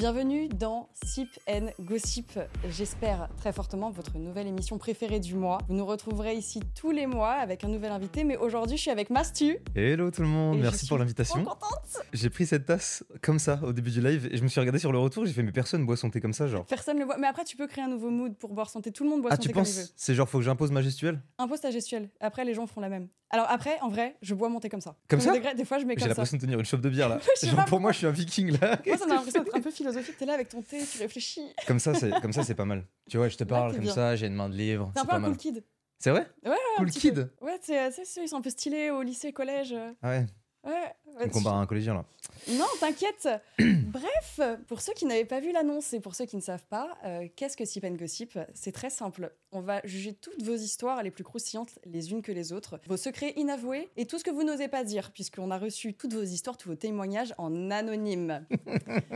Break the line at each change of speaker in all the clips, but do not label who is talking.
Bienvenue dans Sip and Gossip. J'espère très fortement votre nouvelle émission préférée du mois. Vous nous retrouverez ici tous les mois avec un nouvel invité, mais aujourd'hui je suis avec Mastu.
Hello tout le monde,
Et je
merci
suis
pour
Trop
l'invitation.
contente
J'ai pris cette tasse comme ça au début du live et je me suis regardé sur le retour, j'ai fait mais personne boit son thé comme ça genre.
Personne ne le voit, mais après tu peux créer un nouveau mood pour boire santé. Tout le monde boit
Ah
santé
tu
comme il veut.
penses c'est genre faut que j'impose ma gestuelle
Impose ta gestuelle. Après les gens font la même. Alors après, en vrai, je bois mon thé comme ça.
Comme ça
des, gra- des fois je mets comme
J'ai
ça.
l'impression de tenir une chope de bière là.
Je sais
Genre,
pas
pour moi je suis un viking là.
Moi ça m'a l'impression d'être un peu philosophique. T'es là avec ton thé, tu réfléchis.
Comme ça c'est comme ça c'est pas mal. Tu vois je te parle
t'es
comme
bien.
ça, j'ai une main de livre,
T'es un
c'est
peu
pas
un
mal.
cool kid.
C'est vrai
Ouais, ouais, un
Cool
petit peu.
kid.
Ouais, c'est c'est ceux, ils sont un peu stylés au lycée, collège.
Ah ouais,
Ouais.
on
ouais, tu-
compare à un collégien là.
Non, t'inquiète. Bref, pour ceux qui n'avaient pas vu l'annonce et pour ceux qui ne savent pas, euh, qu'est-ce que Sip and Gossip C'est très simple. On va juger toutes vos histoires les plus croustillantes les unes que les autres, vos secrets inavoués et tout ce que vous n'osez pas dire, puisqu'on a reçu toutes vos histoires, tous vos témoignages en anonyme.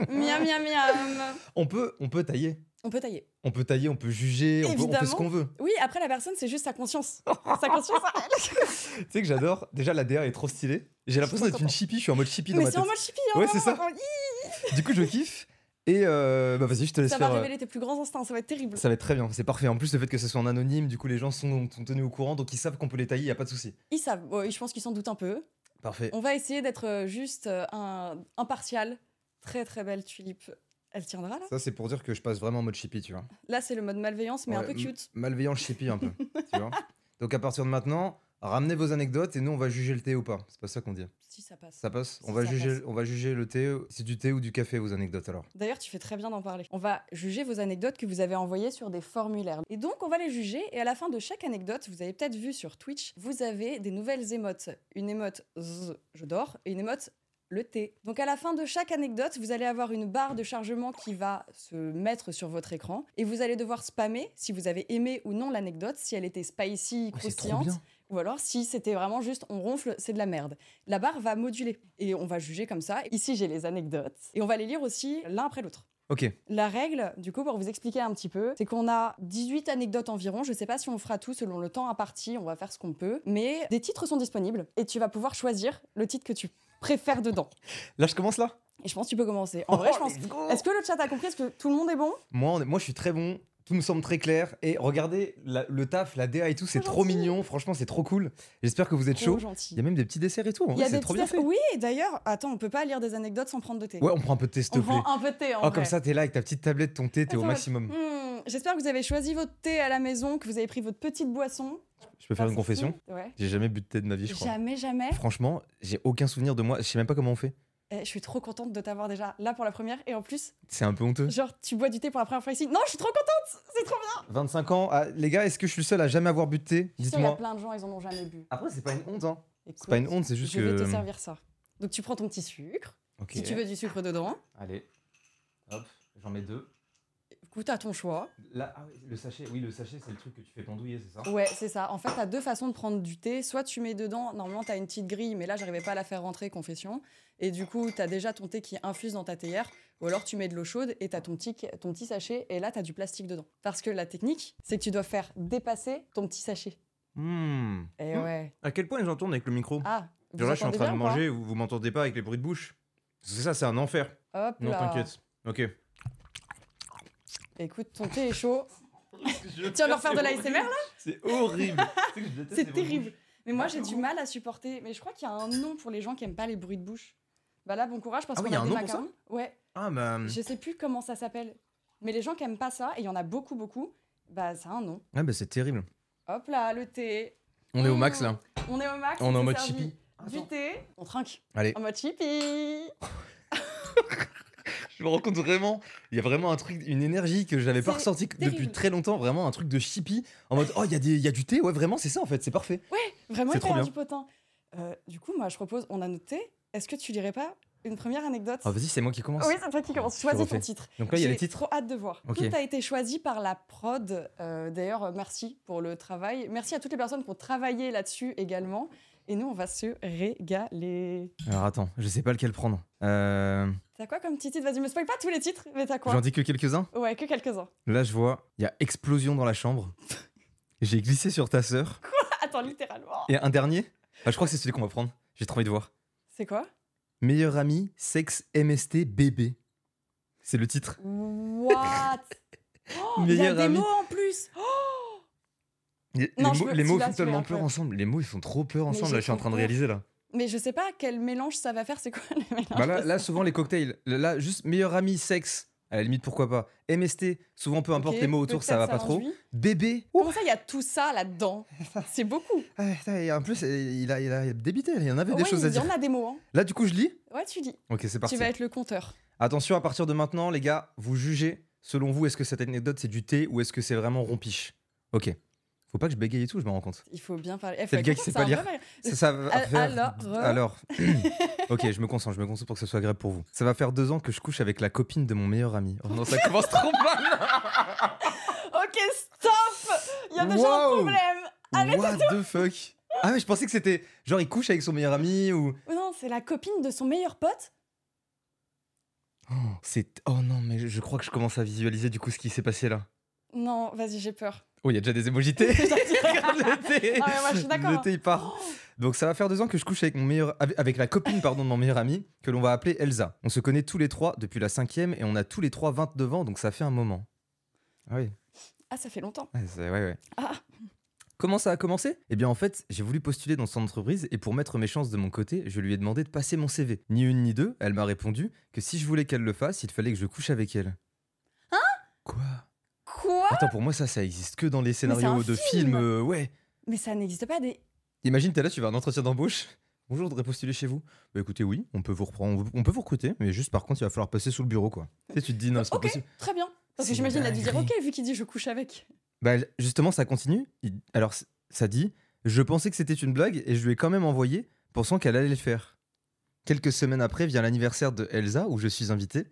miam, miam, miam.
On peut on peut tailler.
On peut tailler.
On peut tailler, on peut juger, on peut, on fait
Évidemment.
ce qu'on veut.
Oui, après, la personne, c'est juste sa conscience. sa conscience, à elle.
Tu sais que j'adore, déjà la DR est trop stylée. J'ai l'impression d'être une chippie, je suis en mode chippie dans
Mais
ma
c'est en
tête.
mode chippie, hein,
Ouais, c'est
vraiment,
ça.
on- Ih,
Du coup je kiffe et euh, bah vas-y je te laisse
Ça va
faire. euh,
révéler tes plus grands instincts, ça va être terrible.
Ça va être très bien, c'est parfait. En plus, le fait que ce soit en anonyme, du coup, les gens sont, sont tenus au courant, donc ils savent qu'on peut les tailler, y a pas de souci.
Ils savent, ouais, je pense qu'ils s'en doutent un peu.
Parfait.
On va essayer d'être euh, juste euh, un impartial. Très très belle tulipe. Elle tiendra là
Ça, c'est pour dire que je passe vraiment en mode chippie, tu vois.
Là, c'est le mode malveillance, mais un
Ouais,
peu
m-
cute.
Malveillant chippie un peu, tu vois. Donc à partir de maintenant, ramenez vos anecdotes et nous, on va juger le thé ou pas. C'est pas ça qu'on dit.
Si ça passe.
Ça passe
Si,
On va
ça
juger,
passe.
on va juger le thé. C'est du thé ou du café vos anecdotes alors.
D'ailleurs, tu fais très bien d'en parler. On va juger vos anecdotes que vous avez envoyées sur des formulaires. Et donc, on va les juger. Et à la fin de chaque anecdote, vous avez peut-être vu sur Twitch, vous avez des nouvelles émotes. Une émote Z, je dors, et une émote le thé. Donc, à la fin de chaque anecdote, vous allez avoir une barre de chargement qui va se mettre sur votre écran. Et vous allez devoir spammer si vous avez aimé ou non l'anecdote, si elle était spicy,
Ah, Oh, c'est trop
croustillante.
bien.
Ou alors si c'était vraiment juste on ronfle, c'est de la merde. La barre va moduler et on va juger comme ça. Ici j'ai les anecdotes et on va les lire aussi l'un après l'autre.
Ok,
La règle, du coup, pour vous expliquer un petit peu, c'est qu'on a 18 anecdotes environ. Je sais pas si on fera tout selon le temps imparti, on va faire ce qu'on peut. Mais des titres sont disponibles et tu vas pouvoir choisir le titre que tu préfères dedans.
là, je commence là.
Et je pense que tu peux commencer. En vrai,
Oh,
je pense.
let's go
Est-ce que le chat a compris Est-ce que tout le monde est bon
Moi, on est- moi, je suis très bon. Tout me semble très clair. Et regardez la- le taf, la DA et tout, c'est
Trop
trop
gentil.
mignon. Franchement, c'est trop cool. J'espère que vous êtes
Trop
chaud.
Oh, gentil.
Il y a même des petits desserts et tout. en
Il
vrai,
y a
c'est
des
trop
petits
bien
affaires-
fait.
Oui, d'ailleurs, attends, on peut pas lire des anecdotes sans prendre de thé.
Ouais, on prend un peu de thé, s'il te
on
plaît.
prend un peu de thé en
Oh,
vrai.
comme ça, t'es là avec ta petite tablette, ton thé, t'es au
Attends,
maximum.
Hmm, J'espère que vous avez choisi votre thé à la maison, que vous avez pris votre petite boisson.
Je peux faire une
Parce-
confession
Ouais.
J'ai jamais bu de thé de ma vie, je crois.
Ah, Jamais, jamais.
Franchement, j'ai aucun souvenir de moi. Je sais même pas comment on fait.
Eh, je suis trop contente de t'avoir déjà là pour la première. Et en plus,
C'est un peu honteux.
genre, tu bois du thé pour la première fois ici. Non, je suis trop contente C'est trop bien
25 ans. ah, les gars, est-ce que je suis le seul à jamais avoir bu de thé
Je suis sûre, Il y a
Dites-moi.
plein de gens, ils en ont jamais bu.
Après, c'est pas une honte, hein.
Écoute,
C'est pas une honte, c'est juste
Je vais
que.
te servir ça. Donc tu prends ton petit sucre,
Ok.
si tu veux du sucre dedans,
Allez. Hop, j'en mets deux.
goûte à ton choix.
Là, ah oui, le sachet, oui, le sachet, c'est le truc que tu fais pendouiller, c'est ça
Ouais, c'est ça. En fait, t'as deux façons de prendre du thé. Soit tu mets dedans, normalement t'as une petite grille, mais là j'arrivais pas à la faire rentrer, confession. Et du coup, t'as déjà ton thé qui infuse dans ta théière. Ou alors tu mets de l'eau chaude et t'as ton petit, ton petit sachet, et là t'as du plastique dedans. Parce que la technique, c'est que tu dois faire dépasser ton petit sachet.
Hmm.
Et
Hmm.
ouais.
À quel point ils entendent avec le micro
Ah, vous
Genre là, je suis en
entendez
train de
bien ou pas
manger, vous, vous m'entendez pas avec les bruits de bouche. C'est ça, c'est un enfer.
Hop
Non,
là.
t'inquiète. Ok.
Écoute, ton thé est chaud. Tu vas leur faire de l'ASMR là
C'est horrible.
C'est terrible. Mais moi
Ah,
j'ai
le
du
goût.
mal à supporter. Mais je crois qu'il y a un nom pour les gens qui aiment pas les bruits de bouche. Bah là, bon courage parce
Ah oui,
qu'on
il y a
a
un
des
nom pour ça
macarons. Ouais.
Ah bah.
Je sais plus comment ça s'appelle, mais les gens qui aiment pas ça, et il y en a beaucoup, beaucoup, bah ça a un nom.
Ah bah c'est terrible.
Hop là, le thé.
On est au max là.
On est au max.
On est en
t'es
mode
Oh, servi
chippie.
Du thé. On trinque.
Allez.
En mode chippie.
Je me rends compte vraiment, il y a vraiment un truc, une énergie que j'avais pas
C'est
ressorti
terrible.
depuis très longtemps, vraiment un truc de chippie. En mode, oh, il y, a des- il y a du thé, ouais, vraiment, c'est ça en fait, c'est parfait.
Vraiment
C'est trop
hyper
bien.
du potin. Euh, du coup, moi je propose, on a notre thé. Est-ce que tu lirais pas une première anecdote
Ah, vas-y, c'est moi qui commence.
Oui, c'est toi qui commence.
Je
Choisis
refais.
ton titre.
Donc là, il y a
J'ai
les titres.
trop hâte de voir.
Ok.
Tout a été choisi par la prod. Euh, D'ailleurs, euh, merci pour le travail. Merci à toutes les personnes qui ont travaillé là-dessus également. Et nous, on va se régaler.
Alors attends, je sais pas lequel prendre. Euh,
T'as quoi comme petit titre Vas-y, me spoil pas tous les titres, mais t'as quoi
J'en dis que quelques-uns.
Ouais, que quelques-uns.
Là, je vois, il y a explosion dans la chambre. J'ai glissé sur ta sœur.
Attends, littéralement.
Et un dernier Ah, Je crois que c'est celui qu'on va prendre. J'ai trop envie de voir.
C'est quoi
Meilleur ami, sexe, MST, bébé.
C'est le titre.
What Oh, Il y a
Meilleur
des
ami.
mots en plus Oh,
Les,
Non,
les
je
mots,
peux-
les mots
celui-là,
font tellement
celui-là,
peur
ouais.
ensemble. Les mots, ils font trop peur ensemble.
j'ai
Là, je suis en
trop
train de
peur.
réaliser là.
Mais je sais pas quel mélange ça va faire, c'est quoi le mélange
Bah là, là, souvent les cocktails. Là, juste meilleur ami, sexe. À la limite, pourquoi pas. MST. Souvent, peu importe
Ok,
les mots autour, ça
peut-être
va pas trop.
enduit.
Bébé.
Comment ça, il y a tout ça là-dedans C'est beaucoup.
Ah, putain, et en plus, eh, il a, il a débité. Il y en avait des
Ouais,
choses à
il y
dire.
en a des mots. hein.
Là, du coup, je lis.
Ouais, tu dis.
Ok, c'est parti.
Tu vas être le compteur.
Attention, à partir de maintenant, les gars, vous jugez. Selon vous, est-ce que cette anecdote c'est du thé ou est-ce que c'est vraiment rompiche Ok. Faut pas que je bégaye et tout, je me rends compte.
Il faut bien parler. Eh,
C'est le
faut
gars
être
qui sait
content,
pas
c'est un vrai-
lire. Ça, ça va
Al-
faire-
alors, re-
Alors. ok, je me concentre, je me concentre pour que ce soit agréable pour vous. Ça va faire deux ans que je couche avec la copine de mon meilleur ami. Oh non, ça commence trop mal
Ok, stop Il y a déjà un
Wow.
problème
What the fuck Ah, mais je pensais que c'était genre il couche avec son meilleur ami ou.
Non, c'est la copine de son meilleur pote.
Oh, c'est. Oh non, mais je- je crois que je commence à visualiser du coup ce qui s'est passé là.
Non, vas-y, j'ai peur.
Oh, il y a déjà des émojis thé. Regarde le thé.
Ah ouais, moi, Ah je suis d'accord,
Le thé, il part. Donc ça va faire deux ans que je couche avec mon meilleur, avec- avec la copine pardon de mon meilleur ami que l'on va appeler Elsa. On se connaît tous les trois depuis la cinquième et on a tous les trois 29 ans donc ça fait un moment. Ah oui.
Ah, ça fait longtemps.
Ouais, c'est- ouais, ouais.
Ah.
Comment ça a commencé Eh bien, en fait, j'ai voulu postuler dans son entreprise et pour mettre mes chances de mon côté, je lui ai demandé de passer mon CV. Ni une ni deux, elle m'a répondu que si je voulais qu'elle le fasse, il fallait que je couche avec elle.
Hein
Quoi
Quoi
Attends, pour moi, ça, ça existe que dans les scénarios
un
de
film.
films. euh, ouais.
Mais ça n'existe pas des.
Imagine, t'es là, tu vas à un entretien d'embauche. Bonjour, je voudrais postuler chez vous. Bah écoutez, oui, on peut vous reprendre, on peut vous recruter, mais juste par contre, il va falloir passer sous le bureau, quoi. Tu sais, tu te dis non, c'est pas
Ok,
possible.
très bien. Parce
C'est
que j'imagine, il a dû dire
dinguerie.
ok, vu qu'il dit je couche avec.
Bah justement, ça continue. Il- Alors c- ça dit, je pensais que c'était une blague et je lui ai quand même envoyé, pensant qu'elle allait le faire. Quelques semaines après vient l'anniversaire de Elsa où je suis invité.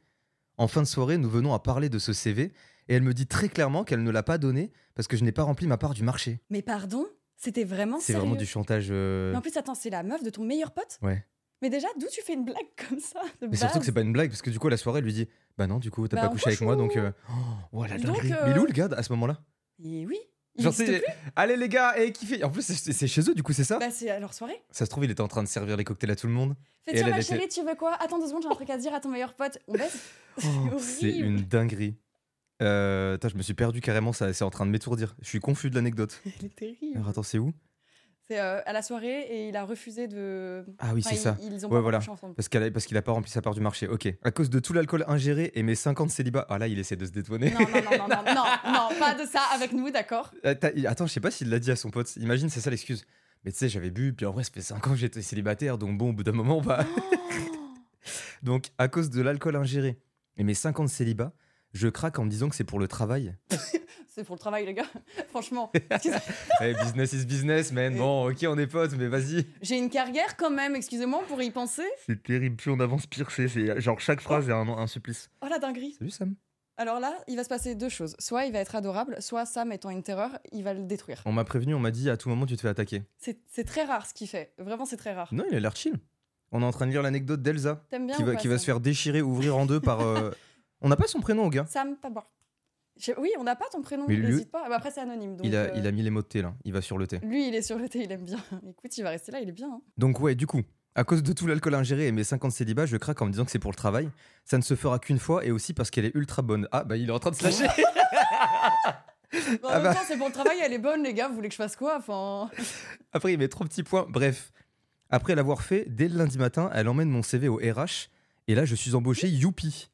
En fin de soirée, nous venons à parler de ce CV et elle me dit très clairement qu'elle ne l'a pas donné parce que je n'ai pas rempli ma part du marché.
Mais pardon, c'était vraiment
C'est
sérieux.
vraiment du chantage. euh,
Mais en plus, attends, c'est la meuf de ton meilleur pote
Ouais.
Mais déjà, d'où tu fais une blague comme ça de
Mais surtout
base
que c'est pas une blague parce que du coup à la soirée elle lui dit bah non du coup t'as
Bah,
pas
on
couché avec moi donc
couche,
euh, oh, oh, la
Donc,
dinguerie.
euh,
Mais il est où le gars à ce moment-là
Et oui. Il
Genre
existe
c'est
plus.
allez les gars et kiffez en plus c'est c'est chez eux du coup c'est ça
Bah, c'est à leur soirée.
ça se trouve il était en train de servir les cocktails à tout le monde
Fais
Et
tiens,
elle,
ma
elle était-
chérie, tu veux quoi Attends deux secondes, j'ai un truc à dire à ton meilleur pote. On baisse
Oh, C'est
horrible.
une dinguerie. Euh, attends, je me suis perdu carrément, ça, c'est en train de m'étourdir. Je suis confus de l'anecdote.
Elle est terrible.
Alors attends, c'est où
C'est euh, à la soirée et il a refusé de.
Ah oui,
Enfin,
c'est
ils-
ça.
Ils ont
Ouais,
pas
voilà.
couché ensemble.
Parce, qu'elle a- parce qu'il a pas rempli sa part du marché, ok. À cause de tout l'alcool ingéré et mes 50 célibats. Ah là, il essaie de se détonner.
Non, non, non, non, non, non, non, pas de ça avec nous, d'accord
Euh, attends, je sais pas s'il l'a dit à son pote. Imagine, c'est ça l'excuse. Mais tu sais, j'avais bu, puis en vrai, ça fait 5 ans que j'étais célibataire, donc bon, au bout d'un moment, on va. Donc, à cause de l'alcool ingéré et mes 50 célibats, je craque en me disant que c'est pour le travail.
C'est pour le travail, les gars. Franchement,
Eh, business is business, man. Bon, ok, on est potes, mais vas-y.
j'ai une carrière quand même, excusez-moi, on pourrait y penser.
C'est terrible, plus on avance, pire c'est. c'est- Genre, chaque phrase est un, un supplice.
Oh la dinguerie.
Salut Sam.
Alors là, il va se passer deux choses. Soit il va être adorable, soit Sam étant une terreur, il va le détruire.
On m'a prévenu, on m'a dit à tout moment tu te fais attaquer.
C'est c'est très rare ce qu'il fait. Vraiment, c'est très rare.
Non, il a l'air chill. On est en train de lire l'anecdote d'Elsa,
T'aimes bien
qui,
ou
va,
pas,
qui va
Sam
se faire déchirer, ouvrir en deux par. euh, On n'a pas son prénom au gars.
Sam, pas moi. Je- Oui, on n'a pas ton prénom,
Mais lui-
n'hésite pas. Ah bah Après, c'est anonyme. Donc,
il, a,
euh,
il a mis les mots de thé là, il va sur le thé.
Lui, il est sur le thé, il aime bien. Écoute, il va rester là, il est bien. hein.
Donc, ouais, du coup, à cause de tout l'alcool ingéré et mes 50 célibats, je craque en me disant que c'est pour le travail. Ça ne se fera qu'une fois et aussi parce qu'elle est ultra bonne. Ah, bah il est en train de se lâcher.
Bon, en
Ah
même
bah.
temps, c'est pour le travail, elle est bonne, les gars. Vous voulez que je fasse quoi Enfin,
Après, il met trois petits points. Bref, après l'avoir fait, dès le lundi matin, elle emmène mon CV au RH. Et là, je suis embauché, youpi.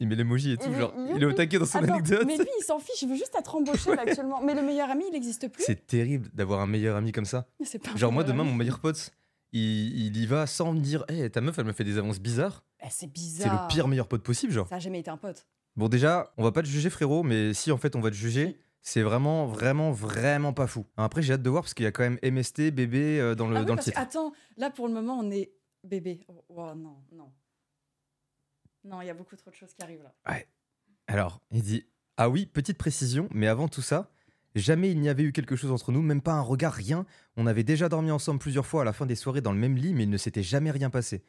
Il met l'emoji et tout,
Oui,
genre, il est au
youpi.
taquet dans son
Attends,
anecdote.
Mais lui, il s'en fiche, il veut juste être embauché là, actuellement. Mais le meilleur ami, il n'existe plus.
C'est terrible d'avoir un meilleur ami comme ça.
Mais c'est pas un
Genre, moi,
meilleur
demain,
ami.
mon meilleur pote, il, il y va sans me dire, hé, ta meuf, elle me fait des avances bizarres.
Eh, c'est
C'est
bizarre.
le pire meilleur pote possible, genre.
Ça a jamais été un pote.
Bon, déjà, on va pas te juger, frérot, mais si en fait on va te juger, c'est vraiment, vraiment, vraiment pas fou. Après, j'ai hâte de voir parce qu'il y a quand même MST, bébé euh, dans le,
ah oui,
dans le
parce que,
titre.
attends, là pour le moment, on est bébé. Oh, oh, non, non. Non, il y a beaucoup trop de choses qui arrivent là.
Alors, il dit Ah oui, petite précision, mais avant tout ça, jamais il n'y avait eu quelque chose entre nous, même pas un regard, rien. On avait déjà dormi ensemble plusieurs fois à la fin des soirées dans le même lit, mais il ne s'était jamais rien passé.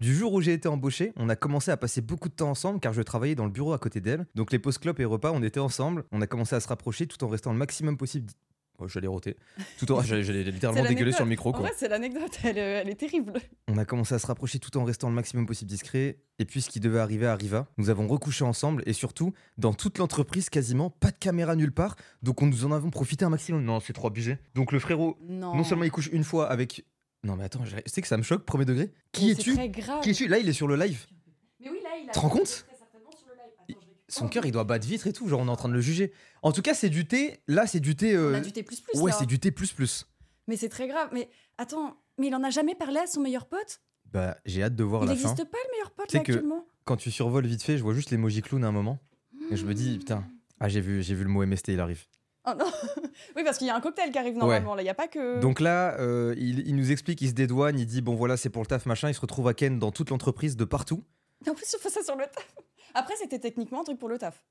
Du jour où j'ai été embauché, on a commencé à passer beaucoup de temps ensemble car je travaillais dans le bureau à côté d'elle. Donc les pauses clopes et repas, on était ensemble. On a commencé à se rapprocher tout en restant le maximum possible Ouais, j'allais roter. Tout en... j'allais, j'allais littéralement
C'est
dégueuler sur le
l'anecdote.
micro.
En
Quoi.
vrai, c'est l'anecdote, elle, euh, elle est terrible.
On a commencé à se rapprocher tout en restant le maximum possible discret. Et puis ce qui devait arriver arriva. Nous avons recouché ensemble et surtout, dans toute l'entreprise quasiment, pas de caméra nulle part. Donc on nous en avons profité un maximum. Non, c'est trop abusé. Donc le frérot,
Non.
non seulement il couche une fois avec. Non mais attends, j'ai- tu sais que ça me choque, premier degré. Qui
Mais
es-tu
C'est très grave.
Qui es-tu Là, il est sur le live.
Mais oui, là, il a.
Te rends compte
très certainement sur le live. Attends,
Il-
je récupère.
Son cœur, il doit battre vitre et tout. Genre, on est en train de le juger. En tout cas, c'est du thé. Là, c'est du thé.
On
euh,
a du T++, là.
ouais, c'est du thé plus plus.
Mais c'est très grave. Mais attends, mais il en a jamais parlé à son meilleur pote
Bah, j'ai hâte de voir
Il
la fin.
n'existe pas le meilleur pote
Tu sais
là,
que-
actuellement
Quand tu survoles vite fait, je vois juste l'emoji clown à un moment. Et je me dis, putain, ah, j'ai vu, j'ai vu le mot MST, il arrive.
Hmm. Oh non Oui, parce qu'il y a un cocktail qui arrive normalement, là. Il n'y a pas que.
Donc là, euh, il, il nous explique, il se dédouane, il dit, bon voilà, c'est pour le taf, machin. Il se retrouve à Ken dans toute l'entreprise, de partout.
En plus, on fait ça sur le taf. Après, c'était techniquement un truc pour le taf.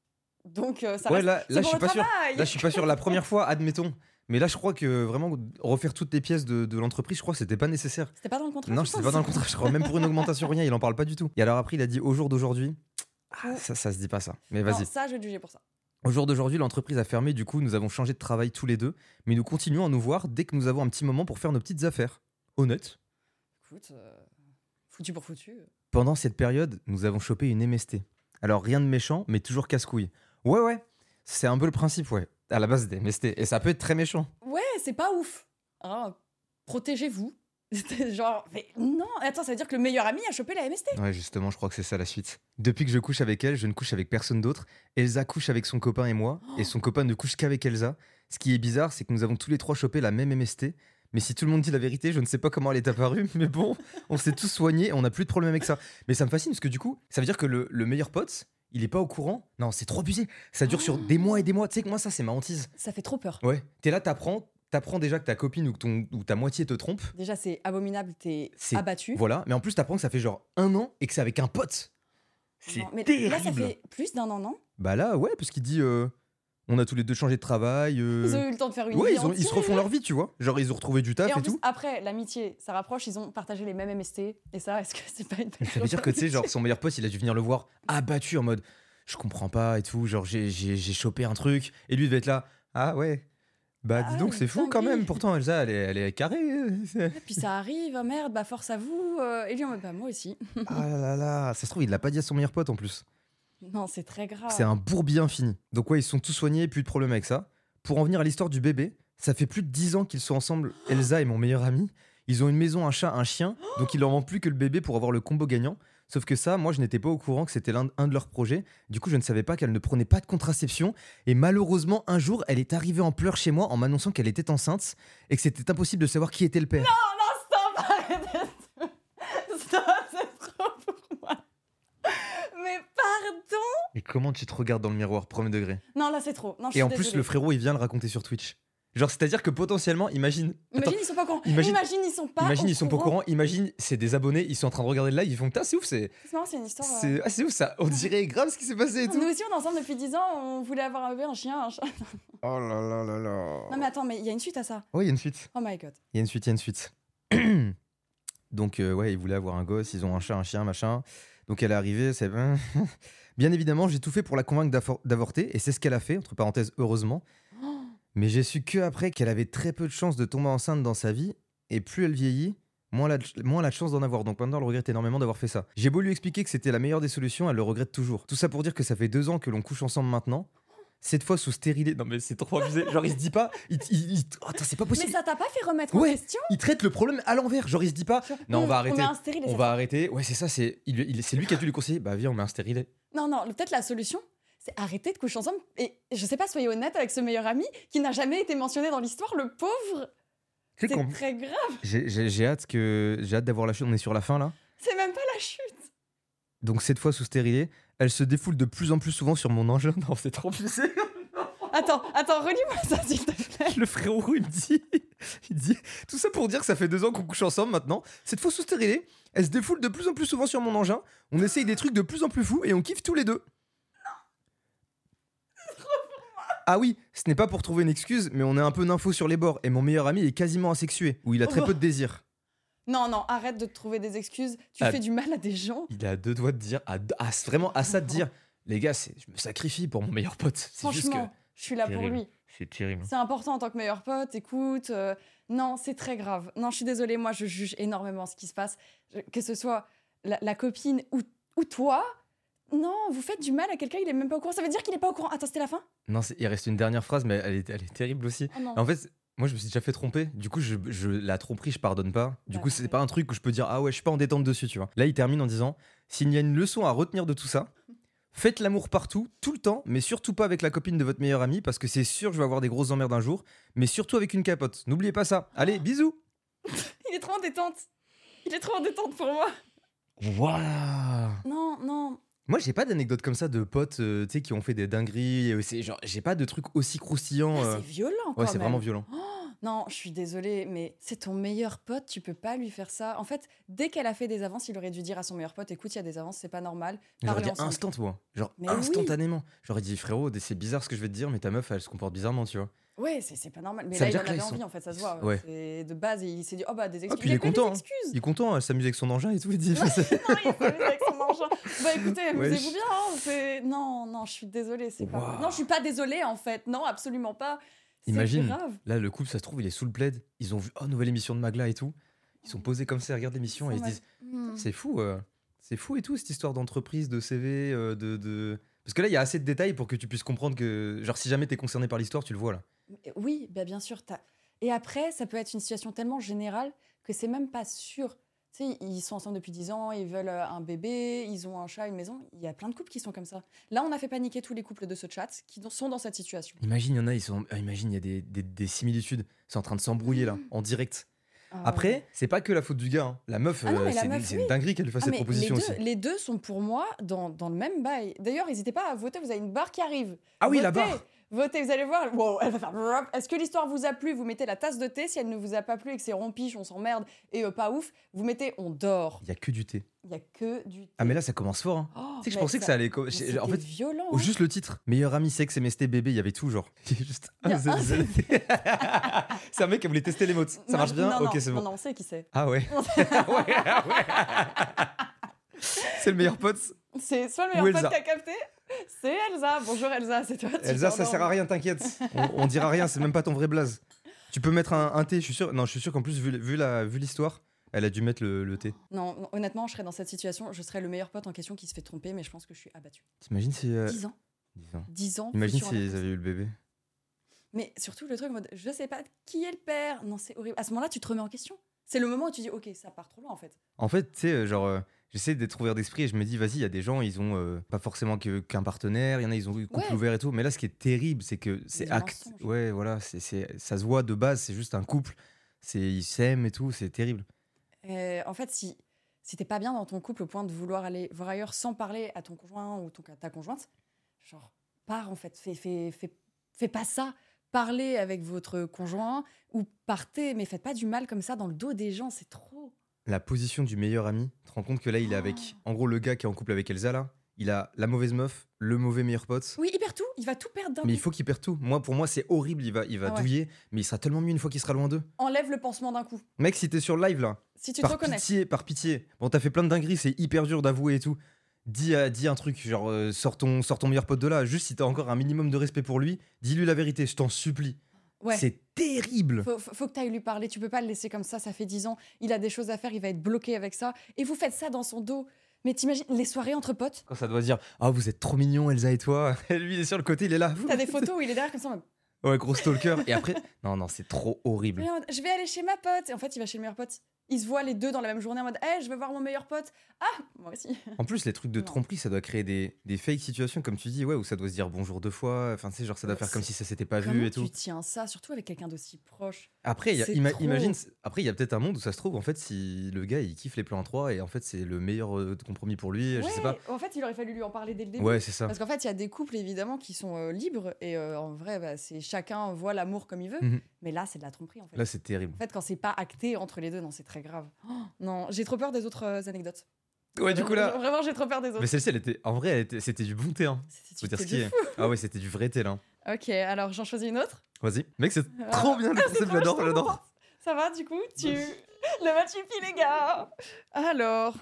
Donc, euh, ça
ouais,
reste-
là,
c'est
là je
pour
suis
le
pas sûr.
travail.
Là, je suis pas sûr. La première fois, admettons. Mais là, je crois que vraiment, refaire toutes les pièces de, de l'entreprise, je crois que c'était pas nécessaire.
C'était pas dans le contrat.
Non,
je
je sais
pense.
pas dans le contrat, je crois. Même pour une augmentation, rien, il en parle pas du tout. Et alors après, il a dit au jour d'aujourd'hui. Ah, ça, ça se dit pas ça. Mais
Non,
vas-y.
ça, je vais te juger pour ça.
Au jour d'aujourd'hui, l'entreprise a fermé, du coup, nous avons changé de travail tous les deux, mais nous continuons à nous voir dès que nous avons un petit moment pour faire nos petites affaires. Honnête.
Écoute, euh, foutu pour foutu.
Pendant cette période, nous avons chopé une MST. Alors rien de méchant, mais toujours casse-couille. Ouais, ouais. C'est un peu le principe, ouais. À la base des MST. Et ça peut être très méchant.
Ouais, c'est pas ouf. Hein, Protégez-vous. C'était Genre, mais non, attends, ça veut dire que le meilleur ami a chopé la MST.
Ouais, justement, je crois que c'est ça la suite. Depuis que je couche avec elle, je ne couche avec personne d'autre. Elsa couche avec son copain et moi, et son copain ne couche qu'avec Elsa. Ce qui est bizarre, c'est que nous avons tous les trois chopé la même MST. Mais si tout le monde dit la vérité, je ne sais pas comment elle est apparue, mais bon, on s'est tous soignés, on n'a plus de problème avec ça. Mais ça me fascine parce que du coup, ça veut dire que le, le meilleur pote, il est pas au courant. Non, c'est trop abusé. Ça dure sur des mois et des mois. Tu sais que moi, ça, c'est ma hantise.
Ça fait trop peur.
Ouais. T'es là, t'apprends, t'apprends déjà que ta copine ou, que ton, ou ta moitié te trompe.
Déjà, c'est abominable, t'es
C'est-
abattu.
Voilà. Mais en plus, t'apprends que ça fait genre un an et que c'est avec un pote. C'est
Non, mais
terrible.
Là, ça fait plus d'un an, non
Bah là, ouais, parce qu'il dit euh, on a tous les deux changé de travail. euh,
Ils ont eu le temps de faire une
ouais,
vie
ils, ont- ils se
entière.
refont leur vie, tu vois. Genre, ils ont retrouvé du taf
Et
et,
en plus,
tout.
après, l'amitié, ça rapproche, ils ont partagé les mêmes MST. Et ça, est-ce que c'est pas une belle
Ça veut dire que, tu sais, genre, son meilleur pote, il a dû venir le voir abattu en mode je comprends pas et tout. Genre, j'ai- j'ai j'ai chopé un truc. Et lui, il devait être là ah ouais. Bah,
Ah
dis
ouais,
donc, c'est fou quand
dinguerie.
même. Pourtant, Elsa, elle est, elle est carrée. euh, c'est-
Puis ça arrive, ah merde, bah force à vous. euh, Et lui, en mode, bah moi aussi.
ah là là là. Ça se trouve, il l'a pas dit à son meilleur pote en plus.
Non, c'est très grave.
C'est un bourbier infini. Donc ouais, ils sont tous soignés, plus de problème avec ça. Pour en venir à l'histoire du bébé, ça fait plus de 10 ans qu'ils sont ensemble, Elsa et mon meilleur ami. Ils ont une maison, un chat, un chien,
Oh
donc il leur manque plus que le bébé pour avoir le combo gagnant. Sauf que ça, moi je n'étais pas au courant que c'était l'un un de leurs projets. Du coup, je ne savais pas qu'elle ne prenait pas de contraception. Et malheureusement, un jour, elle est arrivée en pleurs chez moi en m'annonçant qu'elle était enceinte et que c'était impossible de savoir qui était le père.
Stop, arrêtez. Stop, c'est trop pour moi. Mais pardon.
Et comment tu te regardes dans le miroir, premier degré
Non, là, c'est trop. Non, je suis
Et en plus,
désolée.
le frérot, il vient le raconter sur Twitch. Genre, c'est-à-dire que potentiellement, imagine. Attends,
Imagine, ils sont pas au courant.
imagine-
Imagine, ils sont pas
Imagine,
au
ils sont pas au courant. Imagine, c'est des abonnés, ils sont en train de regarder le live, ils font putain, c'est ouf, c'est,
C'est marrant, c'est une histoire. euh,
c'est, ah, c'est ouf ça. On dirait grave ce qui s'est passé et tout.
Nous aussi, on est ensemble depuis 10 ans, on voulait avoir un bébé, un chien, un chat.
Oh là là là
Non,
là.
mais attends, mais il y a une suite à ça.
Ouais, il y a une suite.
Oh my god.
Il y a une suite, il y a une suite. Donc, euh, ouais, ils voulaient avoir un gosse, ils ont un chat, un chien, machin. Donc, elle est arrivée, c'est. Bien évidemment, j'ai tout fait pour la convaincre d'affor- d'avorter, et c'est ce qu'elle a fait, entre parenthèses, heureusement.
Oh.
Mais j'ai su que après qu'elle avait très peu de chances de tomber enceinte dans sa vie, et plus elle vieillit, moins elle a, de- moins elle a de chances d'en avoir. Donc maintenant, elle regrette énormément d'avoir fait ça. J'ai beau lui expliquer que c'était la meilleure des solutions, elle le regrette toujours. Tout ça pour dire que ça fait deux ans que l'on couche ensemble maintenant. Cette fois sous stérilé. Non mais c'est trop abusé. Genre il se dit pas. Il, il- il- oh, attends, c'est pas
Mais
possible.
ça t'a pas fait remettre
Ouais.
en question Mmh,
Il traite le problème à l'envers. Genre il se dit pas. Non, on va arrêter.
met un stérile et
On
ça-
va arrêter. Ouais c'est ça. C'est il, il- c'est lui qui a dû lui conseiller. Bah viens on met un stérilé.
Non, non, le- peut-être la solution, c'est arrêter de coucher ensemble. Et je sais pas, soyez honnête avec ce meilleur ami qui n'a jamais été mentionné dans l'histoire, le pauvre.
Tu sais qu'on-
C'est très grave.
J'ai- J'ai j'ai hâte que j'ai hâte d'avoir la chute. On est sur la fin là.
C'est même pas la chute.
Donc cette fois sous stérilé, elle se défoule de plus en plus souvent sur mon engin. Non, c'est trop abusé.
Attends, attends, relis-moi ça, s'il te plaît.
Le frérot, il me dit, il dit, tout ça pour dire que ça fait deux ans qu'on couche ensemble maintenant. Cette fois sous stérilé, elle se défoule de plus en plus souvent sur mon engin. On essaye des trucs de plus en plus fous et on kiffe tous les deux. Ah oui, ce n'est pas pour trouver une excuse, mais on est un peu ninfo sur les bords et mon meilleur ami est quasiment asexué, où il a très peu de désir.
Non, non, arrête de te trouver des excuses. Tu
Ah.
fais du mal à des gens.
Il a deux doigts de dire, à, à- vraiment à ça de dire, les gars, c'est- je me sacrifie pour mon meilleur pote. C'est juste que
Franchement, je suis là pour
Terrible.
lui.
C'est terrible.
C'est important en tant que meilleur pote, écoute. euh, non, c'est très grave. Non, je suis désolée, moi, je juge énormément ce qui se passe. Je- que ce soit la, la copine ou, ou toi. Non, vous faites du mal à quelqu'un, il est même pas au courant. Ça veut dire qu'il est pas au courant. Attends, c'était la fin
Non, c'est- il reste une dernière phrase, mais elle est, elle est terrible aussi.
Oh non.
En fait, moi, je me suis déjà fait tromper. Du coup, je, je- la tromperie, je pardonne pas. Du
Bah,
coup, c'est
ouais.
pas un truc où je peux dire ah ouais, je suis pas en détente dessus, tu vois. Là, il termine en disant s'il y a une leçon à retenir de tout ça, faites l'amour partout, tout le temps, mais surtout pas avec la copine de votre meilleur ami parce que c'est sûr, je vais avoir des grosses emmerdes un jour, mais surtout avec une capote. N'oubliez pas ça. Allez, bisous.
Il est trop en détente. Il est trop en détente pour moi.
Voilà.
Non, non.
Moi, j'ai pas d'anecdote comme ça de potes, euh, tu sais, qui ont fait des dingueries. et c'est genre, j'ai pas de truc aussi croustillant.
Ah,
euh.
c'est violent quand
Ouais, c'est
même.
vraiment violent.
Non, je suis désolée, mais c'est ton meilleur pote, tu peux pas lui faire ça. En fait, dès qu'elle a fait des avances, il aurait dû dire à son meilleur pote Écoute, il y a des avances, c'est pas normal.
J'aurais
Parlez
dit
ensemble.
instant, toi. Genre
Mais oui.
instantanément. J'aurais dit, frérot, c'est bizarre ce que je vais te dire, mais ta meuf, elle se comporte bizarrement, tu vois.
Ouais, c'est c'est pas normal. Mais
Ça
là, il
veut dire
en
que là,
avait
ils sont-
envie, en fait, ça se voit.
Ouais.
C'est De base, il s'est dit Oh bah, des
Ah,
excuses.
puis il est
avait
content,
Des
hein.
excuses.
Il est content, elle s'amuse avec son engin et tout, il dit. c'est-
Non, il s'amuse avec son engin. Bah écoutez, amusez-vous
Wesh.
bien. hein, c'est- Non, non, je suis désolée, c'est pas.
Waouh.
Non, je suis pas désolée, en fait. Non, absolument pas. C'est
Imagine.
grave.
Là, le couple, ça se trouve, il est sous le plaid. Ils ont vu, oh, nouvelle émission de Magla et tout. Ils sont posés comme ça, ils regardent l'émission et ils se
Ouais.
disent,
Hmm.
c'est fou, euh, c'est fou et tout, cette histoire d'entreprise, de CV, euh, de, de- Parce que là, il y a assez de détails pour que tu puisses comprendre que, genre, si jamais t'es concerné par l'histoire, tu le vois là.
Mais Oui, bah bien sûr. t'as- Et après, ça peut être une situation tellement générale que c'est même pas sûr. Tu sais, ils sont ensemble depuis 10 ans, ils veulent euh, un bébé, ils ont un chat, une maison. Il y a plein de couples qui sont comme ça. Là, on a fait paniquer tous les couples de ce chat qui don- sont dans cette situation.
Imagine, il y en a, ils sont. ah, imagine, il y a des, des- des similitudes. C'est en train de s'embrouiller là,
Mm.
en direct.
Ah, ouais.
Après, c'est pas que la faute du gars. hein. La meuf,
Ah non,
euh,
mais la
c'est
meuf,
c'est une
oui.
dinguerie qu'elle lui fasse
Ah,
cette
mais
proposition
les
aussi.
deux, les deux sont pour moi dans, dans le même bail. D'ailleurs, n'hésitez pas à voter, vous avez une barre qui arrive.
Ah oui, la
Votez,
barre
Votez, vous allez voir. Wow, elle va faire brrrp. Est-ce que l'histoire vous a plu Vous mettez la tasse de thé. Si elle ne vous a pas plu et que c'est rompiche, on s'emmerde et euh, pas ouf, vous mettez on dort.
Il y a que du thé.
Il y a que du thé.
Ah, mais là, ça commence fort. hein.
Oh,
Tu sais que je
mais
pensais que ça allait. co-
mais
j'ai-
c'était
En fait,
violent.
au
hein.
juste le titre, meilleur ami sexe MST bébé, il y avait tout genre. Il y a juste
Il y a
un
un
zéro. C'est un mec qui voulait tester les mots. Ça
Non,
marche bien
non,
Ok,
non,
c'est bon.
Non, non, on sait qui c'est.
Ah ouais. Ah ouais, ah ouais. C'est le meilleur pote.
C'est soit le
Ou
meilleur
Elsa.
pote qui a capté, c'est Elsa. Bonjour Elsa, c'est toi. tu
Elsa, ça
t'endors.
sert à rien, t'inquiète. On, on dira rien, c'est même pas ton vrai blaze. Tu peux mettre un, un thé, je suis sûr. Non, je suis sûr qu'en plus, vu, vu la- vu l'histoire, elle a dû mettre le, le thé.
Non, non, honnêtement, je serais dans cette situation, je serais le meilleur pote en question qui se fait tromper, mais je pense que je suis abattue.
T'imagines si. euh,
10 ans,
dix ans.
10 ans.
Imagine
foutu en
s'ils
vacances.
avaient eu le bébé.
Mais surtout le truc en mode, je sais pas qui est le père. Non, c'est horrible. À ce moment-là, tu te remets en question. C'est le moment où tu dis, ok, ça part trop loin en fait.
En fait, tu sais, euh, genre, euh, j'essaie d'être ouvert d'esprit et je me dis, vas-y, il y a des gens, ils ont euh, pas forcément que- qu'un partenaire, il y en a, ils ont eu couple
Ouais.
ouvert et tout. Mais là, ce qui est terrible, c'est que c'est
du
acte.
mensonge.
Ouais, voilà, c'est c'est- ça se voit de base, c'est juste un couple. C'est- Ils s'aiment et tout, c'est terrible.
Euh, en fait, si, si t'es pas bien dans ton couple au point de vouloir aller voir ailleurs sans parler à ton conjoint ou ton, ta conjointe, genre, pars en fait, fais, fais, fais, fais pas ça. Parlez avec votre conjoint ou partez, mais faites pas du mal comme ça dans le dos des gens, c'est trop.
La position du meilleur ami, tu te rends compte que là, il est avec. En gros, le gars qui est en couple avec Elsa, là, il a la mauvaise meuf, le mauvais meilleur pote.
Oui, il perd tout, il va tout perdre d'un
Mais il
coup.
faut qu'il perde tout. Moi, pour moi, c'est horrible. Il va, il va
Oh, Ah ouais.
douiller, mais il sera tellement mieux une fois qu'il sera loin d'eux.
Enlève le pansement d'un coup.
Mec, si t'es sur le live là,
Si tu te
par
reconnais.
pitié, par pitié. Bon, t'as fait plein de dingueries, c'est hyper dur d'avouer et tout. Dis, à- dis un truc, genre, euh, sors, ton, sors ton meilleur pote de là. Juste si t'as encore un minimum de respect pour lui, dis-lui la vérité, je t'en supplie.
Ouais.
C'est terrible.
Faut, faut- faut que tu ailles lui parler, tu peux pas le laisser comme ça, ça fait 10 ans, il a des choses à faire, il va être bloqué avec ça. Et vous faites ça dans son dos. Mais t'imagines, les soirées entre potes,
Quand ça doit dire, ah, vous êtes trop mignons, Elsa et toi. Et lui, il est sur le côté, il est là.
t'as des photos où il est derrière comme ça, en mode,
Ouais, gros stalker. Et après, non, non, c'est trop horrible.
Merde, je vais aller chez ma pote. Et en fait, il va chez le meilleur pote. Ils se voient les deux dans la même journée en mode Hey, je vais voir mon meilleur pote. Ah, moi aussi.
En plus, les trucs de
Non.
tromperie, ça doit créer des, des fake situations, comme tu dis, ouais, où ça doit se dire bonjour deux fois. Enfin, tu sais, genre, ça doit
Ouais,
faire comme si ça s'était pas vu
Comment
et tout.
tu tiens ça, surtout avec quelqu'un d'aussi proche
Après, il y a-
C'est
ima-
trop.
imagine, c'est- après, il y a peut-être un monde où ça se trouve, en fait, si le gars il kiffe les plans à 3 et en fait, c'est le meilleur euh, compromis pour lui, je sais pas.
Ouais, En fait, il aurait fallu lui en parler dès le début.
Ouais, c'est ça.
Parce qu'en fait, il y a des couples évidemment qui sont euh, libres et euh, en vrai, bah, c'est chacun voit l'amour comme il veut.
Mhm.
Mais là, c'est de la tromperie en fait.
Là, c'est terrible.
en fait, quand c'est pas acté entre les deux, non, c'est très grave. Oh, non, j'ai trop peur des autres euh, anecdotes.
Ouais, du coup, là.
Vraiment, j'ai trop peur des
Mais
autres.
celle-ci, elle était. En vrai, elle était- c'était du bon thé, hein.
C'est-
Faut
c'est-
dire
c'est
ce qui
de
est.
fou.
Ah ouais, c'était du vrai thé, là.
Ok, alors j'en choisis une autre.
Vas-y. Mec, c'est
Ah.
trop bien le concept,
trop bien, je
j'adore,
suis trop
j'adore.
contente. Ça va du coup Tu le match est fini, les gars. Bah, Alors,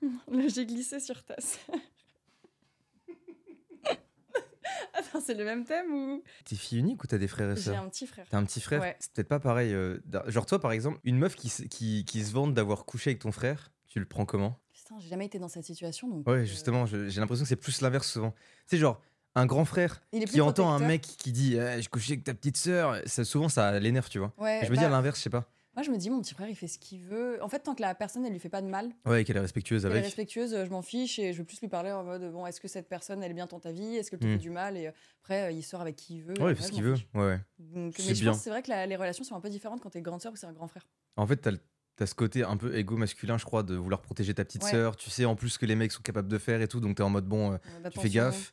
là j'ai glissé sur tasse. Attends, Attends, c'est le même thème ou
T'es fille unique ou t'as des frères et
J'ai
sœurs
un petit frère.
T'as un petit frère
Ouais.
C'est peut-être pas pareil. euh, d'un- genre, toi, par exemple, une meuf qui, se- qui, qui se vante d'avoir couché avec ton frère, tu le prends comment
Putain, j'ai jamais été dans cette situation donc. euh,
Ouais, justement, je- j'ai l'impression que c'est plus l'inverse souvent. Tu sais, genre, un grand frère
Il est plus
qui entend un
protecteur.
mec qui dit Eh, Je couchais avec ta petite sœur, ça, souvent ça l'énerve, tu vois.
Ouais,
je me dis
bah,
à l'inverse, je sais pas.
moi je me dis mon petit frère il fait ce qu'il veut. En fait tant que la personne elle lui fait pas de mal,
Ouais, qu'elle est respectueuse
Elle est
avec.
respectueuse, euh, je m'en fiche et je vais plus lui parler en mode bon, est-ce que cette personne elle est bien dans ta vie Est-ce qu'elle te fait
Mm.
du mal Et euh, après, euh, il sort avec qui il veut.
Ouais,
et
il
ouais,
fait ce
je
qu'il
m'en
veut.
fiche.
Ouais, ouais.
Donc,
C'est
mais je
bien.
pense que c'est vrai que la- les relations sont un peu différentes quand t'es grande sœur ou c'est un grand frère.
En fait, t'as le- t'as ce côté un peu égo masculin, je crois, de vouloir protéger ta petite
Ouais.
sœur. Tu sais en plus ce que les mecs sont capables de faire et tout, donc t'es en mode bon, euh,
Euh,
tu
d'attention.
fais gaffe.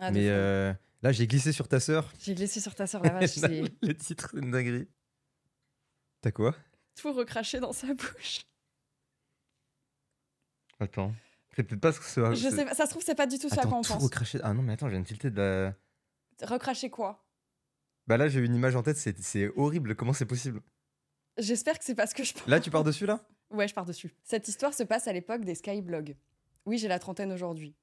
Ah, de
mais
fou.
euh, là, j'ai glissé sur ta sœur.
J'ai glissé sur ta sœur la vache, j'ai
le titre, c'est une dinguerie. T'as quoi
tout recraché dans sa bouche.
Attends. C'est peut-être pas ce que ça.
je sais pas, ça se trouve, c'est pas du tout ça
Ah, Attends,
qu'on
tout
pense.
recraché. Ah non, mais attends, je viens de tilter de la.
Recracher quoi
Bah là, j'ai une image en tête, c'est- c'est horrible. Comment c'est possible
J'espère que c'est pas ce que je pense.
Là, tu pars dessus, là
Ouais, je pars dessus. Cette histoire se passe à l'époque des skyblogs. Oui, j'ai la trentaine aujourd'hui.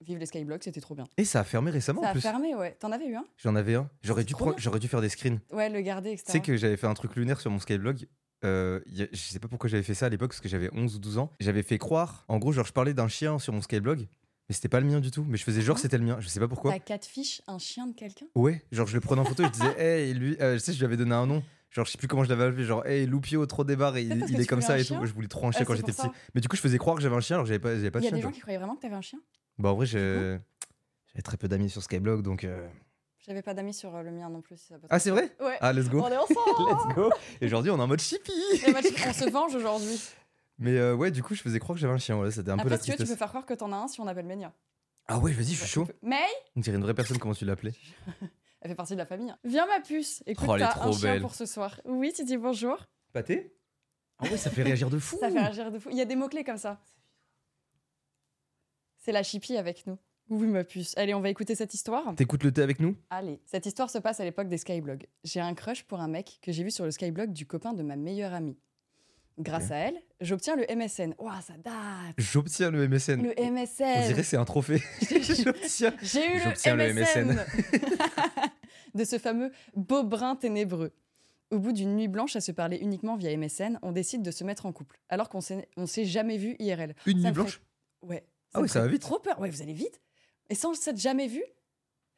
Vive les skyblogs, c'était trop bien.
Et ça a fermé récemment
ça
Ah en
a
plus.
fermé, ouais. T'en avais eu un
J'en avais un. J'aurais
C'est
dû,
trop
prendre-
bien.
j'aurais dû faire des screens.
Ouais, le garder, etc.
Tu sais que j'avais fait un truc lunaire sur mon Skyblog. Euh, y a- je sais pas pourquoi j'avais fait ça à l'époque, parce que j'avais 11 ou 12 ans. J'avais fait croire, en gros, genre, je parlais d'un chien sur mon Skyblog, mais c'était pas le mien du tout. Mais je faisais genre
Ah.
c'était le mien. Je sais pas pourquoi.
T'as quatre fiches, un chien de quelqu'un
Ouais, genre, je le prenais en photo, je disais, hey, lui, euh, je sais, je lui avais donné un nom. Genre, je sais plus comment je l'avais appelé, genre, hey, Loupio, trop des barres, et
Peut-être
il,
parce
il
que
est
tu
comme
voulais
ça
un
et
chien
tout. Je voulais trop un
Ah,
chien quand
c'est
j'étais
pour
petit.
ça.
Mais du coup, je faisais croire que j'avais un chien, alors que j'avais pas, j'avais pas
Il
de
y a
chien.
des
tu
gens
vois.
qui croyaient vraiment que t'avais un chien
Bah, en vrai, j'ai- j'avais très peu d'amis sur Skyblog, donc. euh,
J'avais pas d'amis sur euh, le mien non plus. si ça peut te-
Ah, c'est vrai
Ouais,
Ah, let's go.
on est ensemble
Let's go. Et aujourd'hui, on est en mode chippie.
Et bah, tu- On se venge aujourd'hui.
Mais euh, ouais, du coup, je faisais croire que j'avais un chien. Voilà, c'était un peu
Après,
la
si tu veux, tu
tristesse.
peux faire croire Ah, que t'en as un si on appelle Ménia.
Ah ouais, vas-y, je suis chaud.
Mais
On dirait une vraie personne, comment tu l'appelais
elle fait partie de la famille. hein. Viens ma puce, écoute,
Oh, elle est
t'as
trop
un chien
belle.
pour ce soir. Oui, tu dis bonjour.
Pâté Ah ouais, ça fait réagir de fou.
Ça fait agir de fou. Il y a des mots-clés comme ça. C'est la chipie avec nous. Oui, ma puce. Allez, on va écouter cette histoire.
T'écoutes le thé avec nous
Allez, cette histoire se passe à l'époque des skyblogs. J'ai un crush pour un mec que j'ai vu sur le skyblog du copain de ma meilleure amie. Grâce
Ok.
à elle, j'obtiens le MSN. Ouah, ça date
J'obtiens le MSN.
Le
On dirait
MSN
que c'est un trophée. J'obtiens.
J'ai eu
J'obtiens
le
le
MSN, De ce fameux beau brun ténébreux. Au bout d'une nuit blanche à se parler uniquement via MSN, on décide de se mettre en couple, alors qu'on s'est- on s'est jamais vu IRL. Ça
Une nuit
me fait-
blanche
Ouais.
Ah
me
oui, ça
fait
va vite.
Trop peur. Ouais, vous allez vite. Et sans s'être jamais vu,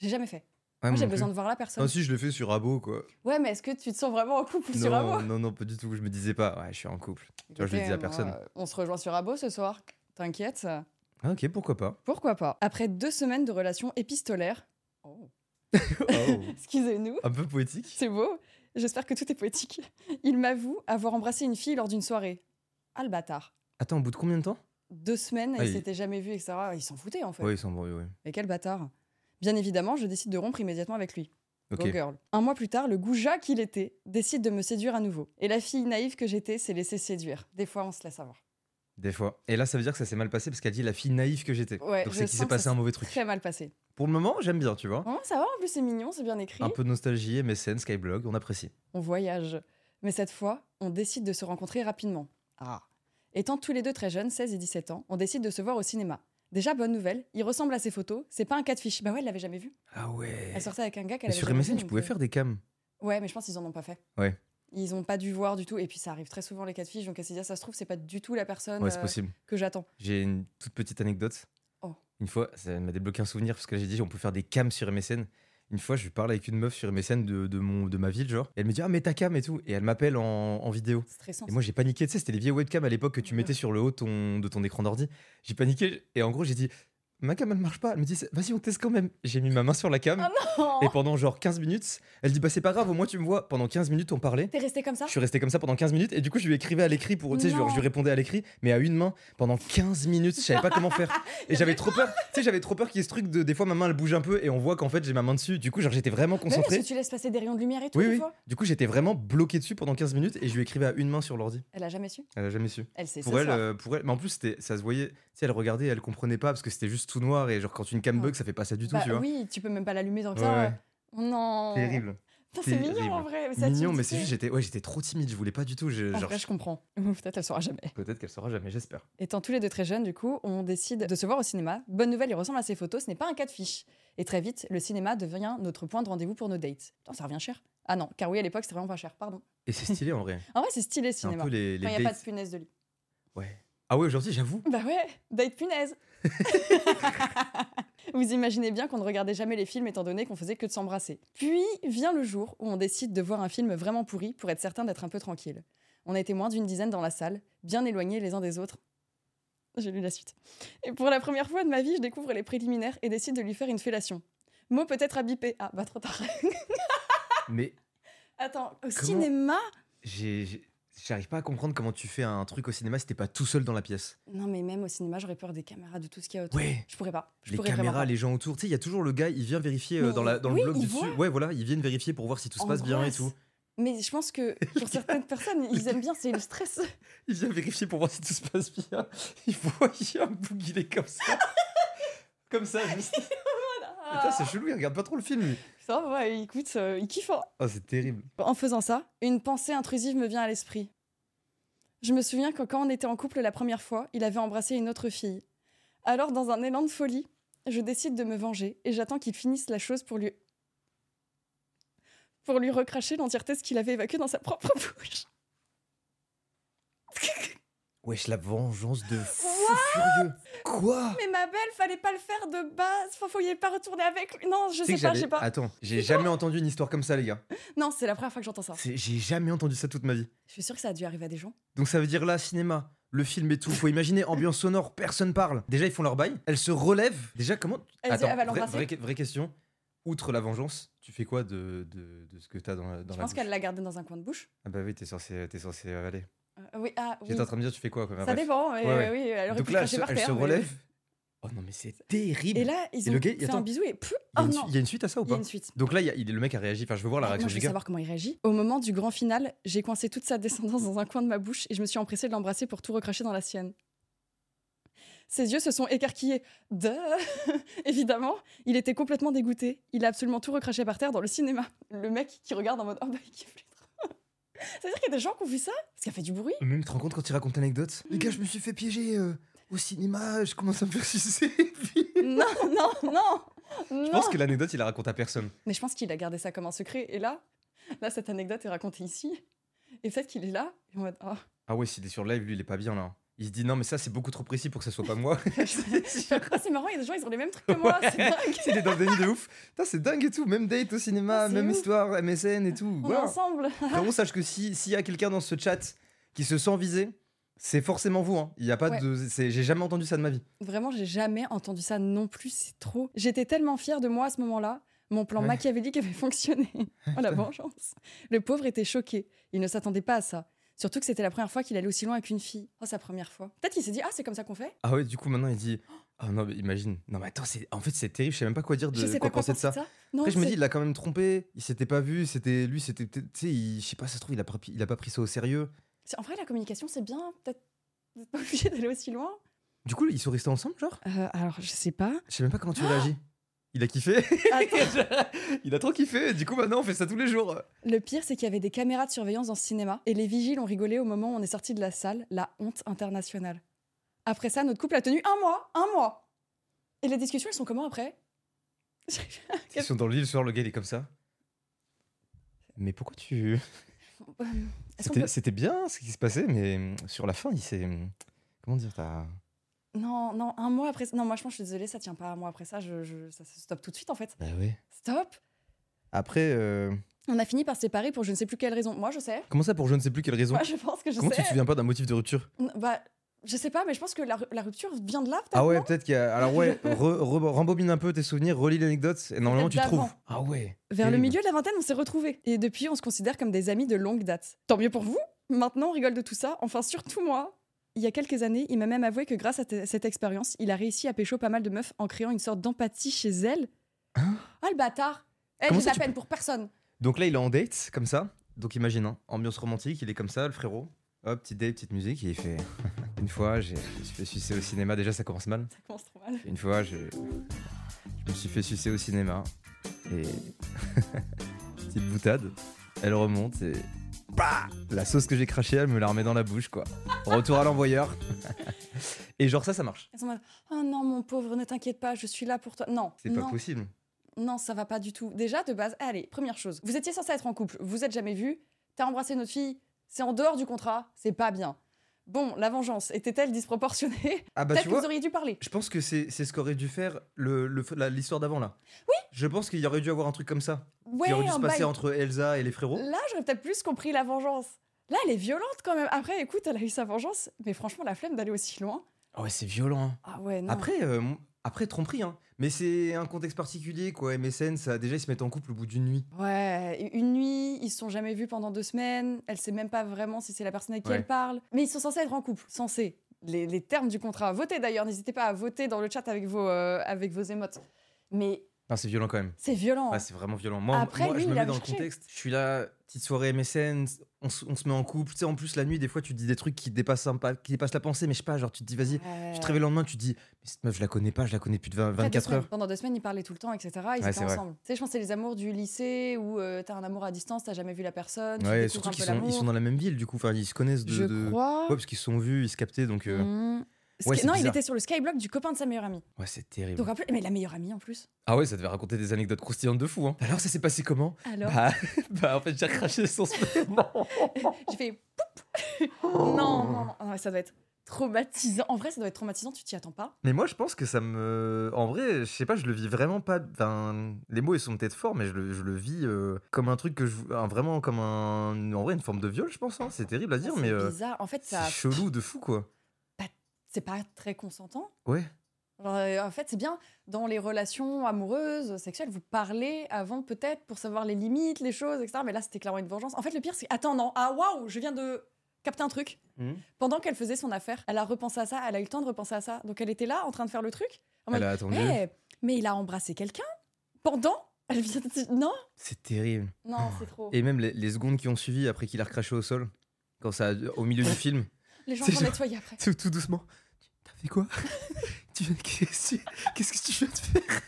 j'ai jamais fait.
Ouais,
Moi, j'ai
Ah, non
besoin
plus.
de voir la personne.
Ah si, je le fais sur Abo, quoi.
Ouais, mais est-ce que tu te sens vraiment en couple sur Abo
Non, non, non, pas du tout. Je me disais pas, ouais, je suis en couple. Tu vois, je le
Écoutez,
dis à
moi,
personne.
euh, on se rejoint sur Abo ce soir. T'inquiète, ça.
Ah, ok, pourquoi pas
pourquoi pas Après deux semaines de relation épistolaire, oh,
Oh,
excusez-nous,
Un peu poétique.
c'est beau. J'espère que tout est poétique. Il m'avoue avoir embrassé une fille lors d'une soirée. Ah le bâtard.
Attends, au bout de combien de temps
Deux semaines, et
Ah,
il
il-
s'était jamais vu, etc. Il s'en foutait en fait.
Ouais, ils sont bons, ouais.
Mais quel bâtard. Bien évidemment, je décide de rompre immédiatement avec lui. Go
Ok.
girl. Un mois plus tard, le goujat qu'il était décide de me séduire à nouveau. Et la fille naïve que j'étais s'est laissée séduire. Des fois, on se laisse avoir.
Des fois. Et là, ça veut dire que ça s'est mal passé parce qu'elle dit la fille naïve que j'étais.
Ouais,
Donc
je
c'est qu'il
sens
s'est
que
passé
ça
un mauvais truc.
Très mal passé.
Pour le moment, j'aime bien, tu vois.
Vraiment, ça va, en plus c'est mignon, c'est bien écrit.
Un peu de nostalgie, MSN, Skyblog, on apprécie.
On voyage. Mais cette fois, on décide de se rencontrer rapidement. Ah. Étant tous les deux très jeunes, 16 et 17 ans, on décide de se voir au cinéma. Déjà, bonne nouvelle, il ressemble à ses photos, c'est pas un cas de fiche. Bah ouais, elle l'avait jamais vu.
Ah ouais.
Elle sortait avec un gars qu'elle
Mais
avait
sur
jamais vu,
MSN, tu
donc,
pouvais
euh,
faire des cams.
Ouais, mais je pense qu'ils en ont pas fait.
Ouais.
Ils ont pas dû voir du tout. Et puis ça arrive très souvent les cas de fiches, donc elle s'est dit, ah, ça se trouve, c'est pas du tout la personne
Ouais, c'est
euh,
possible.
que j'attends.
J'ai une toute petite anecdote.
Oh.
Une fois, ça m'a débloqué un souvenir parce que j'ai dit on peut faire des cams sur MSN. Une fois, je parle avec une meuf sur MSN de, de, mon, de ma ville, genre. Et elle me dit Ah, mais ta cam et tout. Et elle m'appelle en, en vidéo.
Stressant.
Et moi, j'ai paniqué. Tu sais, c'était les vieilles webcams à l'époque que tu mettais sur le haut de ton- de ton écran d'ordi. J'ai paniqué. Et en gros, j'ai dit Ma cam, elle marche pas. Elle me dit Vas-y, on teste quand même. J'ai mis ma main sur la cam.
Ah non
et pendant genre 15 minutes, elle dit Bah, c'est pas grave, au moins tu me vois. Pendant 15 minutes, on parlait.
T'es resté comme ça
Je suis resté comme ça pendant 15 minutes et du coup je lui écrivais à l'écrit pour tu sais je, lui-
Non.
je lui répondais à l'écrit mais à une main pendant 15 minutes, je savais pas comment faire et j'avais trop peur, tu sais j'avais trop peur qu'il y ait ce truc de des fois ma main elle bouge un peu et on voit qu'en fait j'ai ma main dessus. Du coup genre j'étais vraiment
Mais Bah oui, parce
concentré.
que tu laisses passer des rayons de lumière et tout,
Oui
des
oui.
fois.
Du coup j'étais vraiment bloqué dessus pendant 15 minutes et je lui écrivais à une main sur l'ordi.
Elle a jamais su.
Elle a jamais su.
Elle sait.
Pour elle, euh, pour elle, mais en plus c'était ça se voyait, tu sais elle regardait, elle comprenait pas parce que c'était juste tout noir et genre quand une cam
Ouais. Bah
bug ça fait pas ça du tout, tu vois.
Oui, tu peux même pas l'allumer tant que
Ouais,
ça.
ouais.
ouais. euh. Non.
Terrible.
Putain, c'est mignon
terrible.
en vrai. ça, tu
Mignon,
me
mais c'est
disais.
juste, j'étais ouais, j'étais trop timide, je voulais pas du tout. je-
En
genre,
vrai, je comprends. Peut-être elle saura jamais.
Peut-être qu'elle saura jamais, j'espère.
Étant tous les deux très jeunes, du coup, on décide de se voir au cinéma. Bonne nouvelle, il ressemble à ses photos, ce n'est pas un cas de fiche. Et très vite, le cinéma devient notre point de rendez-vous pour nos dates. Putain, ça revient cher. Ah non, car oui, à l'époque, c'était vraiment pas cher, pardon.
Et c'est stylé en vrai.
En vrai, c'est stylé,
C'est un
cinéma.
peu les, les
Quand il n'y a pas
dates.
de punaise de lit.
Ouais. Ah ouais, aujourd'hui, j'avoue.
Bah ouais, date punaise Vous imaginez bien qu'on ne regardait jamais les films étant donné qu'on faisait que de s'embrasser. Puis vient le jour où on décide de voir un film vraiment pourri pour être certain d'être un peu tranquille. On a été moins d'une dizaine dans la salle, bien éloignés les uns des autres. J'ai lu la suite. Et pour la première fois de ma vie, je découvre les préliminaires et décide de lui faire une fellation. Mot peut-être à biper. Ah bah trop tard.
Mais
Attends, au cinéma
j'ai- j'ai- j'arrive pas à comprendre comment tu fais un truc au cinéma si t'es pas tout seul dans la pièce.
Non mais même au cinéma, j'aurais peur des caméras, de tout ce qu'il y a autour.
Ouais.
Je pourrais pas. Je
les
pourrais vraiment
caméras,
pas.
les gens autour. Tu sais, il y a toujours le gars, il vient vérifier euh,
Mais
dans, la, dans
oui,
le blog
il
du
voit.
dessus. Ouais, voilà, ils viennent vérifier pour voir si tout se passe bien et
Angoisse.
tout.
Mais je pense que pour certaines personnes, ils aiment bien, c'est le stress.
Il vient vérifier pour voir si tout se passe bien. Il voit il y a un bouc, il est comme ça. comme ça, juste.
Ah.
Putain, c'est chelou, il regarde pas trop le film. lui.
Ça va, écoute, euh, ils kiffent. hein.
Oh, c'est terrible.
En faisant ça, une pensée intrusive me vient à l'esprit. Je me souviens que quand on était en couple la première fois, il avait embrassé une autre fille. Alors, dans un élan de folie, je décide de me venger et j'attends qu'il finisse la chose pour lui. pour lui recracher l'entièreté de ce qu'il avait évacué dans sa propre bouche.
Wesh, la vengeance de fou furieux. Quoi
Mais ma belle, fallait pas le faire de base. Enfin, faut y pas retourner avec lui. Non, je
Tu sais
sais pas,
que j'avais-
je sais pas.
Attends, j'ai jamais entendu une histoire comme ça, les gars.
Non, c'est la première fois que j'entends ça.
C'est- J'ai jamais entendu ça toute ma vie.
Je suis sûre que ça a dû arriver à des gens.
Donc ça veut dire là, cinéma, le film et tout. Faut imaginer, ambiance sonore, personne parle. Déjà, ils font leur bail. Elle se relève. Déjà, comment.
Elle dit,
Attends,
elle va
vraie,
l'embrasser.
vraie- vraie question. Outre la vengeance, tu fais quoi de, de, de ce que t'as dans la, dans
Je
la
pense
bouche
qu'elle l'a gardé dans un coin de bouche.
Ah bah oui, t'es censé, t'es censé avaler.
Euh, oui, ah oui.
J'étais en train de dire, tu fais quoi quoi,
Ça
bref.
dépend. mais,
Ouais, ouais.
euh, Oui, elle aurait
Donc
pu
là, elle
cracher
se,
par
elle
terre.
se
mais-
relève. Oh non, mais c'est terrible.
Et là, ils
Et
ont
le gars, il
fait
attend.
un bisou et plus.
il, y a
Oh
une, su-
non,
il y a une suite à ça ou
il y a
pas
une suite.
Donc là, il y a- il- le mec a réagi. Enfin, Ah, je veux voir la
Moi,
réaction
je
du
veux
gars.
savoir comment il réagit. Au moment du grand final, j'ai coincé toute sa descendance dans un coin de ma bouche et je me suis empressée de l'embrasser pour tout recracher dans la sienne. Ses yeux se sont écarquillés. De... Évidemment, il était complètement dégoûté. Il a absolument tout recraché par terre dans le cinéma. Le mec qui regarde en mode Oh bah il kiffe les draps. C'est-à-dire qu'il y a des gens qui ont vu ça Parce qu'il a fait du bruit
Mais même, tu te rends compte quand il raconte l'anecdote Les gars, je me suis fait piéger euh, au cinéma, je commence à me faire sucer.
Non, non, non
Je
non.
pense que l'anecdote, il la raconte à personne.
Mais je pense qu'il a gardé ça comme un secret. Et là, là cette anecdote est racontée ici. Et peut-être qu'il est là, et en mode Ah,
Ah ouais, s'il est sur le live, lui, il est pas bien là. Il se dit non, mais ça, c'est beaucoup trop précis pour que ça soit pas moi. C'est sûr.
Ah, c'est marrant, il y a des gens, ils ont les mêmes trucs que moi, c'est
Ouais.
dingue.
il est dans le déni de ouf. Putain, c'est dingue et tout. Même date au cinéma,
C'est
même
ouf.
histoire, MSN et tout.
On est
Voilà.
ensemble.
Frérot, sache que si- s'il y a quelqu'un dans ce chat qui se sent visé, c'est forcément vous. hein. Il y a pas
Ouais.
de. c'est- J'ai jamais entendu ça de ma vie.
Vraiment, j'ai jamais entendu ça non plus, c'est trop. J'étais tellement fière de moi à ce moment-là. Mon plan
Ouais.
machiavélique avait fonctionné. Oh la vengeance. Le pauvre était choqué. Il ne s'attendait pas à ça. Surtout que c'était la première fois qu'il allait aussi loin avec une fille. Oh, sa première fois. Peut-être qu'il s'est dit Ah, c'est comme ça qu'on fait
Ah ouais, du coup, maintenant, il dit. Ah non, mais imagine. Non, mais attends, c'est- en fait, c'est terrible. Je sais même pas quoi dire de
Je sais
quoi
pas quoi
penser de ça.
Non,
Après, je me
c'est-
dis, il l'a quand même trompé. Il s'était pas vu. C'était lui, c'était. peut-être- Tu sais, il- je sais pas, ça se trouve, il a, pas, pris- il a pas pris ça au sérieux.
c'est- en vrai, la communication, c'est bien. Peut-être vous n'êtes pas obligé d'aller aussi loin.
Du coup, ils sont restés ensemble, genre
Euh, alors, je sais pas.
Je sais même pas comment tu
Ah
réagis. Il a kiffé.
Attends.
il a trop kiffé. Du coup, maintenant, on fait ça tous les jours.
Le pire, c'est qu'il y avait des caméras de surveillance dans ce cinéma et les vigiles ont rigolé au moment où on est sorti de la salle, la honte internationale. Après ça, notre couple a tenu un mois, un mois. Et les discussions, elles sont comment après
Ils sont dans le lit le soir, le gars, il est comme ça. Mais pourquoi tu.
Est-ce qu'on
Euh, C'était
peut-
c'était bien ce qui se passait, mais hum, sur la fin, il s'est. hum, Comment dire t'as-
Non, non, un mois après. Non, moi je pense, que je suis désolée, ça tient pas un mois après ça. Je, je- ça se stoppe tout de suite en fait.
Bah ouais.
Stop.
Après, euh,
On a fini par se séparer pour je ne sais plus quelle raison. Moi, je sais.
comment ça pour je ne sais plus quelle raison
Moi, je pense que je
Comment
sais.
tu te souviens pas d'un motif de rupture
Non, Bah, je sais pas, mais je pense que la, ru- la rupture vient de là. peut-être,
Ah ouais,
non
peut-être qu'il y a. Alors ouais, re- re- rembobine un peu tes souvenirs, relis l'anecdote, et normalement tu
Peut-être
trouves.
d'avant.
Ah ouais.
Vers le
Terrible.
milieu de la vingtaine, on s'est retrouvés. Et depuis, on se considère comme des amis de longue date. Tant mieux pour vous Maintenant, on rigole de tout ça. Enfin, surtout moi Il y a quelques années, il m'a même avoué que grâce à t- cette expérience, il a réussi à pécho pas mal de meufs en créant une sorte d'empathie chez elles.
Hein
ah, le bâtard Elle,
Comment
j'ai de
ça,
la
tu
peine pour personne
Donc là, il est en date, comme ça. Donc imagine, hein, ambiance romantique, il est comme ça, le frérot. Hop, petite date, petite musique, et il fait. Une fois, j'ai- je me suis fait sucer au cinéma, déjà ça commence mal.
Ça commence trop mal.
Une fois, je, je me suis fait sucer au cinéma. Et. petite boutade. Elle remonte et. Bah la sauce que j'ai crachée, elle me la remet dans la bouche, quoi. Retour à l'envoyeur. et genre, ça, ça marche.
Elles sont en mode, oh non, mon pauvre, ne t'inquiète pas, je suis là pour toi. Non,
C'est pas
non,
possible.
non, ça va pas du tout. Déjà, de base, allez, première chose, vous étiez censé être en couple, vous êtes jamais vu, t'as embrassé notre fille, c'est en dehors du contrat, c'est pas bien. Bon, la vengeance était-elle disproportionnée
Ah bah,
Peut-être
tu
que
vois,
vous auriez dû parler.
je pense que c'est c'est ce qu'aurait dû faire le- le- la- l'histoire d'avant, là. Oui Je pense qu'il y aurait dû avoir un truc comme ça.
Ouais,
qui aurait dû se
un
passer
bail.
entre Elsa et les frérots.
Là, j'aurais peut-être plus compris la vengeance. Là, elle est violente quand même. Après, écoute, elle a eu sa vengeance, mais franchement, la flemme d'aller aussi loin.
Ah ouais, c'est violent. hein.
Ah ouais, non.
Après, euh, mon- après tromperie, hein. Mais c'est un contexte particulier, quoi. MSN, ça, déjà, ils se mettent en couple au bout d'une nuit.
Ouais, une nuit, ils se sont jamais vus pendant deux semaines, elle sait même pas vraiment si c'est la personne à qui
Ouais.
elle parle, mais ils sont censés être en couple, censés. Les, les termes du contrat. Votez d'ailleurs, n'hésitez pas à voter dans le chat avec vos, euh, avec vos émotes. Mais
Non, c'est violent quand même.
c'est violent.
Ah, c'est vraiment violent. Moi,
Après,
moi,
lui,
je me
il a
mets dans le
marché.
contexte. Je suis là, petite soirée MSN, on, se- on se met en couple. Tu sais, en plus, la nuit, des fois, tu dis des trucs qui dépassent, un pa- qui dépassent la pensée, mais je sais pas, genre, tu te dis, vas-y. Tu te réveilles le lendemain, tu te dis, mais cette meuf, je la connais pas, je la connais plus de 20
Euh, Après, deux
24
semaines-
heures.
Pendant deux semaines, ils parlaient tout le temps, etc. Ils
Ouais,
étaient
c'est vrai.
ensemble. Tu sais, je pense que c'est les amours du lycée où euh, t'as un amour à distance, t'as jamais vu la personne. tu
Ouais,
découvres
surtout
un
qu'ils
peu
sont, ils
l'amour.
sont dans la même ville, du coup. Enfin, ils se connaissent de.
Je
de-
crois.
Ouais, parce qu'ils se sont vus, ils se captaient, donc. euh,
Mhm. Sky-
ouais, c'est
non, il
bizarre.
était sur le skyblock du copain de sa meilleure amie.
Ouais, c'est terrible.
Donc, en plus- mais la meilleure amie en plus.
Ah ouais, ça devait raconter des anecdotes croustillantes de fou, hein. Alors, ça s'est passé comment
Alors,
Bah, bah, en fait, j'ai craché son sperme.
j'ai fait poup. non, non, non. Ah ouais, ça doit être traumatisant. En vrai, ça doit être traumatisant, tu t'y attends pas.
Mais moi, je pense que ça me. En vrai, je sais pas, je le vis vraiment pas. Enfin, les mots, ils sont peut-être forts, mais je le, je le vis euh, comme un truc que je. un- vraiment comme un. En vrai, une forme de viol, je pense. hein. C'est terrible à
Ah,
dire,
c'est
mais. euh,
bizarre. En fait,
c'est
ça,
chelou de fou, quoi.
c'est pas très consentant.
Ouais.
Genre, euh, en fait, c'est bien dans les relations amoureuses, sexuelles, vous parlez avant peut-être pour savoir les limites, les choses, etc. Mais là, c'était clairement une vengeance. En fait, le pire, c'est attends, non, ah waouh, je viens de capter un truc.
Mhm.
Pendant qu'elle faisait son affaire, elle a repensé à ça, elle a eu le temps de repenser à ça. Donc, elle était là en train de faire le truc. En mode,
Elle a attendu.
Oh, Ouais, mais il a embrassé quelqu'un pendant. Elle vient de dire- Non,
C'est terrible.
non, c'est trop.
Et même les, les secondes qui ont suivi après qu'il a recraché au sol, quand ça, a- au milieu du film,
Les gens
c'est
vont
genre-
nettoyer après.
tout, tout doucement. T'as fait quoi Tu viens- Qu'est-ce que qu'est-ce que tu viens de faire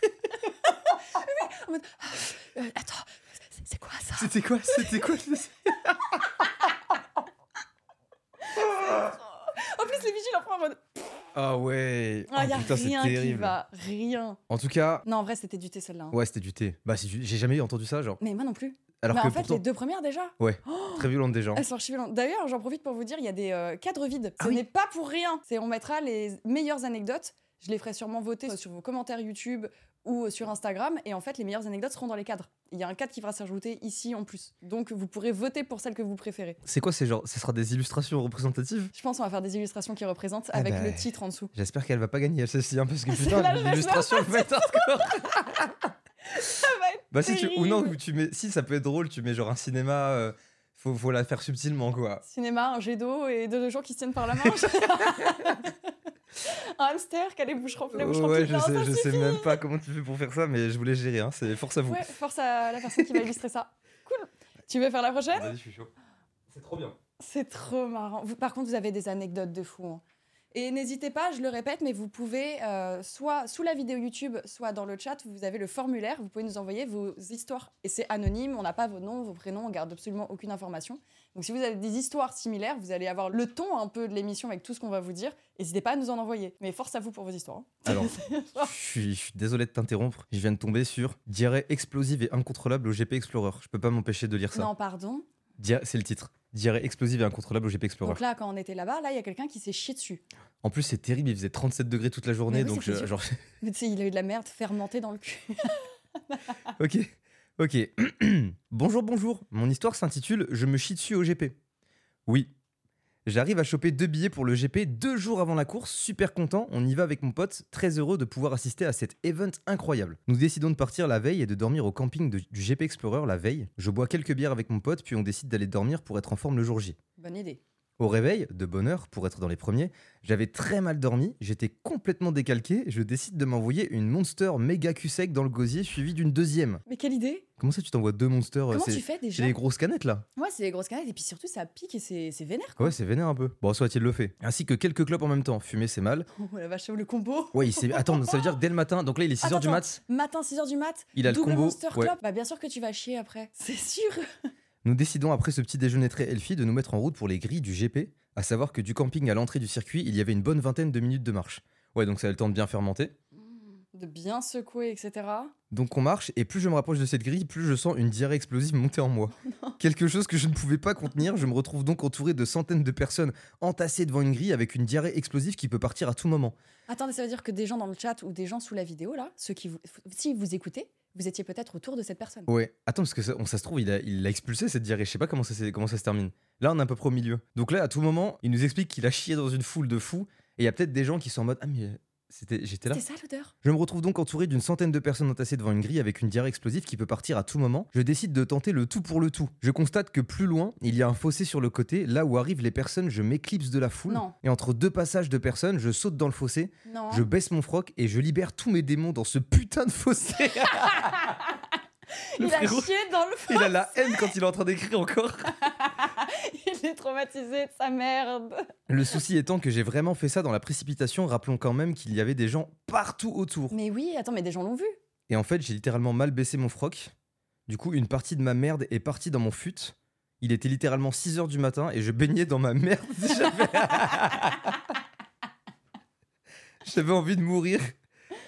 Euh, attends, c'est- c'est quoi ça
C'était quoi C'était quoi
En plus, les vigiles en prennent en mode.
Ah ouais.
Ah, y
oh,
a
putain, c'est
rien qui
terrible.
va, rien.
En tout cas,
Non, en vrai, c'était du thé celle-là. hein.
ouais, c'était du thé. Bah, c'est du- j'ai jamais entendu ça, genre.
Mais moi non plus.
Alors
Bah,
que
en fait,
pourtant,
les deux premières déjà.
très violente des gens.
Elles sont archivalentes. D'ailleurs, j'en profite pour vous dire, il y a des euh, cadres vides.
Ah
Ce
oui.
n'est pas pour rien. C'est on mettra les meilleures anecdotes. Je les ferai sûrement voter sur vos commentaires YouTube ou euh, sur Instagram. Et en fait, les meilleures anecdotes seront dans les cadres. Il y a un cadre qui va s'ajouter ici en plus. Donc, vous pourrez voter pour celle que vous préférez.
C'est quoi ces genre Ce sera des illustrations représentatives
Je pense qu'on va faire des illustrations qui représentent
Ah
avec
bah.
le titre en dessous.
J'espère qu'elle va pas gagner celle-ci, hein, parce que
Celle-là,
putain,
je Ah, la
l'illustration peut être hardcore.
va être
bah si tu ou non,
terrible.
ou tu mets si ça peut être drôle, tu mets genre un cinéma. euh, Faut, faut la faire subtilement quoi.
Cinéma, un jet d'eau et deux gens qui se tiennent par la main. un hamster qui a les bouches remplies, les bouches remplies.
ouais, je
Non,
sais,
ça
je sais même pas comment tu fais pour faire ça, mais je voulais gérer. Hein, c'est force à vous.
Ouais, force à la personne qui va illustrer ça. Cool. Tu veux faire la prochaine
Vas-y, je suis chaud. C'est trop bien.
C'est trop marrant. Vous- par contre, vous avez des anecdotes de fou. hein. Et n'hésitez pas, je le répète, mais vous pouvez, euh, soit sous la vidéo YouTube, soit dans le chat, vous avez le formulaire, vous pouvez nous envoyer vos histoires. Et c'est anonyme, on n'a pas vos noms, vos prénoms, on garde absolument aucune information. Donc si vous avez des histoires similaires, vous allez avoir le ton un peu de l'émission avec tout ce qu'on va vous dire. N'hésitez pas à nous en envoyer. Mais force à vous pour vos histoires. hein.
Alors, je suis, je suis désolé de t'interrompre. Je viens de tomber sur diarrhée explosive et incontrôlable au GP Explorer. Je peux pas m'empêcher de lire ça.
Non, pardon.
Dia- C'est le titre. Diarrhée explosive et incontrôlable au GP Explorer.
Donc là, quand on était là-bas, là, il y a quelqu'un qui s'est chié dessus.
En plus, c'est terrible, il faisait 37 degrés toute la journée,
Mais oui,
donc
c'est
je-
sûr.
genre.
Mais tu sais, il a eu de la merde fermentée dans le cul.
ok, ok. bonjour, bonjour. Mon histoire s'intitule Je me chie dessus au GP. Oui. J'arrive à choper deux billets pour le GP deux jours avant la course, super content, on y va avec mon pote, très heureux de pouvoir assister à cet event incroyable. Nous décidons de partir la veille et de dormir au camping de- du GP Explorer la veille. Je bois quelques bières avec mon pote, puis on décide d'aller dormir pour être en forme le jour J.
Bonne idée.
Au réveil, de bonne heure, pour être dans les premiers, j'avais très mal dormi, j'étais complètement décalqué, je décide de m'envoyer une monster méga cul sec dans le gosier suivie d'une deuxième.
Mais quelle idée
Comment ça tu t'envoies deux monsters euh,
Comment
c'est-
tu fais
C'est
déjà
les grosses canettes là
Ouais, c'est les grosses canettes et puis surtout ça pique et c'est c'est vénère quoi.
Ah Ouais, c'est vénère un peu. Bon, soit il le fait. Ainsi que quelques clopes en même temps. Fumer, c'est mal.
Oh la vache, le combo.
Ouais, il s'est. Attends, ça veut dire que dès le matin, donc là il est 6h du
Attends,
mat,
Matin 6h du mat,
il a le
double
combo.
Monster
Ouais.
Club. Bah bien sûr que tu vas chier après. C'est sûr.
Nous décidons après ce petit déjeuner très healthy de nous mettre en route pour les grilles du GP, à savoir que du camping à l'entrée du circuit, il y avait une bonne vingtaine de minutes de marche. Ouais, donc ça a le temps de bien fermenter.
De bien secouer, etc.
Donc on marche, et plus je me rapproche de cette grille, plus je sens une diarrhée explosive monter en moi. Quelque chose que je ne pouvais pas contenir, je me retrouve donc entouré de centaines de personnes entassées devant une grille avec une diarrhée explosive qui peut partir à tout moment.
Attendez, ça veut dire que des gens dans le chat ou des gens sous la vidéo là, ceux qui vous, si vous écoutez, vous étiez peut-être autour de cette personne.
Ouais, attends, parce que ça, on- ça se trouve, il a- il l'a expulsé cette diarrhée, je sais pas comment ça, s'est- comment ça se termine. Là, on est à peu près au milieu. Donc là, à tout moment, il nous explique qu'il a chié dans une foule de fous, et il y a peut-être des gens qui sont en mode Ah, mais euh, c'était- j'étais là.
C'était ça l'odeur.
Je me retrouve donc entouré d'une centaine de personnes entassées devant une grille avec une diarrhée explosive qui peut partir à tout moment. Je décide de tenter le tout pour le tout. Je constate que plus loin, il y a un fossé sur le côté, là où arrivent les personnes, je m'éclipse de la foule.
Non.
Et entre deux passages de personnes, je saute dans le fossé,
Non.
je baisse mon froc et je libère tous mes démons dans ce putain de fossé. Le
Il a
frérot,
chié dans le
il a la haine quand il est en train d'écrire encore.
Il est traumatisé de sa merde.
Le souci étant que j'ai vraiment fait ça dans la précipitation, rappelons quand même qu'il y avait des gens partout autour.
Mais oui, attends, mais des gens l'ont vu.
Et en fait, j'ai littéralement mal baissé mon froc. Du coup, une partie de ma merde est partie dans mon fut. Il était littéralement 6 heures du matin et je baignais dans ma merde. J'avais, J'avais envie de mourir.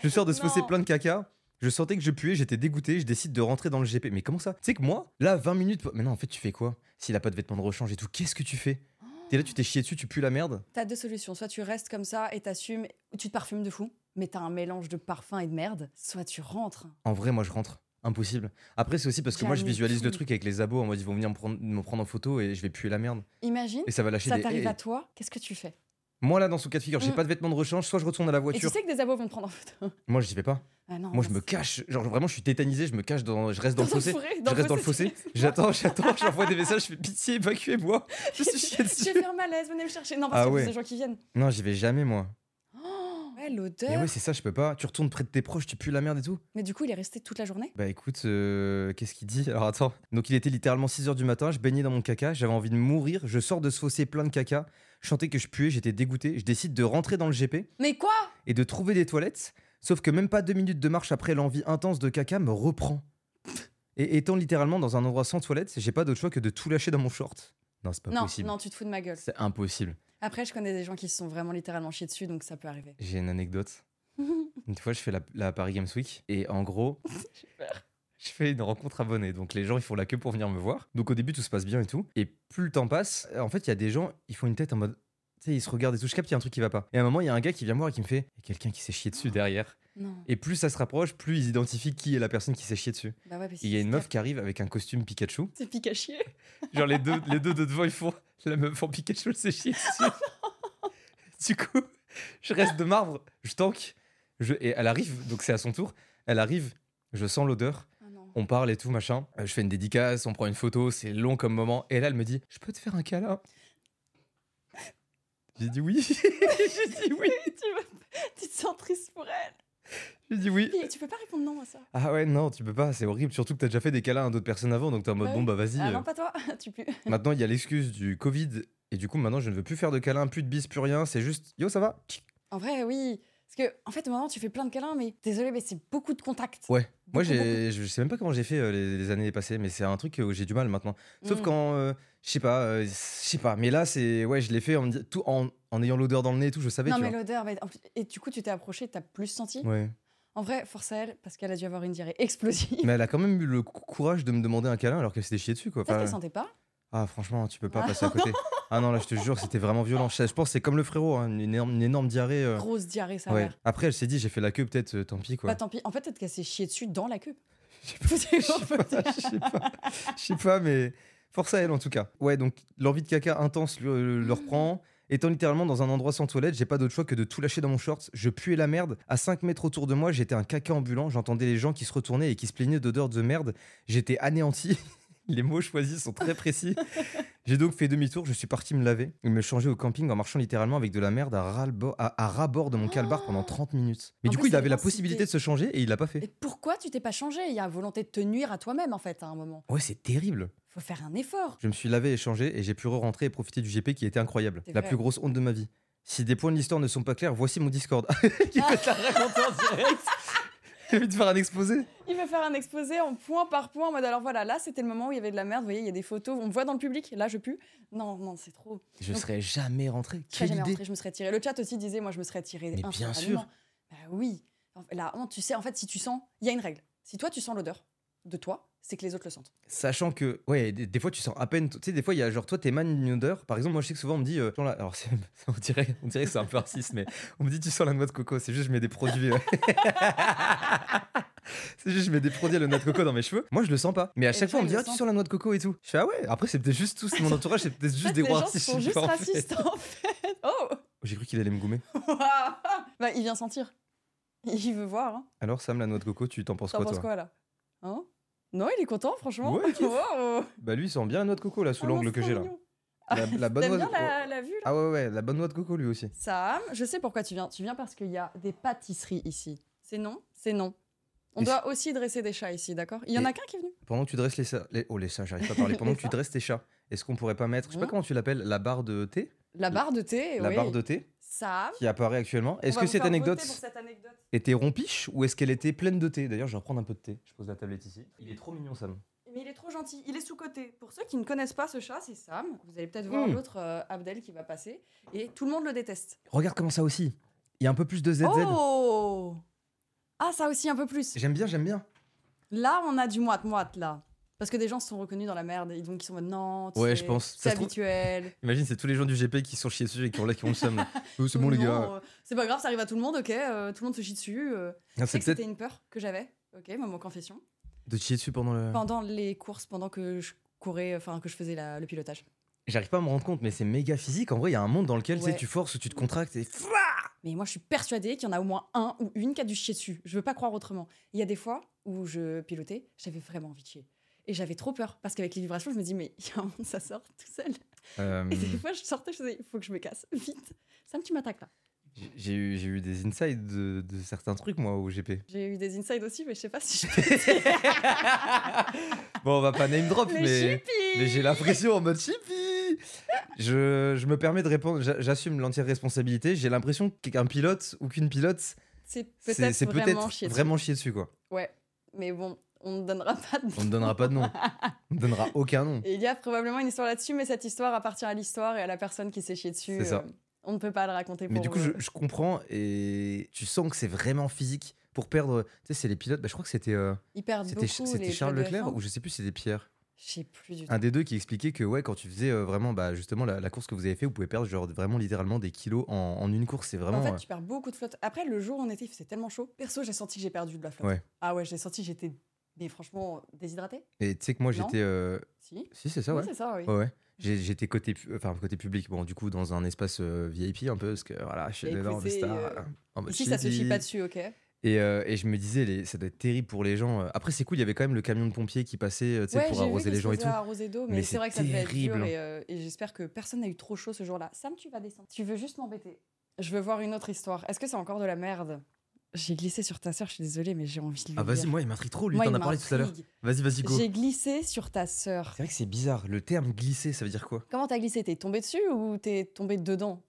Je sors de ce fossé
Non.
plein de caca. Je sentais que je puais, j'étais dégoûté, je décide de rentrer dans le GP. Mais comment ça Tu sais que moi, là, 20 minutes. Mais non, en fait, tu fais quoi S'il a pas de vêtements de rechange et tout, qu'est-ce que tu fais T'es là, tu t'es chié dessus, tu pues la merde.
T'as deux solutions. Soit tu restes comme ça et t'assumes, ou tu te parfumes de fou, mais t'as un mélange de parfum et de merde. Soit tu rentres.
En vrai, moi, je rentre. Impossible. Après, c'est aussi parce que moi, je
Jamais
visualise le
tout.
truc avec les abos en mode ils vont venir me prendre, me prendre en photo et je vais puer la merde.
Imagine,
Et ça va lâcher
ça
des.
t'arrive
haies.
à toi, qu'est-ce que tu fais
Moi, là, dans son cas de figure, j'ai
Mm.
pas de vêtements de rechange, soit je retourne à la
Et tu
voiture.
sais que des abos vont te prendre en photo.
Moi, j'y vais pas.
Ah non.
Moi, je
bah,
me cache. Genre, vraiment, je suis tétanisé, je me cache, dans... je reste dans, le fossé.
fourré,
Je reste dans le fossé,
tu restes.
j'attends, j'attends, j'envoie des messages, je fais pitié, évacuez-moi. Je suis chié
Je
dessus.
vais faire malaise, venez me chercher. Non, parce
Ah
qu'il y a
ouais.
des gens qui viennent.
Non, j'y vais jamais, moi.
Oh, ouais,
Mais
l'odeur.
ouais, c'est ça, je peux pas. Tu retournes près de tes proches, tu pues la merde et tout.
Mais du coup, il est resté toute la journée.
Bah écoute, euh, qu'est-ce qu'il dit Alors attends. Donc il était littéralement 6h du matin, je baignais dans mon caca, j'avais envie de mourir, je sors de ce fossé plein de caca, je sentais que je puais, j'étais dégoûté, je décide de rentrer dans le GP
Mais quoi
et de trouver des toilettes, sauf que même pas deux minutes de marche après l'envie intense de caca me reprend. Et étant littéralement dans un endroit sans toilettes, j'ai pas d'autre choix que de tout lâcher dans mon short. Non, c'est pas
Non,
possible.
non, tu te fous de ma gueule.
C'est impossible.
Après, je connais des gens qui se sont vraiment littéralement chiés dessus, donc ça peut arriver.
J'ai une anecdote. Une fois, je fais la, la Paris Games Week et en gros, je fais une rencontre abonnée. Donc les gens, ils font la queue pour venir me voir. Donc au début, tout se passe bien et tout. Et plus le temps passe, euh, en fait, il y a des gens, ils font une tête en mode. Tu sais, ils se regardent et tout. Je capte, il y a un truc qui va pas. Et à un moment, il y a un gars qui vient me voir et qui me fait Il y a quelqu'un qui s'est chié dessus derrière.
non.
Et plus ça se rapproche, plus ils identifient qui est la personne qui s'est chié dessus.
Bah ouais, parce
Et Il y a
que
une
c'est
meuf qui arrive avec un costume Pikachu.
C'est Pikachu.
Genre les deux, les deux de devant, ils font la meuf en Pikachu, elle s'est chiée dessus. du coup, je reste de marbre, je tank. Je, et elle arrive, donc c'est à son tour. Elle arrive, je sens l'odeur,
Ah non.
on parle et tout, machin. Euh, Je fais une dédicace, on prend une photo, c'est long comme moment. Et là, elle me dit Je peux te faire un câlin J'ai dit oui. J'ai dit oui.
tu, vas- tu te sens triste pour elle.
J'ai dit oui.
Puis, tu peux pas répondre non à ça.
Ah ouais, non, tu peux pas, c'est horrible. Surtout que t'as déjà fait des câlins à d'autres personnes avant, donc t'es en mode
Ah
Bon,
oui.
bah vas-y.
Ah
euh,
non, pas toi. tu pues.
Maintenant, il y a l'excuse du Covid. Et du coup, maintenant, je ne veux plus faire de câlins, plus de bis, plus rien. C'est juste, yo, ça va
En vrai, oui. Parce que, en fait, au moment, tu fais plein de câlins, mais désolé, mais c'est beaucoup de contacts.
Ouais. Moi,
Beaucoup,
j'ai, je sais même pas comment j'ai fait euh, les, les années passées, mais c'est un truc où j'ai du mal maintenant. Sauf
Mm.
quand, euh, je sais pas, euh, je sais pas. Mais là, c'est, ouais, je l'ai fait en, me dis- tout, en, en ayant l'odeur dans le nez et tout, je savais.
Non,
tu
mais
vois.
l'odeur. va être- en plus- Et du coup, tu t'es approché, t'as plus senti.
Ouais.
En vrai, force à elle, parce qu'elle a dû avoir une diarrhée explosive.
Mais elle a quand même eu le cou- courage de me demander un câlin alors qu'elle s'était chiée dessus, quoi.
Peut-être
Enfin,
qu'elle sentait pas.
ah, franchement, tu peux pas passer à côté. Ah non, là, je te jure, c'était vraiment violent. Je je pense que c'est comme le frérot, hein, une, énorme, une énorme diarrhée. euh,
Grosse diarrhée, ça a
ouais.
l'air.
Après, elle s'est dit, j'ai fait la queue, peut-être, euh, tant pis, quoi.
Bah tant pis. En fait, peut-être qu'elle s'est chiée dessus dans la queue.
Je sais pas, je sais pas, je sais pas, je sais pas, mais force à elle en tout cas. Ouais, donc l'envie de caca intense le, le- le reprend. Étant littéralement dans un endroit sans toilette, j'ai pas d'autre choix que de tout lâcher dans mon short. Je puais la merde. À 5 mètres autour de moi, j'étais un caca ambulant. J'entendais les gens qui se retournaient et qui se plaignaient d'odeur de merde. J'étais anéanti. Les mots choisis sont très précis. J'ai donc fait demi-tour, je suis parti me laver et me changer au camping en marchant littéralement avec de la merde à, ras-le-bord- à, à ras-bord de mon
Ah.
calbar pendant 30 minutes. Mais
En
du
fait,
coup, il
c'est
avait la
vraiment cette
possibilité
idée.
de se changer et il l'a pas
Et
fait.
pourquoi tu t'es pas changé Il y a volonté de te nuire à toi-même, en fait, à un moment.
Ouais, c'est terrible.
Faut faire un effort.
Je me suis lavé et changé et j'ai pu re-rentrer et profiter du GP qui était incroyable.
C'est
La
vrai.
plus grosse honte de ma vie. Si des points de l'histoire ne sont pas clairs, voici mon Discord. qui peut te la raconter en direct. J'ai envie de faire un exposé.
Il va faire un exposé en point par point, en mode alors voilà, là c'était le moment où il y avait de la merde, vous voyez, il y a des photos, on me voit dans le public, là je pue. Non, non, c'est trop.
Je
Donc-
serais jamais rentré.
Je serais
Quelle
jamais
idée.
rentrée, je me serais tiré. Le chat aussi disait, moi je me serais tiré.
Mais bien
instantanément.
sûr.
Bah oui. En fait, La honte, tu sais, en fait, si tu sens, il y a une règle. Si toi tu sens l'odeur de toi, c'est que les autres le sentent.
Sachant que, ouais, des, des fois tu sens à peine. Tu sais, des fois il y a genre, toi t'émanes une odeur. Par exemple, moi je sais que souvent on me dit, euh, genre là, alors c'est- on dirait, on dirait que c'est un peu raciste, mais on me dit tu sens la noix de coco. C'est juste, je mets des produits. euh. c'est juste, je mets des produits à la noix de coco dans mes cheveux. Moi je le sens pas. Mais à
Et
chaque
les
fois on
gens,
me
ils
dit,
le
ah, tu
sentent.
sens la noix de coco et tout. Je fais, ah ouais, après c'est peut-être juste tous, mon entourage, c'est peut-être juste des
les
rois
gens
racistes.
sont
je sais
juste
pas, en fait.
racistes en fait. Oh
J'ai cru qu'il allait me goumer.
Bah il vient sentir. Il veut voir. Hein.
Alors Sam, la noix de coco, tu t'en penses
T'en
quoi
penses
toi
quoi là Hein Non, il est content, franchement.
Ouais, il kiffe.
Wow.
Bah lui il sent bien la noix de coco là, sous
Ah,
l'angle
c'est
que
trop
j'ai là.
mignon.
La, la bonne
T'aimes bien
noix de-
la, la vue là
Ah ouais, ouais, la bonne noix de coco lui aussi.
Sam, je sais pourquoi tu viens. Tu viens parce qu'il y a des pâtisseries ici. C'est non C'est non. On
Et
doit aussi dresser des chats ici, d'accord Il y en
Et-
a qu'un qui est venu.
Pendant que tu dresses les chats, les- oh les chats, j'arrive pas à parler. Pendant
Les
que tu
chats.
dresses tes chats, est-ce qu'on pourrait pas mettre, je sais pas
Hein
comment tu l'appelles, la barre de thé,
La barre de thé,
la
Eh oui.
barre de thé
Sam.
qui apparaît actuellement. Est-ce
on va
que
vous
cette
faire voter
anecdote
pour cette anecdote.
était rompiche ou est-ce qu'elle était pleine de thé D'ailleurs, je vais reprendre un peu de thé. Je pose la tablette ici. Il est trop mignon Sam.
Mais il est trop gentil, il est sous-côté. Pour ceux qui ne connaissent pas ce chat, c'est Sam. Vous allez peut-être voir
Mm.
l'autre euh, Abdel qui va passer. Et tout le monde le déteste.
Regarde comment ça aussi. Il y a un peu plus de ZZ.
Oh Ah, ça aussi un peu plus.
J'aime bien, j'aime bien.
Là, on a du moite-moite, là. Parce que des gens se sont reconnus dans la merde. Et donc, ils sont en mode non, tu
Ouais,
sais,
je pense.
C'est
Ça se trouve-
habituel.
Imagine, c'est tous les gens du GP qui sont chiés dessus et qui ont là qui ont le seum. là. Oh, c'est bon les
Non,
gars.
euh, c'est pas grave, ça arrive à tout le monde, ok. euh, tout le monde se chie dessus. euh.
Ah,
Tu sais
C'est
que c'était
peut-être
une peur que j'avais, ok, moi, mon confession.
de chier dessus pendant le.
Pendant les courses, pendant que je courais, enfin que je faisais la- le pilotage.
J'arrive pas à me rendre compte, mais c'est méga physique. En vrai, il y a un monde dans lequel tu sais,
Ouais.
tu forces, tu te contractes et
Mais moi, je suis persuadée qu'il y en a au moins un ou une qui a dû chier dessus. Je veux pas croire autrement. Il y a des fois où je pilotais, j'avais vraiment envie de chier. Et j'avais trop peur parce qu'avec les vibrations, je me dis, mais il y a un monde, ça sort tout seul.
Euh,
Et des fois, je sortais, je faisais, il faut que je me casse, vite. Sam, tu m'attaques là.
J'ai- J'ai eu, j'ai eu des insides de, de certains trucs, moi, au GP.
J'ai eu des insides aussi, mais je sais pas si je
bon, on va pas name drop,
Mais
mais,
choupi
mais j'ai l'impression en mode chippy je, je me permets de répondre, j'a- j'assume l'entière responsabilité. J'ai l'impression qu'un pilote ou qu'une pilote,
C'est
c'est c'est
peut-être
peut-être
vraiment chier dessus.
vraiment chier dessus, quoi.
Ouais, mais bon, on ne donnera pas de
On ne donnera pas de nom. On ne donnera aucun nom.
Et il y a probablement une histoire là-dessus, mais cette histoire appartient à l'histoire et à la personne qui s'est chiée dessus.
C'est ça.
Euh, on ne peut pas le raconter pour
Mais du coup, je,
euh,
je comprends et tu sens que c'est vraiment physique. Pour perdre, tu sais, c'est les pilotes, bah, je crois que c'était euh,
ils perdent
c'était
beaucoup
Ch-
les
c'était Charles
clubs de
Leclerc
F1.
ou je sais plus, c'était Pierre.
hein. Je sais plus du tout.
un des deux qui expliquait que ouais quand tu faisais euh, vraiment bah, justement la, la course que vous avez fait vous pouvez perdre genre vraiment littéralement des kilos en, en une course c'est vraiment
en fait,
euh,
tu perds beaucoup de flotte. Après, le jour en été, c'est tellement chaud. Perso, j'ai senti que j'ai perdu de la flotte.
Ouais.
Ah ouais, j'ai senti que j'étais, mais franchement, déshydratée.
et tu sais que moi
Non.
j'étais euh,
Si.
si c'est ça ouais, Euh,
Oui, c'est ça, oui.
ouais, ouais. J'ai- j'étais côté pu- enfin côté public bon du coup dans un espace euh, VIP un peu parce que voilà je suis
Et
dedans
écoutez,
star
euh,
en mode
Ici, ça se chie
chibi.
pas dessus, ok.
et, euh, et je me disais les- ça doit être terrible pour les gens euh. après c'est cool il y avait quand même le camion de pompiers qui passait euh, tu sais,
Ouais,
pour
j'ai vu
arroser
qu'ils
les
se
gens et
faisaient
tout
arroser d'eau, mais,
Mais
c'est
c'est
vrai que ça devait être dur
terrible.
et, euh, et j'espère que personne n'a eu trop chaud ce jour-là. Sam, tu vas descendre. Tu veux juste m'embêter. Je veux voir une autre histoire. Est-ce que c'est encore de la merde J'ai glissé sur ta sœur, je suis désolée, mais j'ai envie de lui
ah vas-y
dire.
moi il m'intrigue trop lui
Moi,
t'en
il
as parlé tout à l'heure
m'intrigue.
vas-y vas-y go
J'ai glissé sur ta sœur.
c'est vrai que c'est bizarre le terme glisser ça veut dire quoi
Comment t'as glissé T'es tombé dessus ou t'es tombé dedans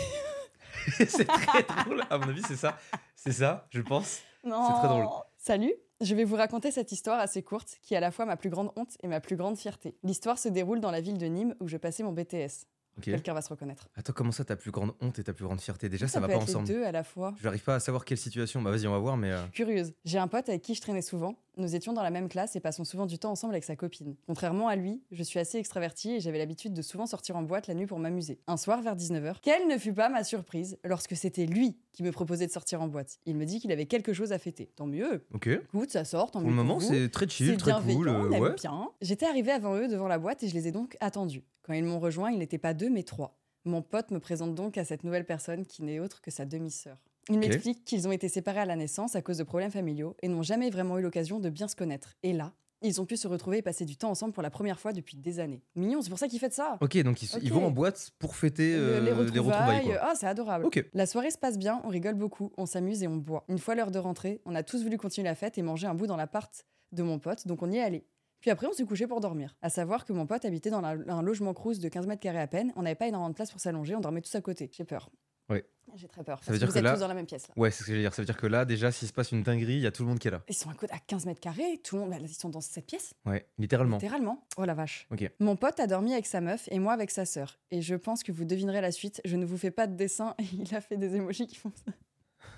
c'est très drôle à mon avis c'est ça c'est ça je pense
Non.
très drôle.
Oh, Salut, je vais vous raconter cette histoire assez courte qui est à la fois ma plus grande honte et ma plus grande fierté. L'histoire se déroule dans la ville de Nîmes où je passais mon BTS.
ok
Quelqu'un va se reconnaître.
Attends, comment ça, ta plus grande honte et ta plus grande fierté Déjà, ça, va
peut
pas
être les
ensemble.
deux à la fois.
Je n'arrive pas à savoir quelle situation. Bah, vas-y, on va voir, mais. euh,
Curieuse, j'ai un pote avec qui je traînais souvent. Nous étions dans la même classe et passons souvent du temps ensemble avec sa copine. Contrairement à lui, je suis assez extravertie et j'avais l'habitude de souvent sortir en boîte la nuit pour m'amuser. Un soir vers 19h, quelle ne fut pas ma surprise lorsque c'était lui qui me proposait de sortir en boîte. Il me dit qu'il avait quelque chose à fêter. Tant mieux.
Ok.
Écoute, ça sort, tant
Pour
mieux.
le moment,
vous.
c'est très
C'est
chill, très cool.
bienveillant,
euh,
on aime
ouais.
bien. J'étais arrivée avant eux devant la boîte et je les ai donc attendus. Quand ils m'ont rejoint, ils n'étaient pas deux mais trois. Mon pote me présente donc à cette nouvelle personne qui n'est autre que sa demi-sœur. Il
Ok.
m'explique qu'ils ont été séparés à la naissance à cause de problèmes familiaux et n'ont jamais vraiment eu l'occasion de bien se connaître. Et là, Ils ont pu se retrouver et passer du temps ensemble pour la première fois depuis des années. Mignon, c'est pour ça qu'ils fêtent ça.
Ok, donc ils, se- ils
Ok.
vont en boîte pour fêter
Le-
euh,
les
les
retrouvailles,
retrouvailles. quoi.
ah, c'est adorable.
Ok.
La soirée se passe bien, on rigole beaucoup, on s'amuse et on boit. Une fois l'heure de rentrée, on a tous voulu continuer la fête et manger un bout dans l'appart de mon pote, donc on y est allé. Puis après, on s'est couché pour dormir. À savoir que mon pote habitait dans la- un logement cruise de 15 mètres carrés à peine, on n'avait pas énormément de place pour s'allonger, on dormait tous à côté. J'ai peur.
Ouais.
J'ai très peur.
Ça
parce
veut dire
vous
que
êtes
là-
tous dans la même pièce là.
Ouais, c'est ce que j'allais dire. Ça veut dire que là, déjà, s'il se passe une dinguerie, il y a tout le monde qui est là.
Ils sont à, côté- à 15 mètres carrés, tout le monde, là, ils sont dans cette pièce.
Ouais, littéralement.
Littéralement. Oh la vache.
Ok.
Mon pote a dormi avec sa meuf et moi avec sa sœur. Et je pense que vous devinerez la suite. Je ne vous fais pas de dessin. Et il a fait des émojis qui font ça.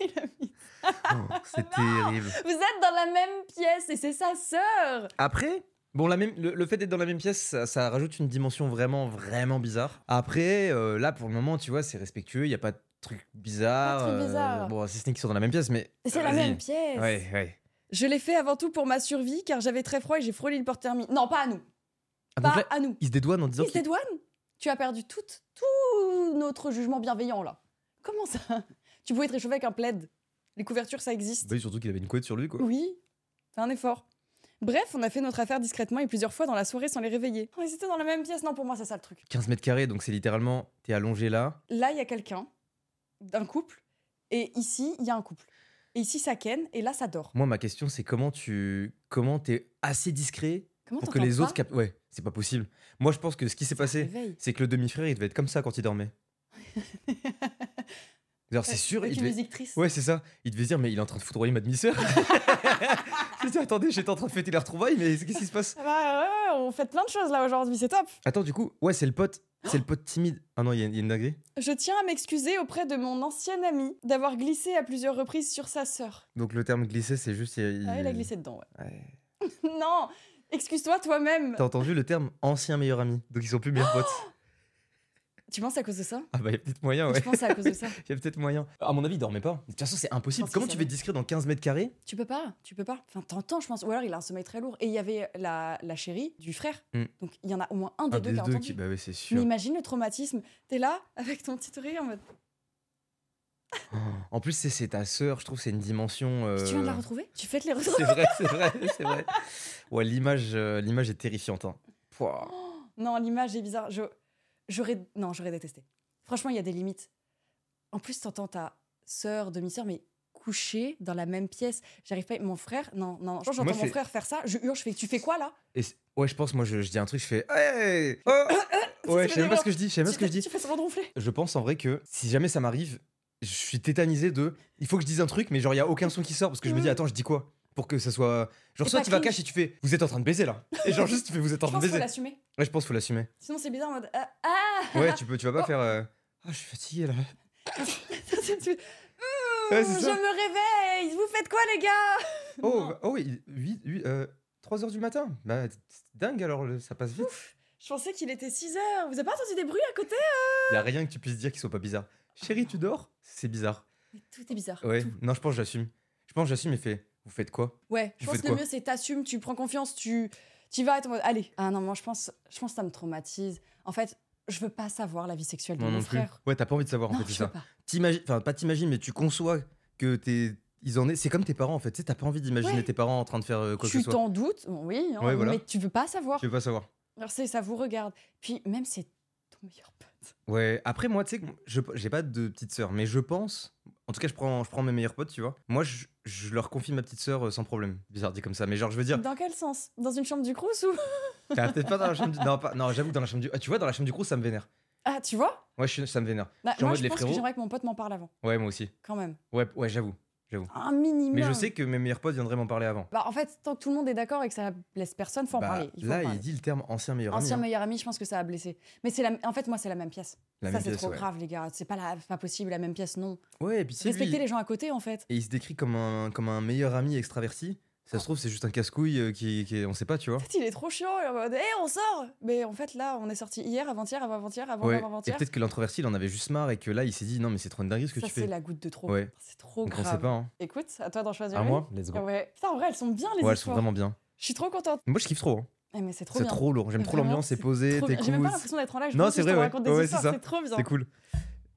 Il a mis-
Oh, c'est terrible.
Vous êtes dans la même pièce et c'est sa sœur.
Après, bon, la même, le, le fait d'être dans la même pièce, ça, ça rajoute une dimension vraiment, vraiment bizarre. Après, euh, là, pour le moment, tu vois, c'est respectueux, il n'y a pas de truc bizarre.
Pas de truc bizarre.
bon, si ce n'est qu'ils sont dans la même pièce, mais.
C'est la
Vas-y.
même pièce.
Ouais, ouais.
Je l'ai fait avant tout pour ma survie car j'avais très froid et j'ai frôlé le porte-thermie. Non, pas à nous.
Ah, donc
Pas
là,
à nous.
ils se dédouanent en disant.
Ils Bah, se
qu'ils-
dédouanent. Tu as perdu tout, tout notre jugement bienveillant là. Comment ça Tu pouvais te réchauffer avec un plaid. Les couvertures, ça existe.
Bah, surtout qu'il avait une couette sur lui, quoi.
Oui, c'est un effort. Bref, on a fait notre affaire discrètement et plusieurs fois dans la soirée sans les réveiller. On était Oh, dans la même pièce, non, pour moi, c'est ça le truc.
15 mètres carrés, donc c'est littéralement, t'es allongé là.
Là, il y a quelqu'un, d'un couple, et ici, il y a un couple. Et ici, ça ken, et là, ça dort.
Moi, ma question, c'est comment tu. Comment t'es assez discret
Comment
pour que les autres captent. Ouais, c'est pas possible. Moi, je pense que ce qui s'est passé, c'est que le demi-frère, il devait être comme ça quand il dormait. Genre, c'est sûr, il
Avec Euh, une
devait.
musique triste.
Ouais, c'est ça. Il devait se dire, mais il est en train de foudroyer ma demi-sœur. Je dis, attendez, j'étais en train de fêter la retrouvaille, mais qu'est-ce qui se passe
Ah bah, ouais, on fait plein de choses là aujourd'hui, c'est top.
Attends, du coup, ouais, c'est le pote. C'est le pote timide. Ah non, il y a, il y a une dinguerie.
Je tiens à m'excuser auprès de mon ancien ami d'avoir glissé à plusieurs reprises sur sa sœur.
Donc le terme glisser, c'est juste. il-
Ah, il a
il-
glissé dedans, ouais.
Ouais.
non, excuse-toi toi-même.
T'as entendu le terme ancien meilleur ami. Donc ils sont plus meilleurs potes.
Tu penses à cause de ça
Ah bah, il y a peut-être moyen,
Je
ouais.
pense à cause de ça.
Il y a peut-être moyen. À mon avis, il dormait pas. De toute façon, c'est impossible.
pense
Comment
qu'il
tu
savait.
fais discret dans 15 mètres carrés
Tu peux pas, tu peux pas. Enfin, t'entends, je pense. Ou alors il a un sommeil très lourd. Et il y avait la, la chérie du frère.
Mm.
Donc il y en a au moins un des deux qui a entendu.
Bah ouais, c'est
Mais
sûr.
imagine le traumatisme. T'es là avec ton petit rire en mode.
Oh. En plus, c'est- c'est ta sœur. Je trouve que c'est une dimension.
Si tu viens de la
euh,
retrouver Tu fais de les retrouver
C'est vrai, c'est vrai, c'est vrai. Ouais, l'image, euh, l'image est terrifiante. hein. Pouah.
Non, l'image est bizarre. Je, j'aurais, non, j'aurais détesté. Franchement, il y a des limites. En plus, t'entends ta sœur, demi-sœur, mais couchée dans la même pièce. J'arrive pas. Mon frère, non, non. Genre,
Moi,
j'entends mon
c'est-
frère faire ça. Je hurle, je fais. Tu fais quoi là
Et c'est- ouais, je pense, moi, je, je dis un truc, je fais. Hey Oh ouais, je sais même pas ce que je dis. Je sais même pas
Tu
ce que je
fais-
dis.
Tu fais semblant de ronfler.
Je pense en vrai que si jamais ça m'arrive, je suis tétanisé de. Il faut que je dise un truc, mais genre, il y a aucun son qui sort parce que je me dis,
Mhm.
attends, je dis quoi Pour que ça soit. Genre,
Et
soit
pas
tu vas
cringe.
cacher et tu fais, vous êtes en train de baiser là. Et genre, juste, tu fais, vous êtes
Je
en train
pense
de
qu'il faut
baiser.
l'assumer.
Ouais, je pense, faut l'assumer.
Sinon, c'est bizarre en mode. Ah, ah
Ouais, tu, peux, tu vas pas
Oh.
faire. euh, Ah, je suis fatigué là.
Tu-
Ouais,
je
c'est
me
ça.
réveille Vous faites quoi, les gars
Oh, bah- oh oui, 8, 3h du matin. Bah, c'est dingue alors, le- ça passe vite.
Je pensais qu'il était 6 heures. Vous avez pas entendu des bruits à côté
Y a rien que tu puisses dire qui soit pas bizarre. Chérie, tu dors C'est bizarre.
Mais Tout est bizarre.
Ouais,
tout.
non, je pense que j'assume. Je pense que j'assume et fait. Vous faites quoi
Ouais, je pense
Vous faites
que le
quoi
mieux, c'est t'assumes, tu prends confiance, tu y vas et t'es en mode, allez. Ah non, moi, je pense, je pense que ça me traumatise. En fait, je veux pas savoir la vie sexuelle de
Moi
mon
non plus.
frère.
Ouais, t'as pas envie de savoir en
Non,
fait, c'est
je veux
ça.
pas.
T'imagines, enfin, pas t'imagines, mais tu conçois que t'es. Ils en est. C'est comme tes parents en fait. Tu sais, t'as pas envie d'imaginer
Ouais.
tes parents en train de faire euh, quoi que
tu
ce soit.
t'en doutes, bon, oui, hein,
Ouais, voilà.
mais tu veux pas savoir.
Tu veux pas savoir.
Alors, c'est ça vous regarde. Puis, même c'est ton meilleur pote.
Ouais, après, moi, tu sais, que je- j'ai pas de petite sœur, mais je pense. En tout cas, je prends, je prends mes meilleurs potes, tu vois. Moi, je, je leur confie ma petite sœur euh, sans problème. Bizarre dit comme ça, mais genre, je veux dire.
Dans quel sens Dans une chambre du crous ou
Ah, Peut-être pas dans la chambre du. Non, pas- non j'avoue, dans la chambre du. Ah, tu vois, dans la chambre du crew, ça me vénère.
Ah, tu vois
Ouais, je suis- ça me vénère.
Bah,
Je suis en
Moi,
mode,
je
les
pense que
frérots-
j'aimerais que mon pote m'en parle avant,
Ouais, moi aussi.
quand même.
Ouais, ouais j'avoue.
Un minimum.
Mais je sais que mes meilleurs potes viendraient m'en parler avant.
Bah, en fait, tant que tout le monde est d'accord et que ça blesse personne, faut en
Bah,
parler. Il faut en
là,
parler.
il dit le terme ancien meilleur
Ancien
ami. hein.
meilleur ami, je pense que ça a blessé. Mais c'est la... en fait, moi, c'est la même pièce.
La
ça,
même
c'est
pièce,
trop
ouais.
grave, les gars. C'est pas, la... c'est pas possible, la même pièce, non.
Ouais, et puis c'est
Respecter
lui.
les gens à côté, en fait.
Et il se décrit comme un, comme un meilleur ami extraverti. Ça se trouve, c'est juste un casse-couille euh, qui, qui est- On sait pas, tu vois.
En fait, il est trop chiant. il est en mode, Hé, on sort Mais en fait, là, on est sorti hier, avant-hier, avant-avant-hier, avant
Ouais. Et
avant-avant-hier.
peut-être que l'introverti, il en avait juste marre et que là, il s'est dit non, mais c'est trop une dinguerie ce que
Ça,
tu fais.
c'est la goutte de trop.
Ouais.
C'est trop
Donc on
grave.
sait pas. Hein.
Écoute, à toi d'en choisir
À
une.
moi, let's go.
Ah Ouais. Putain, en vrai, elles sont bien, les
Ouais, elles sont
histoires.
vraiment bien.
Je suis trop contente.
Moi, je kiffe trop. hein.
Eh, mais c'est trop
C'est
bien.
trop lourd. J'aime trop
Vraiment,
l'ambiance. C'est
c'est
posé,
Trop bien. J'ai même pas
t'écoutes.
l'impression d'être en live. je
Non,
pense
c'est
juste qu'on
vrai, ouais.
raconte des
Ouais, c'est
histoires,
ça.
C'est trop bien.
C'est cool.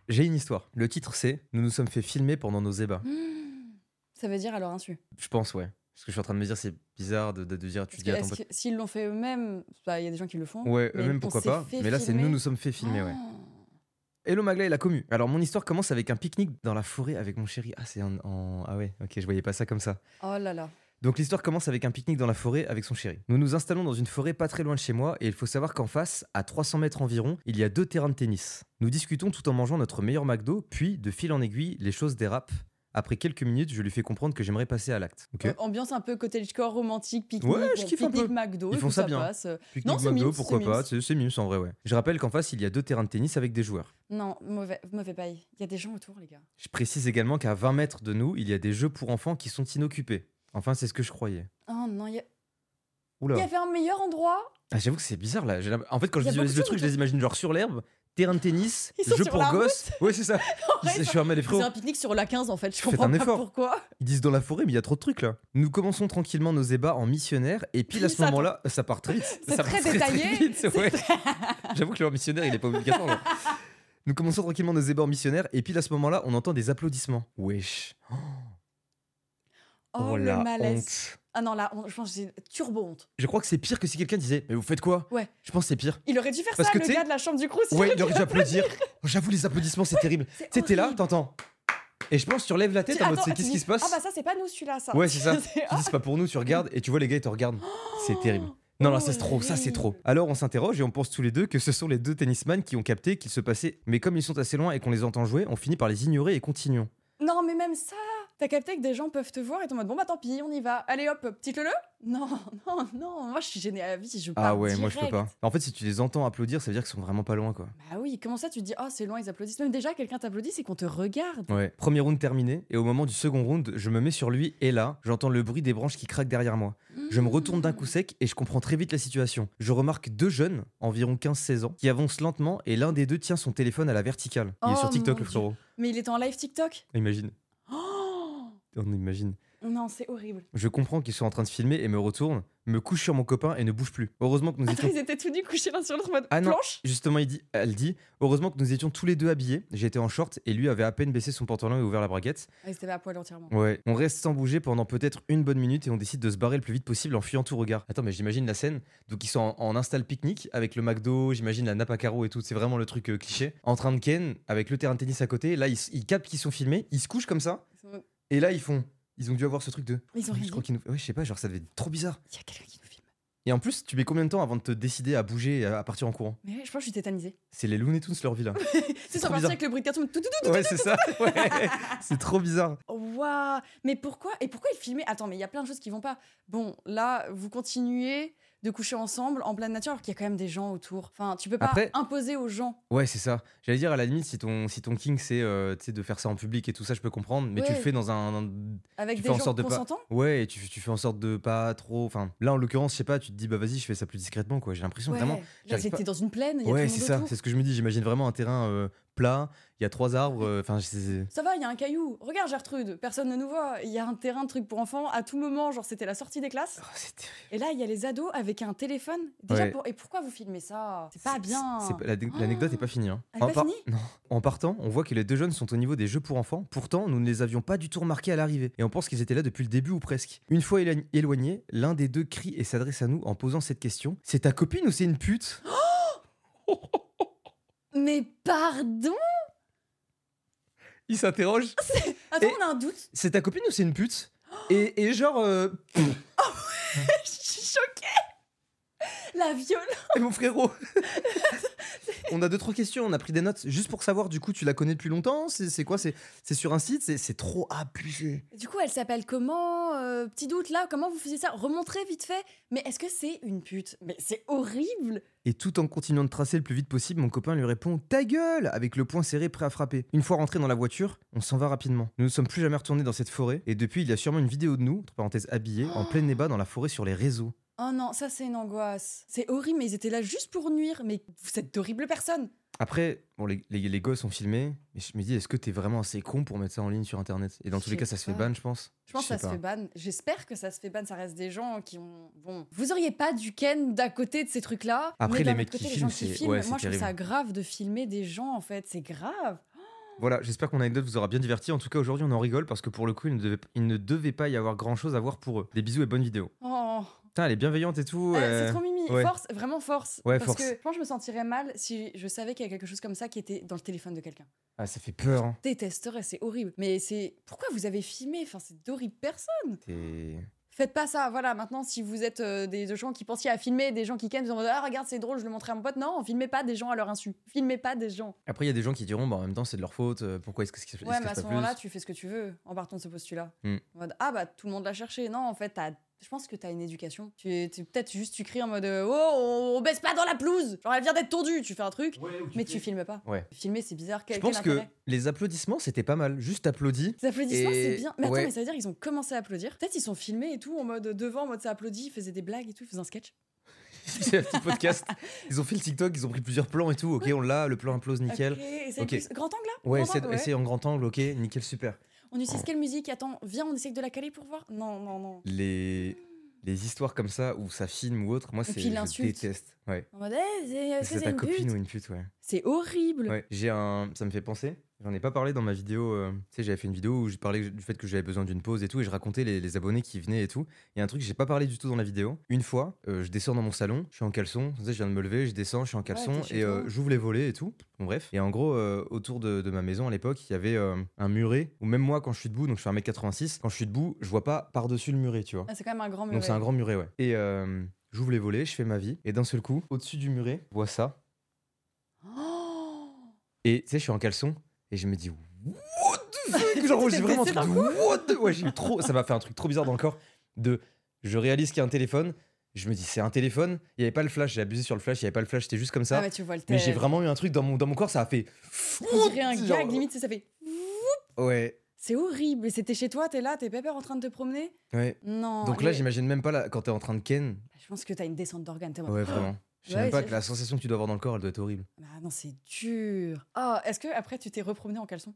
J'ai une histoire. Le titre, c'est Nous nous sommes fait filmer pendant nos ébats.
Ça veut dire alors insu.
Je pense, ouais. Ce que je suis en train de me dire, c'est bizarre de, de- de dire tu
Parce
dis
que
à ton
est-ce
pote.
que- S'ils l'ont fait eux-mêmes, bah, il y a des gens qui le font.
Ouais,
mais
eux-mêmes
on
pourquoi
s'est
pas.
fait
Mais là, c'est nous,
filmer. Ah. Oh.
nous sommes fait filmer, ouais. Hello Magla et la commu. Alors mon histoire commence avec un pique-nique dans la forêt avec mon chéri. Ah c'est en, en- ah ouais ok je voyais pas ça comme ça.
Oh là là.
Donc l'histoire commence avec un pique-nique dans la forêt avec son chéri. Nous nous installons dans une forêt pas très loin de chez moi et il faut savoir qu'en face, à 300 mètres environ, il y a deux terrains de tennis. Nous discutons tout en mangeant notre meilleur McDo, puis de fil en aiguille, les choses dérapent. Après quelques minutes, je lui fais comprendre que j'aimerais passer à l'acte. Ok.
Euh, ambiance un peu cottage corps romantique, pique-nique,
Ouais, je
bon,
kiffe un
pique-nique
peu.
McDo, et
Ils font
tout
ça bien.
passe. Euh,
Pique-nique
non, c'est
McDo,
mieux, c'est
pourquoi
mieux.
pas C'est c'est mieux, c'est en vrai ouais. Je rappelle qu'en face, il y a deux terrains de tennis avec des joueurs.
Non, mauvais, mauvais bail. Il y a des gens autour, les gars.
Je précise également qu'à 20 mètres de nous, il y a des jeux pour enfants qui sont inoccupés. Enfin, c'est ce que je croyais.
Oh non, il y, a- il y
Oula.
avait un meilleur endroit.
Ah, J'avoue que c'est bizarre là. J'ai l'im- En fait, quand
Il
je
y a
visualise
beaucoup
le
de
truc, je
choses
les imagine genre sur l'herbe, terrain de tennis,
Ils sont
jeu
sur
pour
la
gosses. Ouais, c'est ça. Ils- Je suis un les
C'est
frérots.
un pique-nique sur la 15, en fait. Je
Faites
comprends
un
pas
effort.
pourquoi.
Ils disent dans la forêt, mais il y a trop de trucs là. Nous commençons tranquillement nos ébats en missionnaire, et pile à ce
Ça-
moment-là, ça part très vite.
C'est
Ça
très
part
détaillé,
vite, ouais. J'avoue que le missionnaire, il est pas obligatoire. là. Nous commençons tranquillement nos ébats en missionnaire, et pile à ce moment-là, on entend des applaudissements. Wesh.
Oh,
la
le malaise.
honte.
Ah non, là, on- je pense que c'est turbo honte.
Je crois que c'est pire que si quelqu'un disait Mais vous faites quoi
Ouais.
Je pense que c'est pire.
Il aurait dû faire
Parce
ça,
que
le
t'es-
gars de la chambre du Crous.
Ouais, il aurait dû applaudir. Oh, J'avoue, les applaudissements, c'est terrible. Tu sais, t'es là, t'entends. Et je pense, que tu relèves la tête en mode C'est qu'est-ce qui se passe
Ah bah ça, c'est pas nous, celui-là, ça.
Ouais, c'est ça.
C'est- Ah. Oh,
Tu dis C'est pas pour nous, tu regardes et tu vois les gars, ils te regardent. C'est terrible. Non, non, ça c'est trop, ça c'est trop.
horrible.
Alors on s'interroge et on pense tous les deux que ce sont les deux tennisman qui ont capté qu'il se passait. Mais comme ils sont assez loin et qu'on les entend jouer, on finit par les ignorer et continuons.
Non, mais même ça, t'as capté que des gens peuvent te voir et t'es en mode bon bah tant pis, on y va. Allez hop, petit le le. Non, non, non, moi je suis gênée à la vie, je pars
Ah ouais, moi je peux
direct.
pas. En fait, si tu les entends applaudir, ça veut dire qu'ils sont vraiment pas loin quoi.
Bah oui, comment ça tu te dis oh c'est loin, ils applaudissent. Même déjà quelqu'un t'applaudit, c'est qu'on te regarde.
Ouais. Premier round terminé, et au moment du second round, je me mets sur lui, et là, j'entends le bruit des branches qui craquent derrière moi. Je me retourne d'un coup sec, et je comprends très vite la situation. Je remarque deux jeunes, environ 15-16 ans, qui avancent lentement, et l'un des deux tient son téléphone à la verticale. Il est
Oh
sur TikTok,
mon
le
Dieu.
frérot.
Mais il est en live TikTok.
Imagine.
Oh
On imagine.
non, c'est horrible.
Je comprends qu'ils sont en train de filmer, et me retourne, me couche sur mon copain, et ne bouge plus. Heureusement que nous
Attends,
étions...
ils étaient tous nus couchés l'un sur l'autre en mode
Ah non.
planche.
Justement, il dit, elle dit, heureusement que nous étions tous les deux habillés. J'étais en short et lui avait à peine baissé son pantalon et ouvert la braguette.
Ah, ils étaient à poil entièrement.
Ouais. On reste sans bouger pendant peut-être une bonne minute et on décide de se barrer le plus vite possible en fuyant tout regard. Attends, mais j'imagine la scène. Donc ils sont en, en install pique-nique avec le McDo, j'imagine la nappe à carreaux et tout. C'est vraiment le truc euh, cliché. En train de ken avec le terrain de tennis à côté. Là, ils, s- ils captent qu'ils sont filmés, ils se couchent comme ça
Ils sont en mode,
et là ils font. Ils ont dû avoir ce truc de.
Ils ont rien
Je
dit.
crois qu'ils nous. Ouais, je sais pas, genre ça devait être trop bizarre.
Il y a quelqu'un qui nous filme.
Et en plus, tu mets combien de temps avant de te décider à bouger et à à partir en courant
Mais je pense que je suis tétanisée.
C'est les Looney Tunes leur vie là.
C'est
trop
sorti
bizarre.
avec le bruit de carton. tout, tout, tout,
ouais, c'est ça. Ouais. C'est trop bizarre.
Waouh Mais pourquoi Et pourquoi ils filmaient Attends, mais il y a plein de choses qui vont pas. Bon, là, vous continuez de coucher ensemble en pleine nature alors qu'il y a quand même des gens autour. Enfin, tu peux pas
Après-
imposer aux gens.
Ouais, c'est ça. J'allais dire, à la limite, si ton, si ton king, c'est euh, tu sais, de faire ça en public et tout ça, je peux comprendre, mais tu le
Ouais.
fais dans un. un-
Avec
Tu
des
fais en
gens
sorte de pas-
consentants
Ouais, et tu, tu fais en sorte de pas trop. Enfin, là, en l'occurrence, je sais pas, tu te dis, bah vas-y, je fais ça plus discrètement, quoi. J'ai l'impression
Ouais.
vraiment.
Là,
j'arrive
c'était
pas-
dans une plaine, il y a
Ouais,
tout
c'est
le monde
ça,
autour.
c'est ce que je me dis. J'imagine vraiment un terrain euh, plat, il y a trois arbres, euh, enfin, c'est-
Ça va, il y a un caillou. Regarde, Gertrude, personne ne nous voit. Il y a un terrain de trucs pour enfants à tout moment. Genre, c'était la sortie des classes.
Oh, c'est terrible.
Et là, il y a les ados avec un téléphone. Déjà,
Ouais.
pour- et pourquoi vous filmez ça C'est pas
C'est-
bien. Ah.
c'est- c'est pas- la- L'anecdote est pas finie. hein.
Elle est
En
pas
par-
finie
Non. En partant, on voit que les deux jeunes sont au niveau des jeux pour enfants. Pourtant, nous ne les avions pas du tout remarqués à l'arrivée. Et on pense qu'ils étaient là depuis le début ou presque. Une fois éloign- éloignés, l'un des deux crie et s'adresse à nous en posant cette question C'est ta copine ou c'est une pute
Mais pardon
Il s'interroge
Attends,
Et-
on a un doute.
C'est ta copine ou c'est une pute et, et genre. euh, pff,
Je suis choquée. La violence.
et mon frérot On a deux, trois questions, on a pris des notes juste pour savoir, du coup, tu la connais depuis longtemps C'est c'est quoi C'est c'est sur un site C'est- C'est trop abusé.
Du coup, elle s'appelle comment Euh, Petit doute là, comment vous faisiez ça Remontrez vite fait. Mais est-ce que c'est une pute Mais c'est horrible
Et tout en continuant de tracer le plus vite possible, mon copain lui répond Ta gueule avec le poing serré prêt à frapper. Une fois rentré dans la voiture, on s'en va rapidement. Nous ne sommes plus jamais retournés dans cette forêt, et depuis, il y a sûrement une vidéo de nous, entre parenthèses habillés, en plein débat dans la forêt sur les réseaux.
Oh non, ça c'est une angoisse. C'est horrible, mais ils étaient là juste pour nuire. Mais vous êtes d'horribles personnes.
Après, bon, les, les, les gosses ont filmé, mais je me dis Est-ce que t'es vraiment assez con pour mettre ça en ligne sur internet Et dans
Je
tous les
sais
cas, ça se fait
pas.
ban, je pense.
Je pense que
sais
ça se
pas.
fait ban. J'espère que ça se fait ban. Ça reste des gens qui ont. Bon. Vous auriez pas du Ken d'à côté de ces trucs-là.
Après,
mais d'un
les mecs
autre côté,
qui
les gens
filment,
qui
c'est-
filment.
ouais, c'est
Moi, je trouve
terrible.
ça grave de filmer des gens en fait. C'est grave.
Voilà, j'espère que mon anecdote vous aura bien diverti. En tout cas, aujourd'hui, on en rigole parce que pour le coup, il ne devait, il ne devait pas y avoir grand chose à voir pour eux. Des bisous et bonne vidéo.
Oh.
Putain, elle est bienveillante et tout.
Ah,
euh,
c'est trop mimi.
ouais.
Force, vraiment force.
Ouais,
Parce
force.
que je pense que je me sentirais mal si je savais qu'il y a quelque chose comme ça qui était dans le téléphone de quelqu'un.
Ah, ça fait peur. hein.
Détesterais, c'est horrible. Mais c'est. Pourquoi vous avez filmé Enfin, c'est d'horribles personnes.
T'es-
Faites pas ça. Voilà, maintenant, si vous êtes euh, des, des gens qui pensaient à filmer, des gens qui kennent, vous en mode, Ah, regarde, c'est drôle, je le montrais à mon pote. Non, filmez pas des gens à leur insu. Filmez pas des gens.
Après, il y a des gens qui diront, bah, en même temps, c'est de leur faute. euh, Pourquoi est-ce que c'est
Ouais, mais à ce moment-là, tu fais ce que tu veux en partant de ce postulat.
Hmm.
En mode, ah bah tout le monde l'a cherché. Non, en fait, t'as- je pense que t'as une éducation. Tu es- tu- peut-être juste tu cries en mode euh, oh on, on baisse pas dans la pelouse. Genre elle vient d'être tondue. Tu fais un truc, mais tu filmes pas.
Ouais.
Filmer c'est bizarre. Quel,
Je pense
quel
que
intérêt
les applaudissements, c'était pas mal. Juste applaudis.
les applaudissements,
Et-
c'est bien. Mais attends,
ouais.
mais ça veut dire qu'ils ont commencé à applaudir. Peut-être ils sont filmés et tout en mode devant, en mode ça applaudit, ils faisaient des blagues et tout, ils faisaient un sketch.
C'est un petit podcast. Ils ont fait le TikTok, ils ont pris plusieurs plans et tout. Ok, on l'a, le plan implose, nickel.
Ok, essaye
Ok.
plus- Grand angle là
Ouais,
Grand
essaie,
angle, ouais.
essaie en grand angle, ok, nickel, super.
On
Oh.
utilise quelle musique Attends, viens, on essaye de la caler pour voir. Non, non, non.
Les, les histoires comme ça, où ça filme ou autre, moi,
Et
c'est,
puis
je
l'insulte.
déteste. Ouais.
En mode, Eh, c'est- est-ce que
C'est
c'est
ta
une
copine
pute
ou une pute, ouais.
C'est horrible.
Ouais, j'ai un. Ça me fait penser. J'en ai pas parlé dans ma vidéo. euh, Tu sais, j'avais fait une vidéo où je parlais du fait que j'avais besoin d'une pause et tout, et je racontais les, les abonnés qui venaient et tout. Il y a un truc que j'ai pas parlé du tout dans la vidéo. Une fois, euh, je descends dans mon salon, je suis en caleçon. Tu sais, je viens de me lever, je descends, je suis en caleçon,
t'es chez
et euh,
toi.
j'ouvre les volets et tout. Bon, bref. Et en gros, euh, autour de, de ma maison à l'époque, il y avait euh, un muret, ou même moi, quand je suis debout, donc je suis 1m86, quand je suis debout, je vois pas par-dessus le muret, tu vois.
Ah, c'est quand même un grand muret.
Donc c'est un grand muret, ouais. Et euh, j'ouvre les volets, je fais ma vie, et d'un seul coup, au-dessus du muret, je vois ça.
Oh
Et tu sais, je suis en caleçon et je me dis What the fuck Genre,
Tu
j'ai
t'es
vraiment un
blessé
truc de What the Ouais, j'ai eu trop. Ça m'a fait un truc trop bizarre dans le corps. De je réalise qu'il y a un téléphone. Je me dis, c'est un téléphone. Il n'y avait pas le flash. J'ai abusé sur le flash. Il n'y avait pas le flash. C'était juste comme ça.
Ah, mais tu vois le
mais j'ai
tel.
vraiment eu un truc dans mon, dans mon corps. Ça a fait.
On dirait un
Genre-
gag, limite, ça fait.
Ouais.
C'est horrible. Et c'était chez toi, t'es là, t'es pépère en train de te promener.
Ouais.
Non.
Donc là,
mais-
j'imagine même pas la- quand t'es en train de ken.
Je pense que t'as une descente d'organes, t'es en mode,
Ouais, vraiment. Je sais
Oh. Ouais,
même pas
c'est-
que la sensation que tu dois avoir dans le corps, elle doit être horrible.
Ah non, c'est dur. Ah, est-ce que après tu t'es repromené en caleçon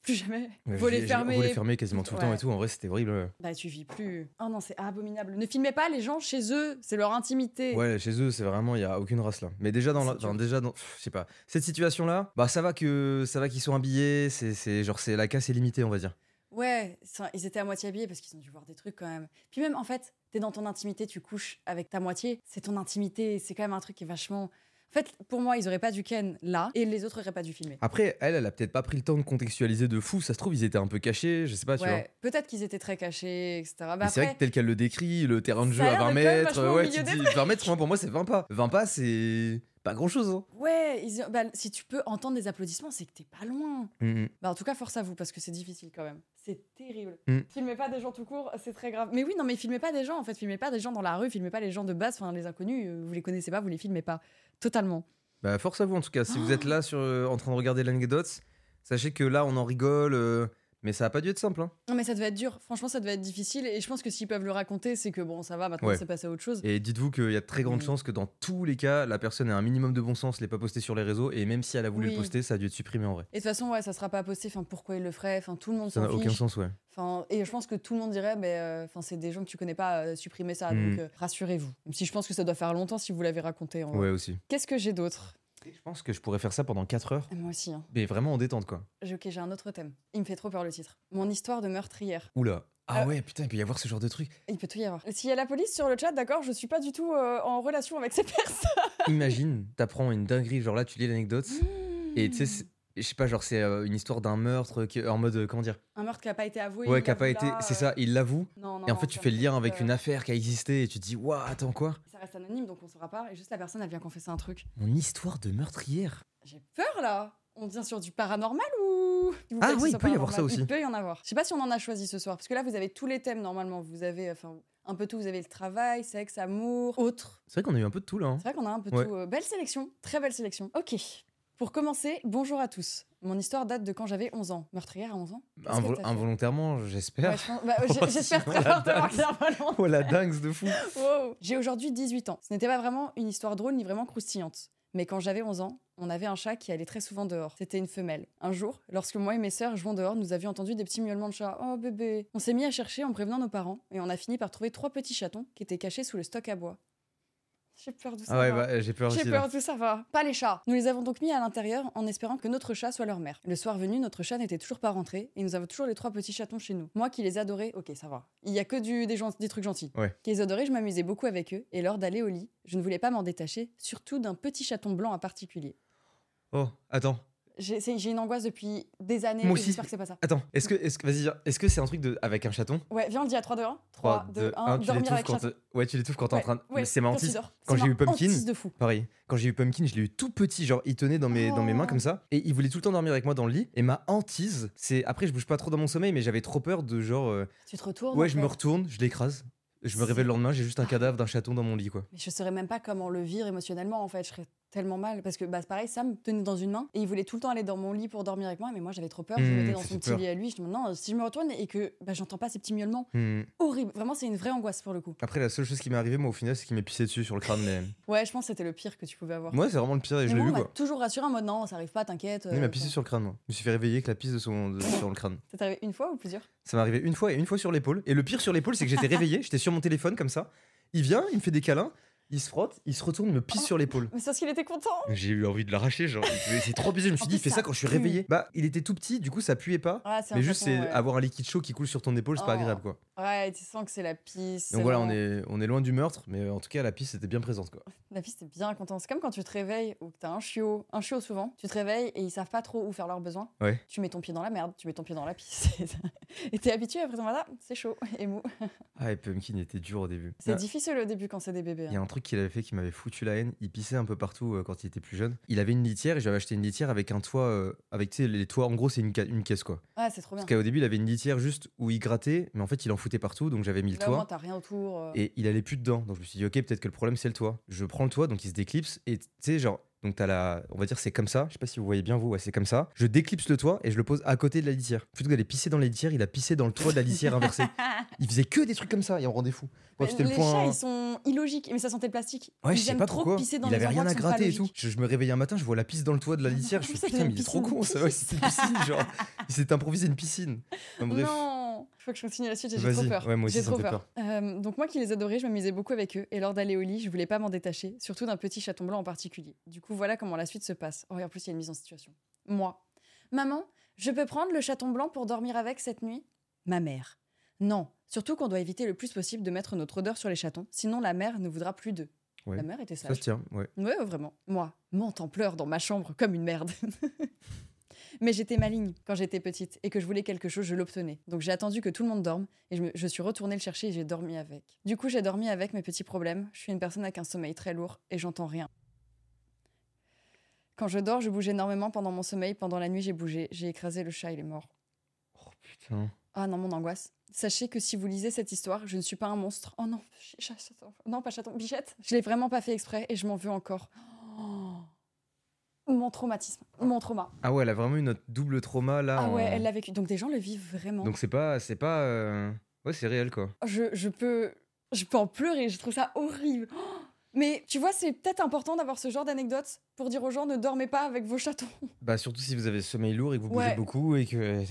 Plus jamais.
Ouais, j'ai-
Volet
j'ai-
fermé.
Volet fermé quasiment tout le temps
Ouais.
et tout. En vrai, c'était horrible.
Bah tu vis plus. Oh non, c'est abominable. Ne filmez pas les gens chez eux, c'est leur intimité.
Ouais, chez eux, c'est vraiment, il n'y a aucune race là. Mais déjà dans, la-
C'est dur.
enfin, déjà dans, pff, je sais pas, cette situation là, bah ça va que, ça va qu'ils sont habillés, c'est, c'est genre c'est la casse est limitée, on va dire.
Ouais, ça- ils étaient à moitié habillés parce qu'ils ont dû voir des trucs quand même. Puis même, en fait, t'es dans ton intimité, tu couches avec ta moitié. C'est ton intimité, c'est quand même un truc qui est vachement. En fait, pour moi, ils auraient pas dû Ken là et les autres auraient pas dû filmer.
Après, elle, elle a peut-être pas pris le temps de contextualiser de fou. Ça se trouve, ils étaient un peu cachés, je sais pas, Ah, tu vois.
ouais, peut-être qu'ils étaient très cachés, etc. Bah
Mais c'est vrai
après,
que tel qu'elle le décrit, le terrain de
Ça
jeu
a
à
l'air
20
d'être quand même
mètres,
vachement au
ouais,
milieu
tu te
des
dis 20 mètres, moi, pour moi c'est 20 pas. 20 pas, c'est pas grand chose. Hein.
ouais, ils- bah, si tu peux entendre des applaudissements, c'est que t'es pas loin.
Mhm.
Bah, en tout cas, force à vous parce que c'est difficile quand même. C'est terrible.
Mm.
Filmez pas des gens tout court, c'est très grave. Mais oui, non, mais filmez pas des gens en fait. Filmez pas des gens dans la rue, filmez pas les gens de base, enfin les inconnus, euh, vous les connaissez pas, vous les filmez pas. Totalement.
Bah force à vous en tout cas. Si vous
Oh.
êtes là sur, euh, en train de regarder l'anecdote, sachez que là on en rigole, euh, mais ça a pas dû être simple. Hein.
Non, mais ça devait être dur. Franchement, ça devait être difficile. Et je pense que s'ils peuvent le raconter, c'est que bon, ça va, maintenant
Ouais.
c'est passé à autre chose.
Et dites-vous qu'il y a de très grande
Mm.
chance que dans tous les cas, la personne ait un minimum de bon sens, l'ait pas posté sur les réseaux, et même si elle a voulu
Oui.
le poster, ça a dû être supprimé en vrai.
Et de toute façon, ouais, ça sera pas posté. Enfin, pourquoi il le ferait Enfin, tout le monde
Ça
s'en
n'a aucun
fiche.
sens, ouais.
Enfin, et je pense que tout le monde dirait, mais euh, enfin, c'est des gens que tu connais pas, euh, supprimer ça.
Mm.
Donc euh, rassurez-vous. Même si je pense que ça doit faire longtemps si vous l'avez raconté. En...
Ouais, aussi.
Qu'est-ce que j'ai d'autre
Je pense que je pourrais faire ça pendant 4 heures,
Ah, Moi aussi. hein.
mais vraiment en détente, quoi.
J'ai- Ok, j'ai un autre thème. Il me fait trop peur le titre. Mon histoire de meurtrière.
Oula. Ah
Euh.
ouais, putain, il peut y avoir ce genre de truc.
Il peut tout y avoir. S'il y a la police sur le chat, d'accord, je suis pas du tout euh, en relation avec ces personnes.
Imagine, t'apprends une dinguerie, genre là, tu lis l'anecdote,
Mm.
et tu sais, c'est- je sais pas, genre c'est euh, une histoire d'un meurtre qui, en mode, euh, comment dire
un meurtre qui a pas été avoué.
Ouais,
il
qui a pas
l'avoue
été.
là,
C'est
euh,
ça, il l'avoue,
Non, non,
et en
non,
fait, tu
ça
fais le lien
reste,
avec
euh,
une affaire qui a existé, et tu te dis, waouh, attends quoi
Ça reste anonyme, donc on saura pas. Et juste la personne, elle vient confesser un truc.
Mon histoire de meurtrière
J'ai peur là. On vient sur du paranormal ou Il vous plaît que
Ah
ce
oui, il
soit
peut y avoir
paranormal.
ça aussi.
Il peut y en avoir. Je sais pas si on en a choisi ce soir, parce que là, vous avez tous les thèmes normalement. Vous avez, enfin, un peu tout. Vous avez le travail, sexe, amour, autre.
C'est vrai qu'on a eu un peu de tout là. hein.
C'est vrai qu'on a un peu
Ouais.
tout. euh, belle sélection, très belle sélection. Ok. Pour commencer, bonjour à tous. Mon histoire date de quand j'avais 11 ans. Meurtrière à 11 ans Qu'est-ce que
Invo-
t'as fait
involontairement, j'espère.
Ouais, je pense- bah, j'-
Oh,
J'espère
si,
très
on la
fortement que
date.
c'est un ballon.
Oh la dingue de fou
Wow. J'ai aujourd'hui 18 ans. Ce n'était pas vraiment une histoire drôle ni vraiment croustillante. Mais quand j'avais 11 ans, on avait un chat qui allait très souvent dehors. C'était une femelle. Un jour, lorsque moi et mes sœurs jouions dehors, nous avions entendu des petits miaulements de chat. Oh bébé On s'est mis à chercher en prévenant nos parents et on a fini par trouver trois petits chatons qui étaient cachés sous le stock à bois. J'ai peur de ça.
Ah ouais,
va.
bah, j'ai peur aussi.
J'ai
là.
peur, tout ça va. Pas les chats. Nous les avons donc mis à l'intérieur en espérant que notre chat soit leur mère. Le soir venu, notre chat n'était toujours pas rentré et nous avons toujours les trois petits chatons chez nous. Moi qui les adorais, ok, ça va. Il y a que du, des, gens- des trucs gentils.
Ouais.
Qui les adorais, je m'amusais beaucoup avec eux et lors d'aller au lit, je ne voulais pas m'en détacher, surtout d'un petit chaton blanc en particulier.
Oh, attends,
J'ai c'est- j'ai une angoisse depuis des années. et
Moi aussi.
J'espère que c'est pas ça.
attends. Est-ce que, est-ce que, vas-y, viens. est-ce que c'est un truc de avec un chaton
Ouais, viens, on le dit à 3, 2, 1.
3, 2, 1, tu
dormir
l'étouffes
avec
quand.
chaton.
te- Ouais, tu l'étouffes quand t'es en
Ouais,
train. de-
ouais,
Mais c'est ma
quand tu
hantise.
dors.
Quand
C'est
j'ai
ma
eu Pumpkin-
hantise de fou.
Pareil. Quand j'ai eu Pumpkin, je l'ai eu tout petit, genre il tenait dans mes, dans
Oh.
mes mains comme ça. Et il voulait tout le temps dormir avec moi dans le lit. Et ma hantise, c'est. Après, je bouge pas trop dans mon sommeil, mais j'avais trop peur de genre. euh,
Tu te retournes.
Ouais,
en
je me
fait.
retourne, je l'écrase. Je me
C'est-
réveille le lendemain, j'ai juste un cadavre d'un chaton dans mon lit, quoi.
Mais je saurais même pas comment le vivre émotionnellement en fait. Je serais tellement mal parce que bah, c'est pareil, Sam me tenait dans une main et il voulait tout le temps aller dans mon lit pour dormir avec moi. Mais moi j'avais trop peur. Je
Hmm,
me mettais dans
ça
son
fait
petit
peur.
lit à lui. Je me dis non, si je me retourne et que bah, j'entends pas ces petits miaulements,
Hmm.
horrible. Vraiment, c'est une vraie angoisse pour le coup.
Après, la seule chose qui m'est arrivée, moi, au final, c'est qu'il m'est pissé dessus sur le crâne. Mais
Ouais, je pense que c'était le pire que tu pouvais avoir.
moi, c'est vraiment le pire
Mais
et
bah,
je l'ai
moi,
vu,
on m'a
quoi.
toujours rassuré en mode non, ça arrive pas, t'inquiète.
Non, Il
euh,
m'a pissé
enfin.
sur le crâne, moi. Je me suis fait réveiller avec la pisse de son, de- sur le crâne.
Ça t'est arrivé une fois ou plusieurs
Ça m'est arrivé une fois et une fois sur l'épaule. Et le pire sur l'épaule, c'est que j'étais réveillé, j'étais sur mon téléphone comme ça. Il vient, il me fait des câlins, il se frotte, il se retourne, il me pisse
Oh.
sur l'épaule.
Mais c'est parce qu'il était content.
J'ai eu envie de l'arracher, genre. C'est trop bizarre. Je me suis
En
dit, il
plus,
fait
ça
ça quand je suis
pue.
réveillé. Bah, il était tout petit, du coup, ça puait pas.
Ah, c'est un
Mais juste,
chaton,
c'est
ouais.
avoir un liquide chaud qui coule sur ton épaule, c'est pas
Oh.
agréable, quoi.
Ouais, tu sens que c'est la pisse.
Donc voilà, on est, on est loin du meurtre, mais en tout cas, la piste était bien présente, quoi.
La fille, c'est bien content. C'est comme quand tu te réveilles ou que t'as un chiot, un chiot souvent, tu te réveilles et ils savent pas trop où faire leurs besoins.
Ouais.
Tu mets ton pied dans la merde, tu mets ton pied dans la pisse. et ça- et t'es habitué après ce matin, c'est chaud et mou.
Ah, et Pumpkin était dur au début.
C'est
Ah,
difficile au début quand c'est des bébés.
Il y a
hein.
un truc qu'il avait fait qui m'avait foutu la haine. Il pissait un peu partout euh, quand il était plus jeune. Il avait une litière et j'avais acheté une litière avec un toit, euh, avec tu sais, les toits. En gros, c'est une, ca- une caisse quoi.
Ouais, c'est trop bien.
Parce qu'au début, il avait une litière juste où il grattait, mais en fait, il en foutait partout. Donc j'avais mis le
Là, au moins,
toit
t'as rien autour. euh.
et il allait plus dedans. Donc je me suis dit, ok, peut-être que le problème c'est le toit. Je prends le toit, donc il se déclipse et tu sais, genre, donc t'as la, on va dire, c'est comme ça. Je sais pas si vous voyez bien vous, ouais, c'est comme ça. Je déclipse le toit et je le pose à côté de la litière. Plutôt que d'aller pisser dans la litière, il a pissé dans le toit de la litière inversée. Il faisait que des trucs comme ça et on rendait fou. Quand
Mais
c'était le
les
point.
chats, ils sont illogiques, mais ça sentait le plastique.
Ouais,
ils
je sais
aiment
pas
trop
pourquoi.
pisser dans
il
les
avait rien
endroits
à
qui sont pas
gratter et tout.
logiques.
Je, je me réveillais un matin, je vois la pisse dans le toit de la litière. Je
oui,
me dis
ça
putain,
devait
mais il est trop
pisser une
con ça. Ouais, c'est une piscine, genre. Il s'est improvisé une piscine. Non, bref.
Non, faut que je continue la suite, j'ai
Vas-y.
trop peur.
Ouais, moi aussi,
j'ai
ça
trop
me fait
peur. Euh, donc moi qui les adorais, je m'amusais beaucoup avec eux et lors d'aller au lit, je voulais pas m'en détacher, surtout d'un petit chaton blanc en particulier. Du coup, voilà comment la suite se passe. Oh, et en plus, il y a une mise en situation. Moi, maman, je peux prendre le chaton blanc pour dormir avec cette nuit Ma mère. Non, surtout qu'on doit éviter le plus possible de mettre notre odeur sur les chatons, sinon la mère ne voudra plus d'eux.
Ouais.
La mère était
Ça
sage.
se tient, ouais.
Ouais, ouais, vraiment. Moi, monte en pleurs dans ma chambre comme une merde. Mais j'étais maligne quand j'étais petite et que je voulais quelque chose, je l'obtenais. Donc j'ai attendu que tout le monde dorme et je, me- je suis retournée le chercher et j'ai dormi avec. Du coup, j'ai dormi avec mes petits problèmes. Je suis une personne avec un sommeil très lourd et j'entends rien. Quand je dors, je bouge énormément pendant mon sommeil. Pendant la nuit, j'ai bougé. J'ai écrasé le chat, il est mort.
Oh putain.
Ah non, mon angoisse. Sachez que si vous lisez cette histoire, je ne suis pas un monstre. Oh non, ch- chat- chaton. Non, pas chaton, bichette. Je l'ai vraiment pas fait exprès et je m'en veux encore. Oh. Mon traumatisme, mon trauma.
Ah ouais, elle a vraiment eu notre double trauma là.
Ah
en-
ouais, elle l'a vécu. Donc des gens le vivent vraiment.
Donc c'est pas, c'est pas, euh, ouais, c'est réel quoi.
Je, je peux je peux en pleurer, je trouve ça horrible. Oh. Mais tu vois, c'est peut-être important d'avoir ce genre d'anecdote pour dire aux gens ne dormez pas avec vos chatons.
Bah surtout si vous avez le sommeil lourd et que vous bougez
Ouais.
beaucoup et que. euh,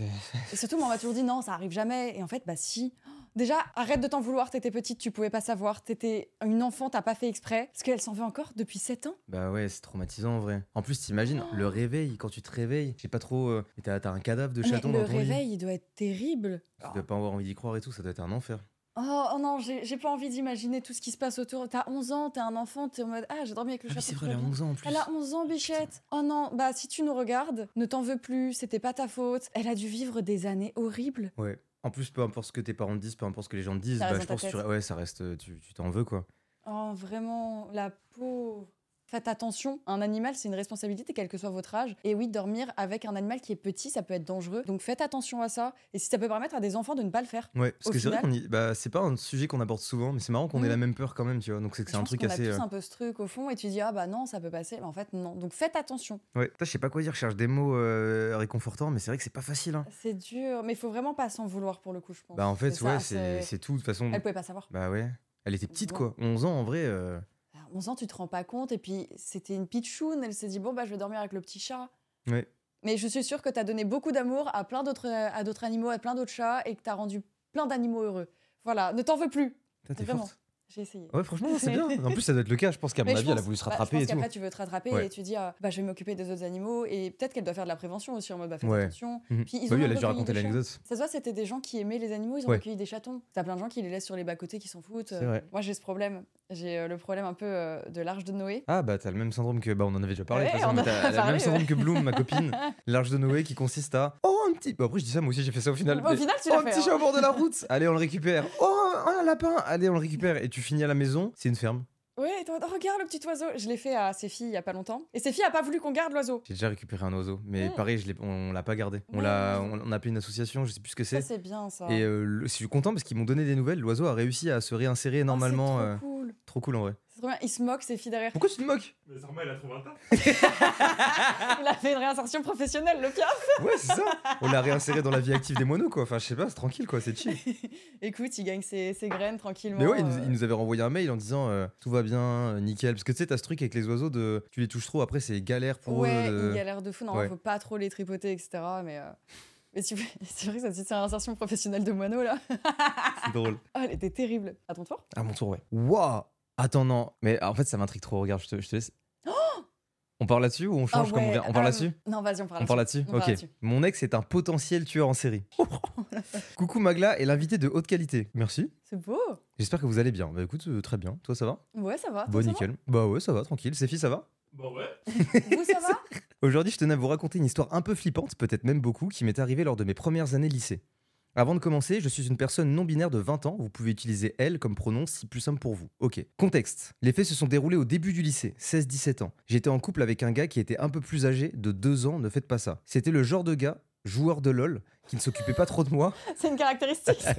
Et surtout, moi, on m'a toujours dit non, ça arrive jamais. Et en fait, bah si. Déjà, arrête de t'en vouloir, t'étais petite, tu pouvais pas savoir, t'étais une enfant, t'as pas fait exprès. Parce qu'elle s'en veut encore depuis 7 ans.
Bah ouais, c'est traumatisant en vrai. En plus, t'imagines le réveil quand tu te réveilles. Je sais pas trop. euh, et t'as, t'as un cadavre de
Mais
chaton
le
dans ton
réveil,
lit.
il doit être terrible.
Tu dois pas avoir envie d'y croire et tout. Ça doit être un enfer.
Oh, oh non, j'ai j'ai pas envie d'imaginer tout ce qui se passe autour. T'as 11 ans, t'es un enfant, t'es en mode Ah, j'ai dormi avec le
Ah oui,
chat.
c'est vrai, elle a 11 ans en plus.
Elle a 11 ans, bichette. Oh non, bah si tu nous regardes, ne t'en veux plus, c'était pas ta faute. Elle a dû vivre des années horribles.
Ouais. En plus, peu importe ce que tes parents te disent, peu importe ce que les gens te disent,
Ça
bah,
reste
je
dans
pense
ta
que tu...
tête.
ouais, ça reste, euh, tu tu t'en veux quoi.
Oh, vraiment, la pauvre. Faites attention, un animal c'est une responsabilité quel que soit votre âge. Et oui, dormir avec un animal qui est petit, ça peut être dangereux. Donc faites attention à ça. Et si ça peut permettre à des enfants de ne pas le faire.
Ouais, parce
Au
que c'est vrai
final-
qu'on y... bah, c'est pas un sujet qu'on aborde souvent, mais c'est marrant qu'on ait
Mhm.
la même peur quand même, tu vois. Donc c'est que
Je
c'est un
pense
truc
qu'on
assez.
a
euh,
tous un peu ce truc au fond et tu dis ah bah non ça peut passer mais en fait non donc faites attention
euh, Ouais. Putain, je sais pas quoi dire, je cherche des mots euh, réconfortants, mais c'est vrai que c'est pas facile. hein.
c'est dur mais il faut vraiment pas s'en vouloir pour le coup je pense
Bah en fait,
Parce que
ouais,
ça,
c'est c'est tout. De toute façon,
elle pouvait pas savoir
bah ouais. Elle était petite
Ouais.
quoi, 11 ans en vrai. euh,
à 11 ans tu te rends pas compte et puis c'était une pitchoune elle s'est dit bon bah je vais dormir avec le petit chat
Ouais.
mais je suis sûre que t'as donné beaucoup d'amour à plein d'autres euh, à d'autres animaux à plein d'autres chats et que t'as rendu plein d'animaux heureux voilà ne t'en veux plus
Putain, t'es
Vraiment.
forte.
J'ai essayé.
Ouais, franchement, c'est bien. En plus, ça doit être le cas. Je pense qu'à mon
Mais je
avis, elle a
pense-
voulu se
bah, je
rattraper
pense
et tout.
qu'après, tu veux te rattraper
Ouais.
et tu dis, ah, bah, je vais m'occuper des autres animaux. Et peut-être qu'elle doit faire de la prévention aussi en mode, bah, faites
Ouais.
attention.
Mhm.
Puis ils
Bah
ont un
oui, elle
peu
a dû
cueilli
raconter
des chats.
l'anecdote.
Ça se voit, c'était des gens qui aimaient les animaux, ils ont
Ouais.
recueilli des chatons. T'as plein de gens qui les laissent sur les bas-côtés, qui s'en foutent.
C'est vrai.
Moi, j'ai ce problème. J'ai euh, le problème un peu euh, de l'arche de Noé.
Ah bah t'as le même syndrome que bah on en avait déjà parlé. de toute
Ouais,
façon,
on
mais
en
t'as-
a
elle a le
parlé,
même
ouais.
syndrome que Bloom, ma copine. L'arche de Noé qui consiste à oh un petit. Bah après je dis ça moi aussi j'ai fait ça au final.
Au
mais-
final, tu
Oh
l'as
un
fait.
petit
hein.
chat au bord de la route. Allez on le récupère. Oh un un lapin. Allez on le récupère. Et tu finis à la maison. C'est une ferme.
Ouais, et toi, oh, regarde le petit oiseau. Je l'ai fait à ses filles il y a pas longtemps. Et ses filles a pas voulu qu'on garde l'oiseau.
J'ai déjà récupéré un oiseau, mais
Mm.
pareil je l'ai- on l'a pas gardé. On
Ouais.
l'a on, on a appelé une association. Je sais plus ce que
Ça,
c'est.
c'est bien, ça. Ah,
Et euh, le- je suis content parce qu'ils m'ont donné des nouvelles. L'oiseau a réussi à se réinsérer
Oh, c'est
normalement.
trop
euh,
cool.
trop cool en vrai.
C'est trop bien. Il se moque, ses filles derrière.
Pourquoi tu te moques
Mais Zorma, elle a trouvé un tas.
Il a fait une réinsertion professionnelle, le pire.
Ouais c'est ça. On l'a réinséré dans la vie active des monos quoi. Enfin je sais pas c'est tranquille quoi c'est chill.
Écoute, il gagne ses, ses graines tranquillement.
Mais ouais, il
euh,
nous, il nous avait renvoyé un mail en disant euh, tout va bien, euh, nickel. Parce que tu sais, t'as ce truc avec les oiseaux de tu les touches trop, après c'est galère pour
ouais,
eux. de-
il galère de fou. Non,
euh, ouais.
faut pas trop les tripoter, etc. Mais, euh, mais tu- c'est vrai que ça te dit, c'est une insertion professionnelle de moineau, là.
C'est drôle.
Oh, elle était terrible. À ton tour
À mon tour, ouais. Waouh Attends, non. Mais en fait, ça m'intrigue trop. Regarde, je te, je te laisse. on parle là-dessus ou on
Oh
change
Ah
comme on
ouais,
vient On parle
euh,
là-dessus
Non, vas-y, on parle
on parle là-dessus
on
Ok.
parle là-dessus.
Mon ex est un potentiel tueur en série. Coucou Magla est l'invité de haute qualité. Merci.
C'est beau.
J'espère que vous allez bien. Bah écoute, euh, très bien. Toi, ça va
Ouais, ça va.
Bon,
Ah, toi, ça
nickel. Bah ouais, ça va, tranquille. Séphie, ça va
Bon, Bah ouais.
va Vous, ça va
Aujourd'hui, je tenais à vous raconter une histoire un peu flippante, peut-être même beaucoup, qui m'est arrivée lors de mes premières années lycée. Avant de commencer, je suis une personne non binaire de 20 ans, vous pouvez utiliser elle comme pronom si plus simple pour vous. Ok. Contexte. Les faits se sont déroulés au début du lycée, 16-17 ans. J'étais en couple avec un gars qui était un peu plus âgé, de 2 ans, ne faites pas ça. C'était le genre de gars, joueur de LOL, qui ne s'occupait pas trop de moi.
C'est une caractéristique. C'est,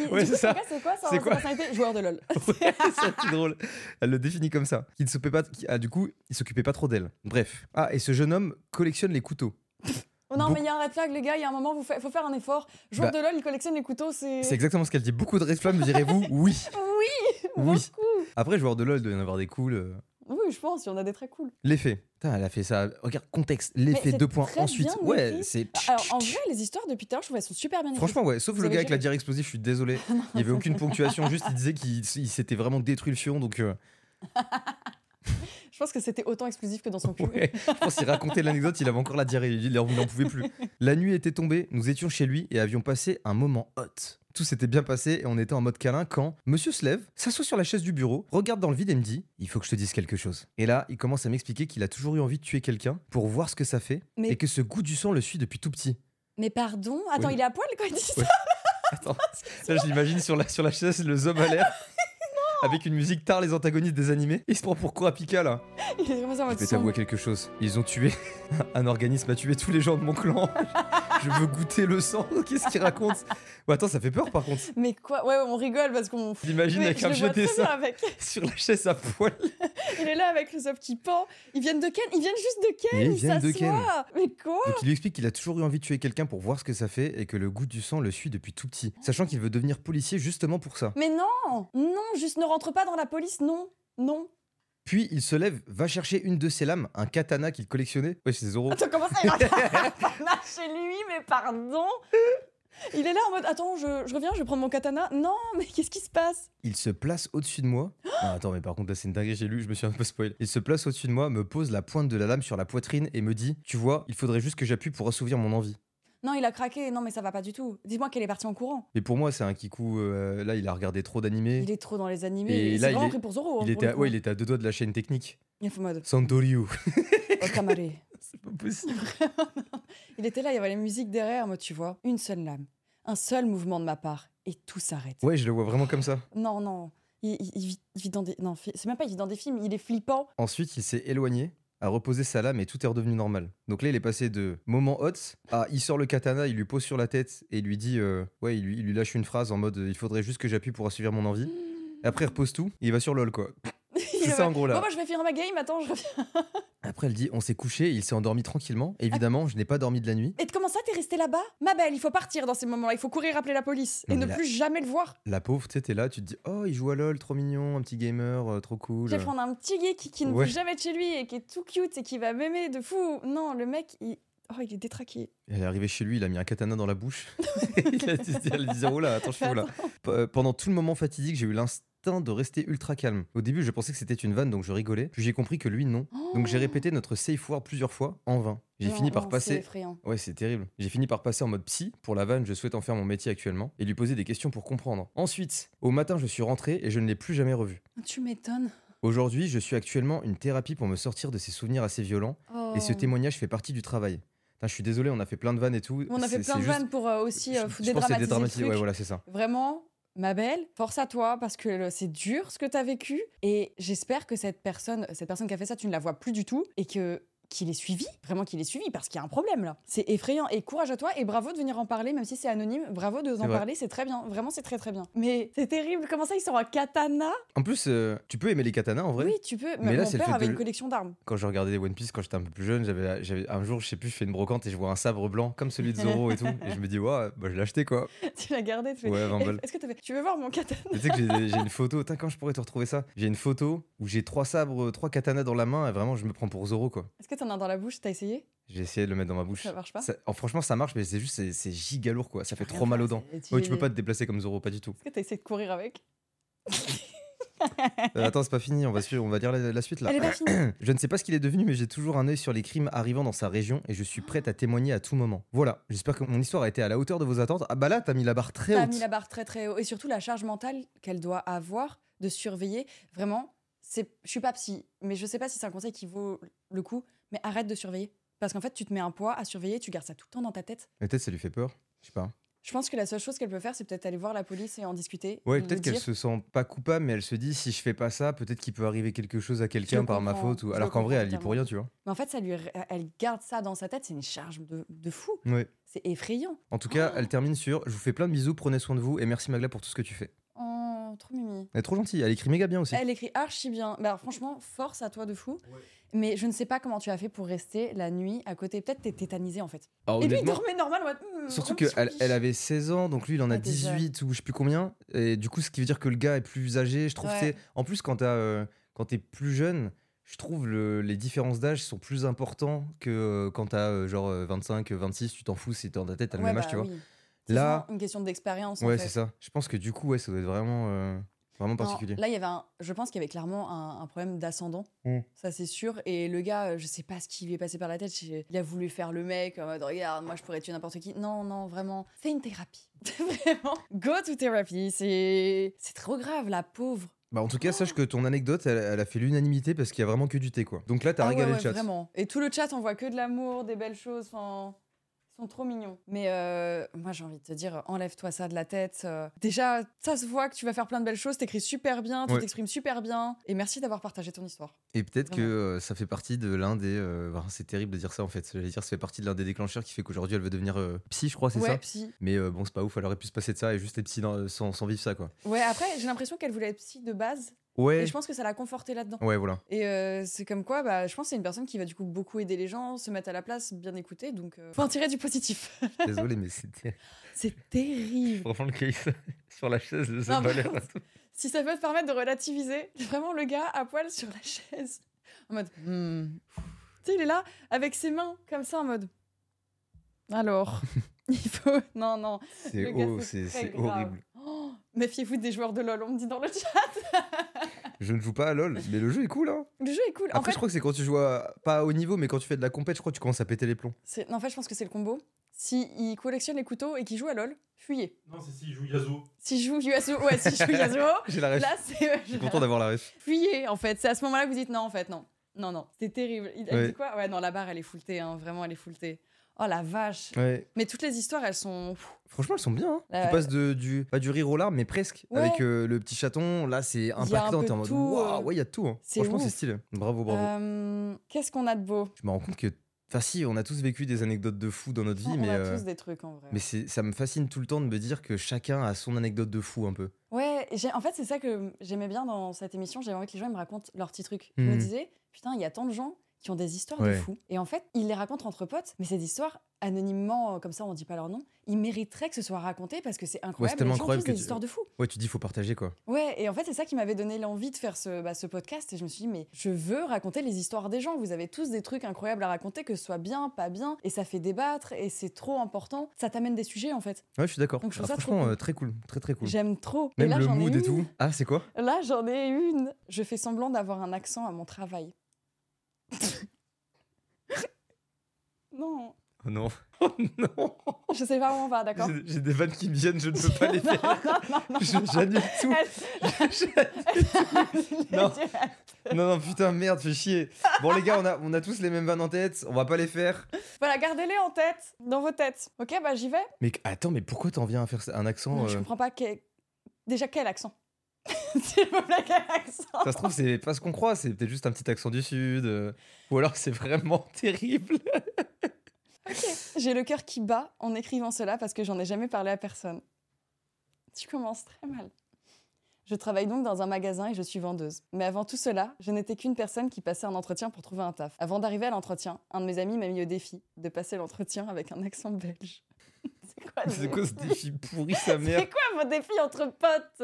il-
Ouais,
du coup,
c'est ça.
ce gars, C'est quoi sa
C'est quoi
personnalité Joueur de LoL.
Ouais, c'est un petit drôle. Elle le définit comme ça. Qui ne s'occupait pas, qui- ah, du coup, il s'occupait pas trop d'elle. Bref. Ah, et ce jeune homme collectionne les couteaux.
Oh non,
Beaucoup-
mais il y a un red flag, les gars. Il y a un moment, il faut faire un effort. Joueur
Bah-
de LoL, il collectionne les couteaux. C'est.
C'est exactement ce qu'elle dit. Beaucoup de red flags, me direz-vous Oui.
Oui
Oui.
Beaucoup
Après, joueur de LoL, il doit y en avoir des cools. euh.
Oui, je pense, il y en a des très cool.
L'effet. Putain, elle a fait ça. Regarde, contexte. L'effet,
c'est
deux points.
très
Ensuite,
bien
ouais,
écrit. Bah,
c'est.
Alors, en vrai, les histoires depuis tout à l'heure, je trouve elles sont super bien écrites.
Franchement, ouais, sauf
Vous
le
avez
gars avec
géré.
la dire explosive, je suis désolé. Il y avait aucune ponctuation, juste il disait qu'il s- il s'était vraiment détruit le fion, donc. euh,
Je pense que c'était autant explosif que dans son cul.
ouais. Je pense qu'il racontait l'anecdote, il avait encore la diarrhée, il il n'en pouvait plus. La nuit était tombée, nous étions chez lui et avions passé un moment hot. Tout s'était bien passé et on était en mode câlin quand monsieur se lève, s'assoit sur la chaise du bureau, regarde dans le vide et me dit Il faut que je te dise quelque chose. Et là, il commence à m'expliquer qu'il a toujours eu envie de tuer quelqu'un pour voir ce que ça fait
Mais-
et que ce goût du sang le suit depuis tout petit.
Mais pardon, attends,
Oui.
il est à poil quand il dit ça.
Oui. Attends, là je l'imagine sur la, sur la chaise, le zob à l'air. Avec une musique tard, les antagonistes des animés. Il se prend pour Kurapika là.
Il est vraiment ça en
Je
mode
vais
sombre.
t'avouer quelque chose. Ils ont tué. Un organisme a tué tous les gens de mon clan. Je veux goûter le sang. Qu'est-ce qu'il raconte Ouais, Attends, ça fait peur par contre.
Mais quoi Ouais, on rigole parce qu'on.
J'imagine
Mais
avec
je
un
le
vieux
vois très bien
dessin
avec.
sur la chaise à poil.
Il est là avec le soft qui pend. Ils viennent de Ken. Ils viennent juste de Ken.
Et ils viennent de
s'assoient. Mais quoi
Donc il lui explique qu'il a toujours eu envie de tuer quelqu'un pour voir ce que ça fait et que le goût du sang le suit depuis tout petit. Sachant qu'il veut devenir policier justement pour ça.
Mais non Non, juste ne rentre pas dans la police, non. Non.
Puis il se lève, va chercher une de ses lames, un katana qu'il collectionnait. Ouais, c'est Zoro.
Attends, comment ça Il rentre pas chez lui, mais pardon Il est là en mode Attends, je, je reviens, je vais prendre mon katana. Non, mais qu'est-ce qui se passe
Il se place au-dessus de moi. Ah, attends, mais par contre, là, c'est une dinguerie, j'ai lu, je me suis un peu spoil. Il se place au-dessus de moi, me pose la pointe de la lame sur la poitrine et me dit Tu vois, il faudrait juste que j'appuie pour assouvir mon envie.
Non, il a craqué. Non, mais ça va pas du tout. Dis-moi qu'elle est partie en courant.
Mais pour moi, c'est un kikou. euh, là, il a regardé trop d'animés.
Il est trop dans les animés.
Et
il
là,
s'est
il
vraiment
est-
pris pour Zoro. hein, pour
Il était,
le
à,
coup.
ouais, il était à deux doigts de la chaîne technique.
Il fait mode oh,
Santoryu.
Otamare.
c'est pas possible.
il était là, il y avait la musique derrière, moi, tu vois. Une seule lame, un seul mouvement de ma part, et tout s'arrête.
Ouais, je le vois vraiment comme ça.
Non, non. Il, il- il vit, il vit dans des. Non, fi- c'est même pas il vit dans des films, il est flippant.
Ensuite, il s'est éloigné, a reposé sa lame et tout est redevenu normal. Donc là, il est passé de moment hot à il sort le katana, il lui pose sur la tête et il lui dit euh, Ouais, il lui, il lui lâche une phrase en mode Il faudrait juste que j'appuie pour assouvir mon envie. Et après, il repose tout et il va sur LOL, quoi.
Il
C'est
est
ça
vrai.
en gros
Bon,
là.
moi, je vais finir ma game, attends, je Ah. reviens.
Après, elle dit On s'est couché, il s'est endormi tranquillement. Évidemment, je n'ai pas dormi de la nuit.
Et comment ça, t'es resté là-bas Ma belle, il faut partir dans ces moments-là, il faut courir appeler la police et
Non, mais
ne
là-
plus jamais le voir.
La pauvre, tu sais, t'es là, tu te dis Oh, il joue à LOL, trop mignon, un petit gamer, euh, trop cool.
J'ai prendre un petit geek qui, qui ne
Ouais.
bouge jamais de chez lui et qui est tout cute et qui va m'aimer de fou. Non, le mec, il. Oh, il est détraqué.
Elle est arrivée chez lui, il a mis un katana dans la bouche. il a dit, elle disait, oh là, attends, je fais où là P- euh, Pendant tout le moment fatidique, j'ai eu l'instinct instinct de rester ultra calme. Au début, je pensais que c'était une vanne, donc je rigolais. Puis j'ai compris que lui, non. Donc j'ai répété notre safe word plusieurs fois, en vain. J'ai
Non,
fini par
non, Oh. C'est
passer.
effrayant.
Ouais, c'est terrible. J'ai fini par passer en mode psy. Pour la vanne, je souhaite en faire mon métier actuellement et lui poser des questions pour comprendre. Ensuite, au matin, je suis rentré et je ne l'ai plus jamais revu.
Tu m'étonnes.
Aujourd'hui, je suis actuellement une thérapie pour me sortir de ces souvenirs assez violents et ce
Oh.
témoignage fait partie du travail. Putain, je suis désolé, on a fait plein de vannes et tout.
On a fait
C'est-
plein
c'est
de
juste-
vannes pour euh, aussi
je-
euh,
je
fou-
pense que c'est
dédramatiser le
dédramatisé.
truc.
Ouais, voilà, c'est ça.
Vraiment, ma belle, force à toi parce que le- c'est dur ce que tu as vécu et j'espère que cette personne, cette personne qui a fait ça, tu ne la vois plus du tout et que qu'il est suivi, vraiment qu'il est suivi parce qu'il y a un problème là. C'est effrayant et courage à toi et bravo de venir en parler même si c'est anonyme, bravo de en
vrai.
parler, c'est très bien, vraiment c'est très très bien. Mais c'est terrible, comment ça ils sont à katana
En plus, euh, tu peux aimer les katanas en vrai.
Oui, tu peux,
Mais
mais
là,
mon
c'est le
père
fait
avait
de-
une collection d'armes.
Quand je regardais les One Piece quand j'étais un peu plus jeune, j'avais, j'avais- un jour, je sais plus, je fais une brocante et je vois un sabre blanc comme celui de Zoro et tout. Et je me dis, ouais, bah, je l'ai acheté quoi.
tu l'as gardé, tu fais
Ouais, 20 balles.
Est-ce que tu fait Tu veux voir mon katana
Mais tu sais que j'ai, j'ai une photo, Tain, quand je pourrais te retrouver ça J'ai une photo où j'ai trois sabres, euh, trois katanas dans la main et vraiment, je me prends pour Zoro quoi.
Est-ce que t'en as dans la bouche T'as essayé
J'ai essayé de le mettre dans ma bouche.
Ça marche pas
oh, Franchement, ça marche, mais c'est juste, c'est, c'est giga lourd quoi. Ça fait trop mal aux dents.
Et Tu...
Ouais, tu peux pas te déplacer comme Zoro, pas du tout.
Est-ce que t'as essayé de courir avec
Euh, attends, c'est pas fini, on va, suivre, on va dire la, la suite là.
Eh. Elle est pas finie.
Je ne sais pas ce qu'il est devenu, mais j'ai toujours un œil sur les crimes arrivant dans sa région et je suis prête à témoigner à tout moment. Voilà, j'espère que mon histoire a été à la hauteur de vos attentes. Ah bah là, t'as mis la barre très
T'as
haute.
mis la barre très très haut et surtout la charge mentale qu'elle doit avoir de surveiller. Vraiment, c'est, je suis pas psy, mais je sais pas si c'est un conseil qui vaut le coup. Mais arrête de surveiller parce qu'en fait, tu te mets un poids à surveiller, tu gardes ça tout le temps dans ta tête.
Mais Peut-être ça lui fait peur. Je sais pas.
Je pense que la seule chose qu'elle peut faire, c'est peut-être aller voir la police et en discuter.
Ouais,
de
peut-être qu'elle
dire-
se sent pas coupable, mais elle se dit si je fais pas ça, peut-être qu'il peut arriver quelque chose à quelqu'un par ma
comprends,
faute. Ou...
je
Alors
le
qu'en vrai,
comprends
elle y est pour rien, tu vois.
Mais en fait, ça lui, elle garde ça dans sa tête. C'est une charge de, de fou.
Ouais.
C'est effrayant.
En tout cas,
Oh.
elle termine sur Je vous fais plein de bisous, prenez soin de vous et merci Magla pour tout ce que tu fais.
Oh, trop mimi.
Elle est trop gentille, elle écrit méga bien aussi.
Elle écrit archi bien. Bah, alors, franchement, force à toi de fou. Mais je ne sais pas comment tu as fait pour rester la nuit à côté. Peut-être t'es tétanisé en fait.
Alors,
Et lui, il
honnêtement,
dormait normal. en mode, hmm,
Surtout
oh,
qu'elle
piche.
elle avait 16 ans, donc lui il en a
Ouais, déjà.
18 ou je sais plus combien. Et du coup, ce qui veut dire que le gars est plus âgé. Je trouve
Ouais.
que c'est- En plus, quand t'as, euh, quand t'es plus jeune, je trouve le- les différences d'âge sont plus importants que euh, quand t'as euh, genre euh, 25, 26, tu t'en fous, c'est dans ta tête, t'as le
Ouais,
même âge,
bah
tu vois.
oui. C'est
Là-
souvent une question d'expérience. en
Ouais,
fait.
c'est ça. Je pense que du coup, ouais, ça doit être vraiment, euh, vraiment
Non,
particulier.
là, il y avait un- je pense qu'il y avait clairement un, un problème d'ascendant,
Mm.
ça c'est sûr. Et le gars, euh, je sais pas ce qui lui est passé par la tête. je- Il a voulu faire le mec en mode regarde, moi je pourrais tuer n'importe qui. Non, non, vraiment, fais une thérapie. vraiment, go to therapy. C'est c'est trop grave, la pauvre.
Bah, en tout cas, sache que ton anecdote, elle, elle a fait l'unanimité parce qu'il y a vraiment que du thé, quoi. Donc là, t'as
Ah ouais,
régalé
ouais,
le chat.
Vraiment. Et tout le chat, on voit que de l'amour, des belles choses. Enfin, ils sont trop mignons. Mais euh, moi, j'ai envie de te dire, enlève-toi ça de la tête. euh. déjà, ça se voit que tu vas faire plein de belles choses. T'écris super bien, tu
Ouais.
t'exprimes super bien. Et merci d'avoir partagé ton histoire.
Et peut-être que
Vraiment.
euh, ça fait partie de l'un des. euh, bah, c'est terrible de dire ça en fait. J'allais dire, ça fait partie de l'un des déclencheurs qui fait qu'aujourd'hui elle veut devenir euh, psy, je crois, c'est
ouais,
ça.
psy.
Mais euh, bon, c'est pas ouf, elle aurait pu se passer de ça et juste être psy dans- euh, sans, sans vivre ça quoi.
Ouais, après, j'ai l'impression qu'elle voulait être psy de base.
Ouais.
Et je pense que ça l'a confortée là-dedans.
Ouais, voilà.
Et euh, c'est comme quoi, bah, je pense que c'est une personne qui va du coup beaucoup aider les gens, se mettre à la place, bien écouter. Donc, euh, faut en tirer du positif.
Désolé, mais c'était.
c'est terrible.
Franchement, le case sur la chaise, le
Non, valeur mais- Si ça peut te permettre de relativiser, vraiment le gars à poil sur la chaise, en mode. hmm. Tu sais, il est là avec ses mains comme ça, en mode. Alors, il faut. Non, non.
C'est
le gars,
oh,
c'est
c'est
très
c'est
grave.
horrible.
Oh, Méfiez-vous des joueurs de LoL, on me dit dans le chat.
Je ne joue pas à LoL, mais le jeu est cool hein.
Le jeu est cool.
Après,
en fait,
je crois que c'est quand tu joues à- pas à haut niveau, mais quand tu fais de la compète, je crois que tu commences à péter les plombs.
c'est- non, en fait, je pense que c'est le combo. Si il collectionne les couteaux et qu'il joue à LoL, fuyez.
Non, c'est si, il joue Yazoo.
Si joue Yasuo, ouais, si joue Yasuo,
J'ai la ref.
Ah, là c'est.
Je suis content d'avoir la ref.
fuyez en fait. C'est à ce moment-là que vous dites non en fait non. Non non, c'était terrible. Il elle
Ouais.
dit quoi Ouais non la barre elle est fouletée hein, vraiment elle est fouletée. Oh la vache.
Ouais.
Mais toutes les histoires elles sont pff,
Franchement, elles sont bien. Hein.
Là,
tu passes de, du, pas du rire aux larmes, mais presque.
Ah Ouais.
Avec euh, le petit chaton, là, c'est
un
impactant.
peu
T'es en mode,
tout,
waouh,
euh,
ouais, il y a de tout. hein.
c'est
Franchement, c'est
ouf.
stylé. Bravo, bravo.
euh, qu'est-ce qu'on a de beau
Je me rends compte que. Enfin, si, on a tous vécu des anecdotes de fous dans notre vie,
Ah, On
mais,
a
euh,
tous des trucs en vrai.
mais c'est- ça me fascine tout le temps de me dire que chacun a son anecdote de fou un peu.
Ouais, j'ai- en fait, c'est ça que j'aimais bien dans cette émission. J'avais envie que les gens ils me racontent leurs petits trucs. Je
Hmm.
me disais, putain, il y a tant de gens qui ont des histoires de
Ouais.
fous. Et en fait, ils les racontent entre potes, mais ces histoires, anonymement, euh, comme ça, on dit pas leur nom, ils mériteraient que ce soit raconté parce que c'est incroyable.
tellement
les gens
incroyable
disent
que
des
tu-
histoires de fous.
Ouais, tu dis faut partager quoi.
Ouais, et en fait, c'est ça qui m'avait donné l'envie de faire ce, bah, ce podcast. Et je me suis dit, mais je veux raconter les histoires des gens. Vous avez tous des trucs incroyables à raconter, que ce soit bien, pas bien. Et ça fait débattre, et c'est trop important. Ça t'amène des sujets, en fait.
Ouais, je suis d'accord.
Donc, je trouve
Ah,
ça
franchement,
trop
euh, très cool, très très cool.
J'aime trop. et
Même
là,
le
j'en ai
mood
une.
et tout. Ah, c'est quoi
Là, j'en ai une. Je fais semblant d'avoir un accent à mon travail. non,
Oh non. Oh non.
je sais pas où on va, d'accord
J'ai- J'ai des vannes qui me viennent, je ne peux pas les
Non,
faire.
non, non, non.
Je- J'annule tout. Non. Non, non, putain, merde, fais chier. Bon, les gars, on a, on a tous les mêmes vannes en tête, on va pas les faire.
Voilà, gardez-les en tête, dans vos têtes. Ok, bah j'y vais.
Mais attends, mais pourquoi t'en viens à faire ça- un accent
Non,
euh,
Je comprends pas quel... déjà quel accent. S'il vous plaît, quel accent
Ça se trouve, c'est pas ce qu'on croit, c'est peut-être juste un petit accent du sud. euh, Ou alors c'est vraiment terrible.
J'ai le cœur qui bat en écrivant cela parce que j'en ai jamais parlé à personne. Tu commences très mal. Je travaille donc dans un magasin et je suis vendeuse. Mais avant tout cela, je n'étais qu'une personne qui passait un entretien pour trouver un taf. Avant d'arriver à l'entretien, un de mes amis m'a mis au défi de passer l'entretien avec un accent belge. C'est quoi,
C'est
ce-
quoi ce défi pourri, sa mère
C'est quoi vos défis entre potes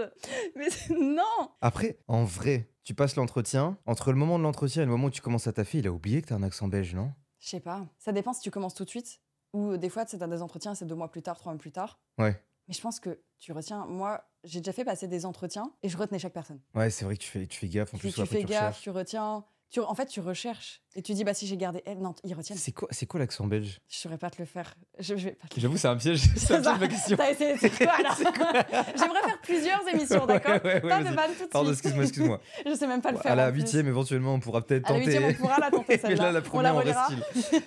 Mais c'est- non
Après, en vrai, tu passes l'entretien. Entre le moment de l'entretien et le moment où tu commences à taffer, il a oublié que t'as un accent belge, non
Je sais pas. Ça dépend si tu commences tout de suite ou euh, des fois, c'est as des entretiens, c'est deux mois plus tard, trois mois plus tard.
Ouais.
Mais je pense que tu retiens. Moi, j'ai déjà fait passer des entretiens et je retenais chaque personne.
Ouais, c'est vrai que tu fais, tu fais gaffe. En
Tu,
plus,
tu
après,
fais gaffe,
recherches.
tu retiens. Tu, en fait, tu recherches et tu dis, bah si j'ai gardé elle, non, ils retiennent.
C'est quoi, c'est quoi l'accent belge
Je saurais pas te le faire. Je, je vais pas te le
J'avoue, c'est un piège. C'est un
faire.
piège ma question.
T'as essayé, c'est quoi là
C'est quoi
J'aimerais faire plusieurs émissions, d'accord
Ouais, ouais, ouais,
Pas
vas-y.
de vanne tout de
Pardon,
suite.
excuse-moi, excuse-moi.
je sais même pas le faire.
À la
en plus.
huitième, éventuellement, on pourra peut-être
À la
tenter.
huitième, on pourra la tenter
Mais
celle-là.
là,
on
la
la
première, on reste
relira.
style.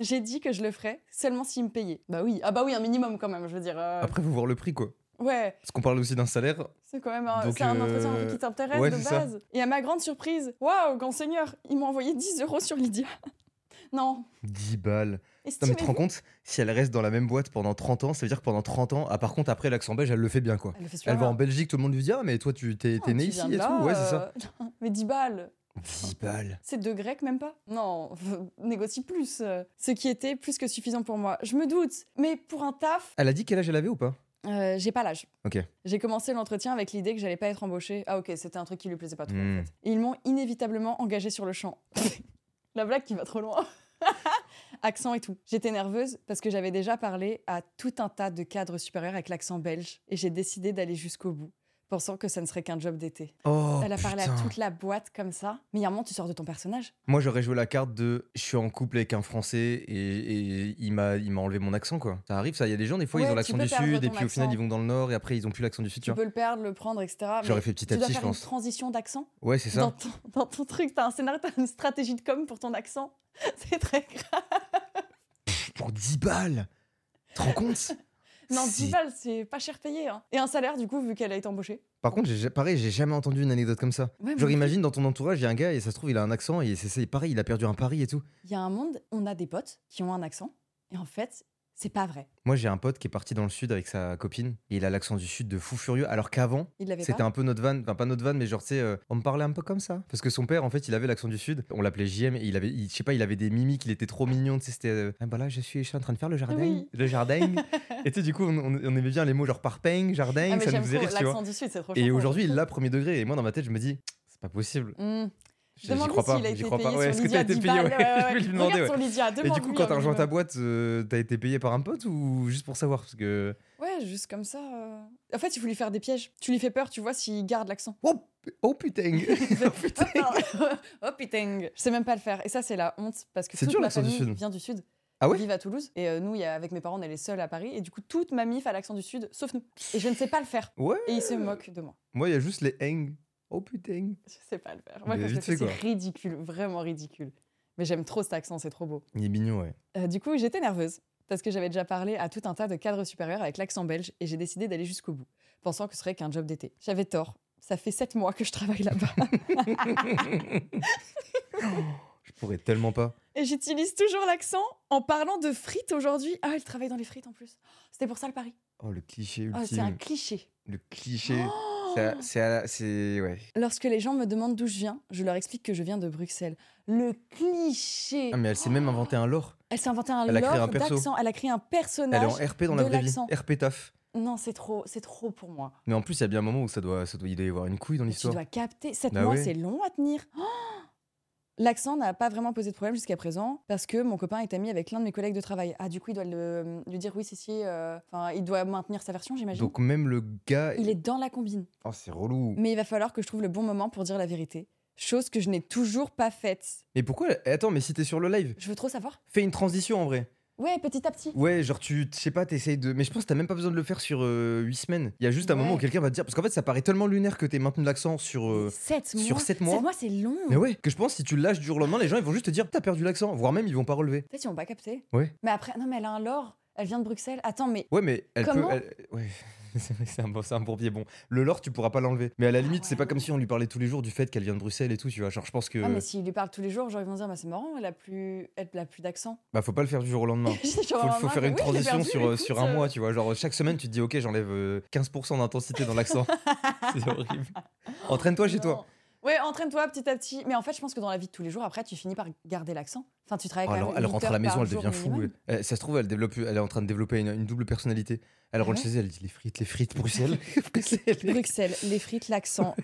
J'ai dit que je le ferais seulement s'ils me payaient. Bah oui, ah bah oui, un minimum quand même, je veux dire. euh,
Après, faut voir le prix, quoi.
Ouais.
Parce qu'on parle aussi d'un salaire.
C'est quand même un,
Donc,
c'est un entretien
euh,
qui t'intéresse
ouais,
de
c'est ça.
base. Et à ma grande surprise, waouh, grand seigneur, ils m'ont envoyé 10 euros sur Lydia. non,
10 balles. Non, mais tu te
estimez
rends compte, si elle reste dans la même boîte pendant 30 ans, ça veut dire que pendant 30 ans, ah, par contre, après, l'accent belge, elle le fait bien, quoi.
Elle le fait super
Elle va
bien.
en Belgique, tout le monde lui dit Ah, mais toi, tu t'es
Ah,
t'es né
tu
ici
viens de
et
là,
tout. Ouais, c'est ça.
euh, Mais 10 balles,
10 balles.
c'est deux grecs même pas. Non, négocie plus. euh, Ce qui était plus que suffisant pour moi. Je me doute, mais pour un taf,
Elle a dit quel âge elle avait ou pas
euh, j'ai pas l'âge.
Ok.
J'ai commencé l'entretien avec l'idée que j'allais pas être embauchée. Ah ok, c'était un truc qui lui plaisait pas trop.
Hmm.
Et ils m'ont inévitablement engagée sur le champ. La blague qui va trop loin. accent et tout. J'étais nerveuse parce que j'avais déjà parlé à tout un tas de cadres supérieurs avec l'accent belge et j'ai décidé d'aller jusqu'au bout, pensant que ça ne serait qu'un job d'été.
Oh,
Elle a parlé
putain.
à toute la boîte comme ça. Mais il y a un moment, tu sors de ton personnage.
Moi, j'aurais joué la carte de je suis en couple avec un Français et, et il m'a il m'a enlevé mon accent, quoi. Ça arrive, ça. Il y a des gens, des fois,
Ouais,
ils ont
tu
l'accent
peux
du
perdre
sud et
ton
puis au final,
accent.
ils vont dans le nord et après, ils ont plus l'accent du sud,
Tu
tu vois.
peux le perdre, le prendre, etc. Ah, mais
J'aurais fait petit
tu
à
dois
petit,
faire
je
une
pense.
transition d'accent.
Ouais, c'est
Dans
ça.
ton, dans ton truc, t'as un scénario, t'as une stratégie de com pour ton accent. C'est très grave.
Pour 10 balles Tu te rends compte
Non,
C'est-
10 balles, c'est pas cher payé. hein. Et un salaire, du coup, vu qu'elle a été embauchée.
Par contre, j'ai- pareil, j'ai jamais entendu une anecdote comme ça.
Ouais, mais
Genre, imagine dans ton entourage, il y a un gars et ça se trouve, il a un accent et c'est- c'est pareil, il a perdu un pari et tout.
Il y a un monde, on a des potes qui ont un accent, et en fait, c'est pas vrai.
Moi, j'ai un pote qui est parti dans le sud avec sa copine et il a l'accent du sud de fou furieux, alors qu'avant,
Il l'avait
C'était
pas.
un peu notre van, enfin pas notre van, mais genre tu sais, euh, on me parlait un peu comme ça. Parce que son père, en fait, il avait l'accent du sud. On l'appelait JM et il avait, il- je sais pas, il avait des mimiques, il était trop mignon. Tu sais, c'était, euh, ah bah là, je suis, je suis en train de faire le jardin,
Oui.
le jardin. et tu sais, du coup, on, on- on aimait bien les mots genre parpeng, jardin,
Ah, mais
ça nous
j'aime
faisait
trop
rire, tu vois.
l'accent du sud, c'est trop
Et
chantant.
aujourd'hui, il l'a premier degré. Et moi, dans ma tête, je me dis, c'est pas possible.
Hmm.
J- J'y
Demande-lui
crois pas,
s'il a
j'y
été
crois pas.
payé
Ouais,
sur
est-ce que t'as
Lydia,
été
10
payé
balles.
ouais,
Ouais, ouais,
Je vais lui
ouais.
demander,
Regarde
ouais.
sur Lydia,
Et du coup,
demande-lui
quand
un
t'as rejoint ta
minimum.
boîte, euh, t'as été payé par un pote ou juste pour savoir Parce que.
Ouais, juste comme ça. euh. En fait, il faut lui faire des pièges. Tu lui fais peur, tu vois, s'il garde l'accent.
Oh, p- oh putain Oh putain
Hop, oh putain Je sais même pas le faire. Et ça, c'est la honte, parce que
C'est
toute
dur,
ma
l'accent du
famille
sud.
vient du sud.
Ah ouais
Ils vivent à Toulouse. Et euh, nous, il y a- avec mes parents, on est les seuls à Paris. Et du coup, toute ma mif a l'accent du sud, sauf nous. Et je ne sais pas le faire.
Ouais
Et ils se moquent de moi.
Moi, il y a juste les hang. Oh putain
Je sais pas le faire. Moi,
Mais
quand je le
vite
fais,
fait,
c'est
quoi.
ridicule, vraiment ridicule. Mais j'aime trop cet accent, c'est trop beau.
Il est mignon, ouais.
Euh, du coup, j'étais nerveuse parce que j'avais déjà parlé à tout un tas de cadres supérieurs avec l'accent belge et j'ai décidé d'aller jusqu'au bout, pensant que ce serait qu'un job d'été. J'avais tort. Ça fait sept mois que je travaille là-bas
Je pourrais tellement pas.
et j'utilise toujours l'accent en parlant de frites aujourd'hui. Ah, elle Oh, travaille dans les frites en plus. C'était pour ça le pari.
Oh, le cliché
Ah, c'est Oh.
ultime.
un cliché.
Le cliché. C'est à- C'est. à la- c'est- Ouais.
Lorsque les gens me demandent d'où je viens, je leur explique que je viens de Bruxelles. Le cliché
Ah, mais elle s'est même inventé un lore.
Elle s'est inventé un
Elle a créé
lore
un perso.
d'accent. Elle a créé un
Elle est
personnage.
en RP dans la
de
vraie vie.
l'accent.
RP taf.
Non, c'est trop, c'est trop pour moi.
Mais en plus, il y a bien un moment où ça doit, ça doit, il doit y avoir une couille dans
Mais Tu
l'histoire.
dois capter. Sept
Bah
mois,
oui.
c'est long à tenir. Oh L'accent n'a pas vraiment posé de problème jusqu'à présent parce que mon copain est ami avec l'un de mes collègues de travail. Ah, du coup, il doit le- lui dire oui, si, si. euh, Enfin, il doit maintenir sa version, j'imagine.
Donc même le gars.
Il est Mm. dans la combine.
Oh, c'est relou.
Mais il va falloir que je trouve le bon moment pour dire la vérité. Chose que je n'ai toujours pas faite.
Mais pourquoi eh, Attends, mais si t'es sur le live,
Je veux trop savoir.
fais une transition en vrai.
Ouais, petit à petit.
Ouais, genre tu, je sais pas, t'essayes de. Mais je pense que t'as même pas besoin de le faire sur 8 semaines. Il y a juste un
Ouais.
moment où quelqu'un va te dire. Parce qu'en fait, ça paraît tellement lunaire que t'aies maintenu l'accent sur. euh,
Sept mois.
sur sept mois.
Sept mois, c'est long.
Mais ouais, que je pense si tu le lâches du jour au lendemain, les gens ils vont juste te dire t'as perdu l'accent, voire même ils vont pas relever.
Peut-être qu'ils n'ont pas capté.
Ouais.
Mais après, non, mais elle a un lore. Elle vient de Bruxelles. Attends, mais
Ouais, mais elle
Comment
peut. elle- Ouais, c'est vrai que c'est un, bon- c'est un bourbier. Bon, le lore, tu pourras pas l'enlever. Mais à la limite, c'est
ouais.
pas comme si on lui parlait tous les jours du fait qu'elle vient de Bruxelles et tout, tu vois. Genre, je pense que.
Ah, mais s'il lui parle tous les jours, genre ils vont dire bah, c'est marrant, elle a plus, elle a plus d'accent.
Bah, faut pas le faire du jour au lendemain.
Genre,
Faut,
vraiment,
faut faire une
oui, je l'ai
transition
perdu,
sur, euh,
écoute,
sur un
euh,
mois, tu vois. Genre, chaque semaine, tu te dis, ok, j'enlève euh, 15% d'intensité dans l'accent. c'est horrible. Entraîne-toi chez toi.
non. Ouais, entraîne-toi petit à petit. Mais en fait, je pense que dans la vie de tous les jours, après, tu finis par garder l'accent. Enfin, tu travailles
Oh,
quand
alors,
même
elle
huit
rentre à
heures
la maison,
par
elle
jour
devient fou.
minimum.
ouais. Euh, ça se trouve, elle, développe, elle est en train de développer une, une double personnalité. Elle rentre
Ah ouais
chez elle, elle dit les frites, les frites, Bruxelles. Bruxelles.
Bruxelles, les frites, l'accent.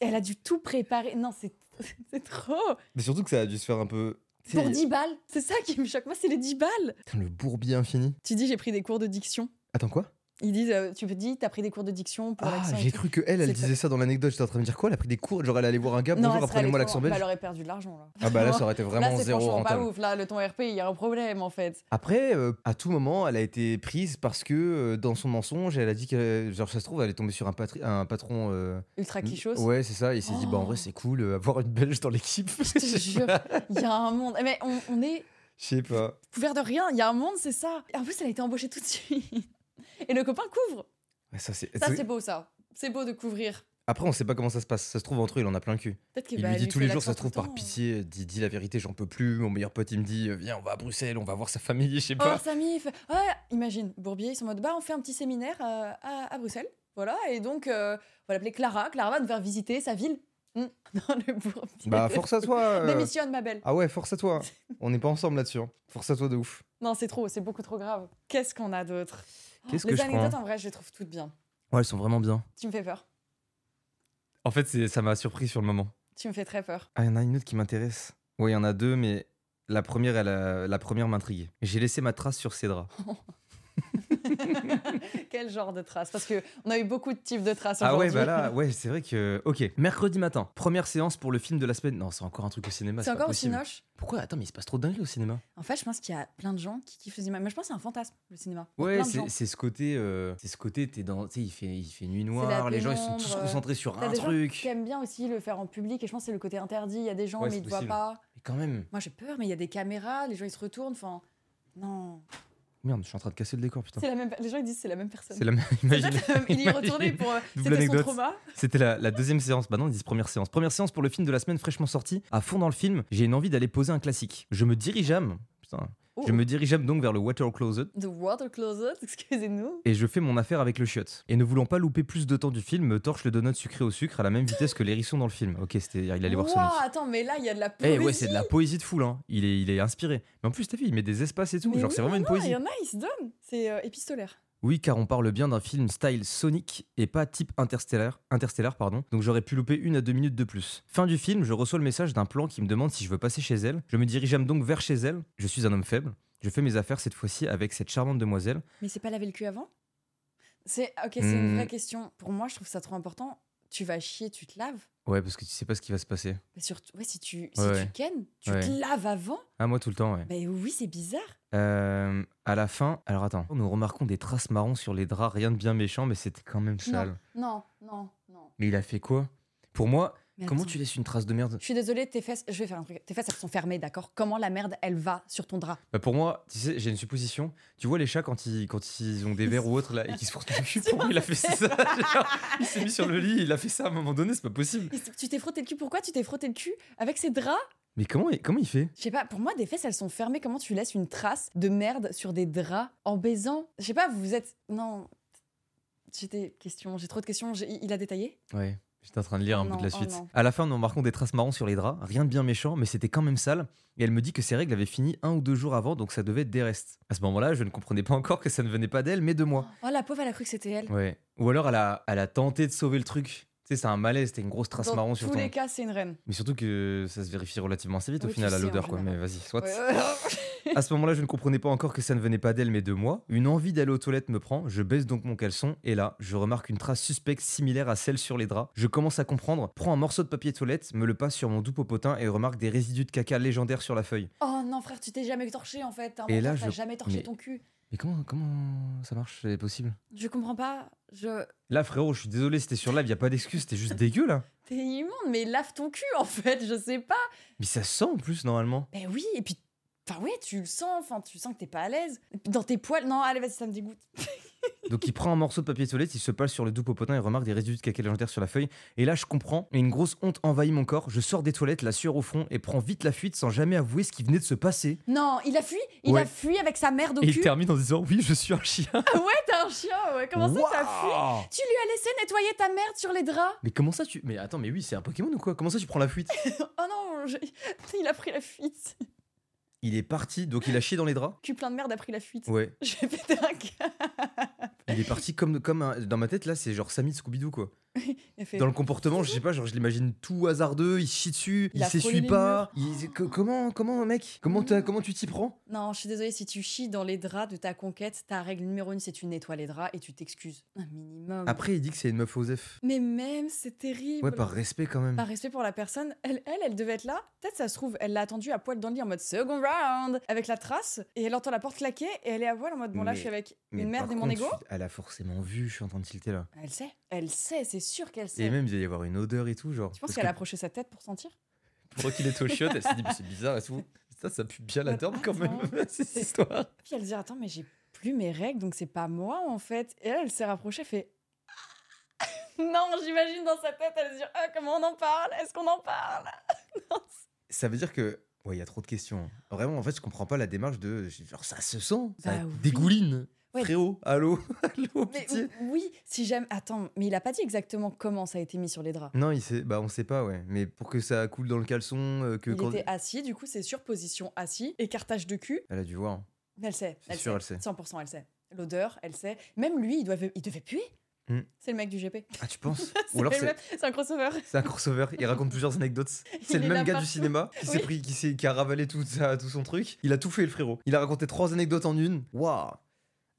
elle a dû tout préparer. Non, c'est c'est trop.
Mais surtout que ça a dû se faire un peu. tu sais,
Pour 10 balles, c'est ça qui me choque. Moi, c'est les 10 balles.
putain, le bourbier infini.
Tu dis, j'ai pris des cours de diction.
Attends, quoi
Ils disent, euh, tu me dis, t'as pris des cours de diction pour
Ah,
l'accent. et
j'ai
tout.
cru que elle, elle
C'est
disait ça dans l'anecdote. J'étais en train de me dire quoi Elle a pris des cours, genre elle allait voir un gars,
Non, elle
bonjour,
serait allée
apprenez-moi
trop
l'accent
loin. Bah,
belge.
elle aurait perdu de l'argent, là.
Ah bah là, ça aurait été
là,
vraiment
c'est
zéro
franchement
rentable.
pas ouf. Là, le ton RP, il y a un problème en fait.
Après, euh, à tout moment, elle a été prise parce que euh, dans son mensonge, elle a dit que, euh, genre, ça se trouve, elle est tombée sur un, patri- un patron. euh,
Ultra clichose.
Ouais, c'est ça. Il s'est dit, bah en vrai,
Oh.
c'est cool, euh, avoir une belge dans l'équipe.
Je te jure, il y a un monde. Eh, Mais on, on est
Je sais pas.
couvert de rien. Il y a un monde, c'est ça. Et en plus, elle a été embauchée tout de suite. Et le copain couvre.
Ouais, ça, c'est...
Ça, c'est beau, ça. C'est beau de couvrir.
Après, on sait pas comment ça se passe. Ça se trouve, entre eux, il en a plein le cul.
Peut-être qu'il
Il
va
lui dit tous
bah, fait
les jours,
l'accent
ça se
tout le
trouve, par
temps.
pitié, dis, dis la vérité, j'en peux plus. Mon meilleur pote, il me dit, euh, viens, on va à Bruxelles, on va voir sa famille, je sais
Oh,
pas.
Samy, il fait- ouais, imagine. Bourbier, ils sont en mode, bah, on fait un petit séminaire euh, à, à Bruxelles. Voilà. Et donc, euh, on va l'appeler Clara. Clara va nous faire visiter sa ville. Hmm. Non, le Bourbier.
Bah, force à toi. euh.
Démissionne, ma belle.
Ah ouais, force à toi. On n'est pas ensemble là-dessus. hein. Force à toi de ouf.
Non, c'est trop, c'est beaucoup trop grave. Qu'est-ce qu'on a d'autre
Qu'est-ce que
Les
je prends
anecdotes, en vrai, je les trouve toutes bien.
Ouais, elles sont vraiment bien.
Tu me fais peur.
En fait, c'est- ça m'a surpris sur le moment.
Tu me fais très peur.
Ah, il y en a une autre qui m'intéresse. Ouais, il y en a deux, mais la première, elle a- la première m'intrigue. J'ai laissé ma trace sur ses draps.
Quel genre de traces Parce que on a eu beaucoup de types de traces
Ah ouais,
aujourd'hui.
bah là, ouais, c'est vrai que. Ok, mercredi matin, première séance pour le film de la semaine. Non, bah, c'est encore un truc au cinéma.
c'est
pas
encore aussi
possible.
noche.
Pourquoi Attends, mais il se passe trop de dingueries au cinéma.
En fait, je pense qu'il y a plein de gens qui kiffent le cinéma. Mais je pense que c'est un fantasme, le cinéma. Pour
Ouais,
plein de gens.
c'est c'est ce côté, euh, c'est ce côté, t'es dans, tu sais, il fait, il fait nuit
la
noire, les gens ils sont
pénombre,
tous
euh,
concentrés sur
T'as
un
des
truc.
gens qui aiment bien aussi le faire en public. Et je pense que c'est le côté interdit. Il y a des gens,
Ouais,
mais
c'est
ils ne voient
possible.
pas.
Mais quand même,
Moi, j'ai peur, mais il y a des caméras. Les gens, ils se retournent. Enfin, non.
merde, je suis en train de casser le décor, putain.
C'est la même... Les gens, ils disent c'est la même personne.
C'est la même.
C'est
Imagine.
peut-être la même- Il y est retourné
imagine.
pour. euh,
Double
C'était son
anecdote.
trauma.
C'était la, la deuxième séance. Bah non, ils disent première séance. Première séance pour le film de la semaine fraîchement sorti. À fond dans le film, j'ai une envie d'aller poser un classique. Je me dirigeame. Putain.
Oh.
Je me dirigeame donc vers le water closet.
The Water Closet, excusez-nous.
Et je fais mon affaire avec le chiotte. Et ne voulant pas louper plus de temps du film, me torche le donut sucré au sucre à la même vitesse que l'hérisson dans le film. Ok, c'était, il allait voir Sonic.
Ouah, attends, mais là, il y a de la
Eh
poésie.
ouais, c'est de la poésie de foule, hein. Il est, il est inspiré. Mais en plus, t'as vu, il met des espaces et tout.
Mais
Genre,
oui,
c'est vraiment une
non, Ah, Il
poésie.
y en a, ils se donnent. C'est euh, épistolaire.
Oui, car on parle bien d'un film style Sonic et pas type interstellaire, interstellaire pardon, donc j'aurais pu louper une à deux minutes de plus. Fin du film, je reçois le message d'un plan qui me demande si je veux passer chez elle. Je me dirigeame donc vers chez elle. Je suis un homme faible. Je fais mes affaires cette fois-ci avec cette charmante demoiselle.
Mais c'est pas laver le cul avant C'est ok, c'est une
Hmm.
vraie question. Pour moi, je trouve ça trop important. Tu vas chier, tu te laves.
Ouais, parce que tu sais pas ce qui va se passer.
Mais surtout, ouais, si tu si
Ouais, ouais.
tu kennes, tu
Ouais.
te laves avant.
Ah, moi tout le temps, ouais.
Bah oui, c'est bizarre.
Euh, à la fin, alors attends, nous remarquons des traces marrons sur les draps, rien de bien méchant, mais c'était quand même sale.
Non, non, non.
Mais il a fait quoi Pour moi,
Mais
comment
attends.
tu laisses une trace de merde
Je suis désolée, tes fesses. Je vais faire un truc. Tes fesses, elles sont fermées, d'accord Comment la merde, elle va sur ton drap
Bah, pour moi, tu sais, j'ai une supposition. Tu vois les chats quand ils, quand ils ont des verres ou autre là, et qu'ils se font le cul, pour moi, il a fait ça. Genre, il s'est mis sur le lit, il a fait ça à un moment donné, c'est pas possible.
Et Tu t'es frotté le cul. Pourquoi tu t'es frotté le cul avec ces draps
Mais comment, il- comment il fait
Je sais pas, pour moi, des fesses, elles sont fermées. Comment tu laisses une trace de merde sur des draps en baisant Je sais pas, vous êtes. Non. J'ai des questions, j'ai trop de questions. J'ai- Il a détaillé
Ouais. J'étais en train de lire un
Oh
bout de
non,
la
oh
suite.
non.
à la fin, nous marquons des traces marrons sur les draps. Rien de bien méchant, mais c'était quand même sale. Et elle me dit que ses règles avaient fini un ou deux jours avant, donc ça devait être des restes. À ce moment-là, je ne comprenais pas encore que ça ne venait pas d'elle, mais de moi.
Oh, la pauvre, elle a cru que c'était elle.
Ouais. Ou alors, elle a, elle a tenté de sauver le truc. Tu sais, c'est hein. un malaise, c'était une grosse trace
Dans
marron
tous
sur ton.
les cas, c'est une reine.
Mais surtout que ça se vérifie relativement assez vite au
Oui, tu
final à
sais, en
l'odeur, quoi. Mais
général.
vas-y, soit.
Ouais, ouais, ouais.
À ce moment-là, je ne comprenais pas encore que ça ne venait pas d'elle mais de moi. Une envie d'aller aux toilettes me prend, je baisse donc mon caleçon et là, je remarque une trace suspecte similaire à celle sur les draps. Je commence à comprendre, prends un morceau de papier toilette, me le passe sur mon doux popotin et remarque des résidus de caca légendaires sur la feuille.
Oh non, frère, tu t'es jamais torché en fait. T'es un
Et là,
menteur, t'as
je-
jamais torché
mais-
ton cul.
Mais comment, comment ça marche C'est possible
Je comprends pas. Je...
Là, frérot, je suis désolé, c'était sur live, y a pas d'excuse, c'était juste dégueu là.
T'es immonde, mais lave ton cul en fait, je sais pas.
Mais ça sent en plus normalement.
Ben oui, et puis. Enfin, ouais, tu le sens, enfin, tu sens que t'es pas à l'aise. Et puis Dans tes poils, non, allez, vas-y, ça me dégoûte.
Donc il prend un morceau de papier toilette, il se passe sur le doux popotin et remarque des résidus de caca légendaire sur la feuille. Et là, je comprends, et une grosse honte envahit mon corps. Je sors des toilettes, la sueur au front, et prends vite la fuite sans jamais avouer ce qui venait de se passer.
Non, il a fui, il
Ouais.
a fui avec sa merde au
et
cul.
il termine en disant Oui, je suis un chien.
Ah ouais, t'as un chien, ouais, comment ça t'as fui
Waouh
Tu lui as laissé nettoyer ta merde sur les draps
Mais comment ça tu. Mais attends, mais oui, c'est un Pokémon ou quoi Comment ça tu prends la fuite
Oh non, je- il a pris la fuite.
Il est parti, donc il a chié dans les draps
Cul plein de merde a pris la fuite.
Ouais.
J'ai pété un câble.
Il est parti comme. comme un- Dans ma tête, là, c'est genre Sammy de Scooby-Doo quoi.
Il a fait-
Dans le comportement, je sais pas, genre je l'imagine tout hasardeux, il chie dessus,
Il
il
a frôlé
s'essuie
les
pas. il- que- Comment, comment, mec comment, t'as-
Mm.
comment tu t'y prends
Non, je suis désolée, si tu chies dans les draps de ta conquête, ta règle numéro une, c'est tu nettoies les draps et tu t'excuses. Un minimum.
Après, il dit que c'est une meuf Osef.
Mais même, c'est terrible.
Ouais, par respect quand même.
Par respect pour la personne, elle, elle, elle devait être là. Peut-être ça se trouve, elle l'a attendu à poil dans le lit en mode second round, avec la trace, et elle entend la porte claquer, et elle est à poil en mode bon là,
Mais-
je suis avec
Mais
une merde
par
et mon
contre,
ego.
je suis- Elle a forcément vu, je suis en train de tilter là.
Elle sait, elle sait, c'est sûr qu'elle
Et
sait.
même, il doit y avoir une odeur et tout, genre.
Tu penses
parce
qu'elle
que
a approché sa tête pour sentir
Pour qu'il est aux chiottes, elle s'est dit, mais c'est bizarre et tout. Ça, ça pue bien la
Ouais,
dorme quand même,
attends.
cette histoire.
Puis elle dit attends mais j'ai plus mes règles donc c'est pas moi en fait. Et là elle s'est rapprochée elle fait non j'imagine dans sa tête elle se dit ah comment on en parle est-ce qu'on en parle
Ça veut dire que. Ouais, il y a trop de questions. Vraiment, en fait, je comprends pas la démarche de. Genre, ça se sent. Ça
Bah oui.
dégouline.
Ouais.
Frérot, allô Allô,
Mais
pitié.
oui si j'aime attends mais il a pas dit exactement comment ça a été mis sur les draps.
Non, il sait. Bah, on sait pas, ouais. Mais pour que ça coule dans le caleçon, euh, que.
Il
quand-
était assis du coup c'est surposition assis écartage de cul
Elle a dû voir. hein.
mais elle sait
C'est sûr, elle sait.
100% elle sait l'odeur elle sait même lui il devait il devait puer
Hmm.
c'est le mec du GP
Ah, tu penses
c'est
Ou alors,
le
c'est
même- c'est un crossover
C'est un crossover, il raconte plusieurs anecdotes. C'est
Il
le
est
même
là
gars
partout.
du cinéma qui s'est
Oui.
pris, qui, s'est- qui a ravalé tout, ça, tout son truc. Il a tout fait le frérot. Il a raconté trois anecdotes en une. Waouh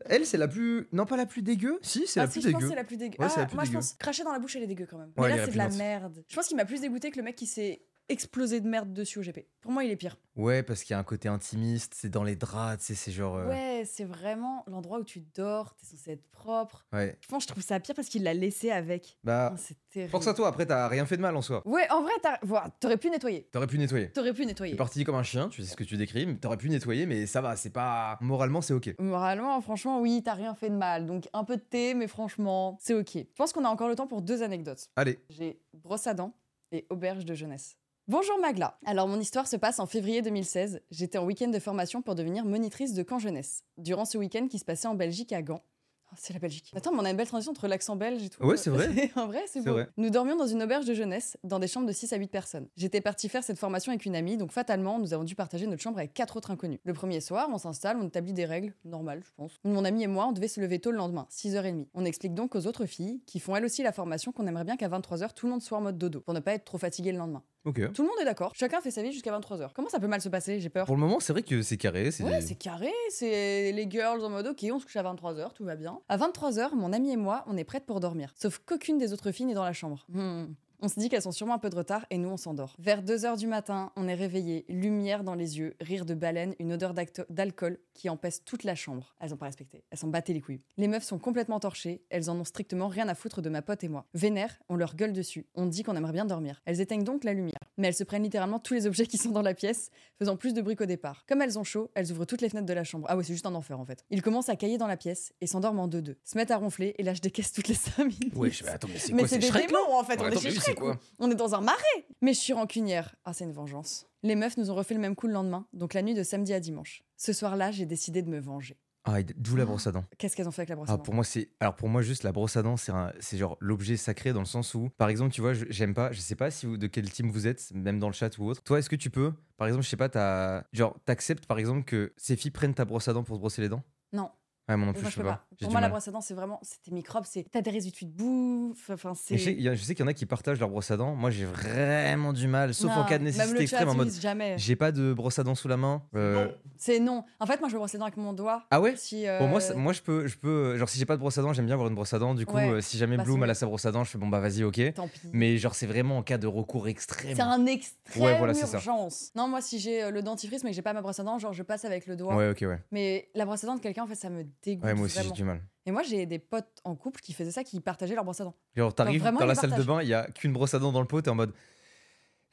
Elle, c'est la plus. Non, pas la plus dégueu Si, c'est
Ah
la
si,
plus
je pense
dégueu.
que c'est la plus dégueu.
Ouais, c'est la
Ah,
plus
moi, je
dégueu.
pense cracher dans la bouche, elle est dégueu quand même.
Ouais,
mais
elle est
là, c'est de la
répugnante.
merde. Je pense qu'il m'a plus dégoûté que le mec qui s'est explosé de merde dessus au GP. Pour moi, il est pire.
Ouais, parce qu'il y a un côté intimiste, c'est dans les draps, tu sais, c'est genre. euh,
Ouais, c'est vraiment l'endroit où tu dors, t'es censé être propre.
ouais.
Je pense que je trouve ça pire parce qu'il l'a laissé avec.
Bah,
Oh, c'est terrible.
force à toi, après, t'as rien fait de mal en soi.
Ouais, en vrai, t'as- voilà, t'aurais pu nettoyer.
T'aurais pu nettoyer.
T'aurais pu
T'es
nettoyer.
parti comme un chien, tu sais ce que tu décris, mais t'aurais pu nettoyer, mais ça va, c'est pas. Moralement, c'est ok.
Moralement, franchement, oui, t'as rien fait de mal. Donc un peu de thé, mais franchement, c'est ok. Je pense qu'on a encore le temps pour deux anecdotes.
Allez,
J'ai brosse à dents et auberge de jeunesse. Bonjour Magla. Alors mon histoire se passe en février 2016. J'étais en week-end de formation pour devenir monitrice de camp jeunesse. Durant ce week-end qui se passait en Belgique à Gand. Oh, c'est la Belgique. Attends, mais on a une belle transition entre l'accent belge et tout.
Ouais, c'est vrai.
en vrai, c'est
C'est
beau.
vrai.
Nous dormions dans une auberge de jeunesse, dans des chambres de 6 à 8 personnes. J'étais partie faire cette formation avec une amie, donc fatalement, nous avons dû partager notre chambre avec quatre autres inconnus. Le premier soir, on s'installe, on établit des règles, normal, je pense. Mon ami et moi, on devait se lever tôt le lendemain, 6h30. On explique donc aux autres filles, qui font elles aussi la formation, qu'on aimerait bien qu'à 23h, tout le monde soit en mode dodo, pour ne pas être trop fatigué le lendemain.
ok.
Tout le monde est d'accord, chacun fait sa vie jusqu'à 23h. Comment ça peut mal se passer J'ai peur.
Pour le moment, c'est vrai que c'est carré, c'est.
Ouais, c'est carré, c'est les girls en mode ok, on se couche à 23h, tout va bien. À 23h, mon ami et moi, on est prêtes pour dormir. Sauf qu'aucune des autres filles n'est dans la chambre. Hmm. On se dit qu'elles sont sûrement un peu de retard et nous on s'endort. Vers 2h du matin, on est réveillés, lumière dans les yeux, rire de baleine, une odeur d'acto- d'alcool qui empeste toute la chambre. Elles ont pas respecté, elles s'en battaient les couilles. Les meufs sont complètement torchées, elles en ont strictement rien à foutre de ma pote et moi. Vénère, on leur gueule dessus, on dit qu'on aimerait bien dormir. Elles éteignent donc la lumière, mais elles se prennent littéralement tous les objets qui sont dans la pièce faisant plus de bruit qu'au départ. Comme elles ont chaud, elles ouvrent toutes les fenêtres de la chambre. Ah ouais, c'est juste un enfer en fait. Ils commencent à cailler dans la pièce et s'endorment en deux-deux, se mettent à ronfler et lâchent des caisses toutes les 5 minutes.
Ouais, je- attends, mais c'est
mais
quoi
c'est
ces
des
Shrek, là
démons en fait, on
Ouais, attends,
est
mais
chez
oui, c'est
Shrek,
quoi
on est dans un marais Mais je suis rancunière. Ah, c'est une vengeance. Les meufs nous ont refait le même coup le lendemain, donc la nuit de samedi à dimanche. Ce soir-là, j'ai décidé de me venger.
Ah, et d'où la brosse à dents.
Qu'est-ce qu'elles ont fait avec la brosse à
Ah,
dents
pour moi, c'est. Alors, pour moi, juste la brosse à dents, c'est un- c'est genre l'objet sacré dans le sens où, par exemple, tu vois, je- j'aime pas, je sais pas si vous, de quel team vous êtes, même dans le chat ou autre. Toi, est-ce que tu peux, par exemple, je sais pas, t'as. Genre, t'acceptes, par exemple, que ces filles prennent ta brosse à dents pour se brosser les dents
Non.
Ouais, moi non
Moi,
plus,
je
je peux
peux
pas. J'ai
Pour
du
moi, la
mal.
brosse à dents, c'est vraiment. C'est tes microbes, c'est. T'as des résidus de bouffe. Enfin, c'est.
Mais je sais, il y a- je sais qu'il y en a qui partagent leur brosse à dents. Moi, j'ai vraiment du mal, sauf en
Non,
cas de
Même
nécessité
le chat,
extrême en mode.
utilise euh. jamais.
J'ai pas de brosse à dents sous la main. euh,
C'est non. En fait, moi, je me brosse les dents avec mon doigt.
Ah ouais
Si,
Bon, moi,
euh,
c'est- moi je, peux, je peux. Genre, si j'ai pas de brosse à dents, j'aime bien avoir une brosse à dents. Du coup,
Ouais.
euh, si jamais
Bah, c'est
Bloom elle
mieux.
a sa brosse à dents, je fais bon, bah vas-y, ok.
Tant pis.
Mais genre, c'est vraiment en cas de recours extrême.
C'est un extrême
Ouais, voilà, c'est ça.
urgence. Non, moi, si j'ai euh, le dentifrice mais que j'ai pas ma brosse à dents, genre je passe avec le doigt.
Ouais, ok, ouais.
Mais la brosse à dents de quelqu'un, en fait, ça me dégoûte.
Ouais, moi aussi, j'ai
vraiment.
du mal.
Et moi, j'ai des potes en couple qui faisaient ça, qui partageaient leur brosse à dents.
Genre, t'arrives
vraiment,
dans la
ils
salle de
partagent.
bain, il y a qu'une brosse à dents dans le pot, t'es en mode.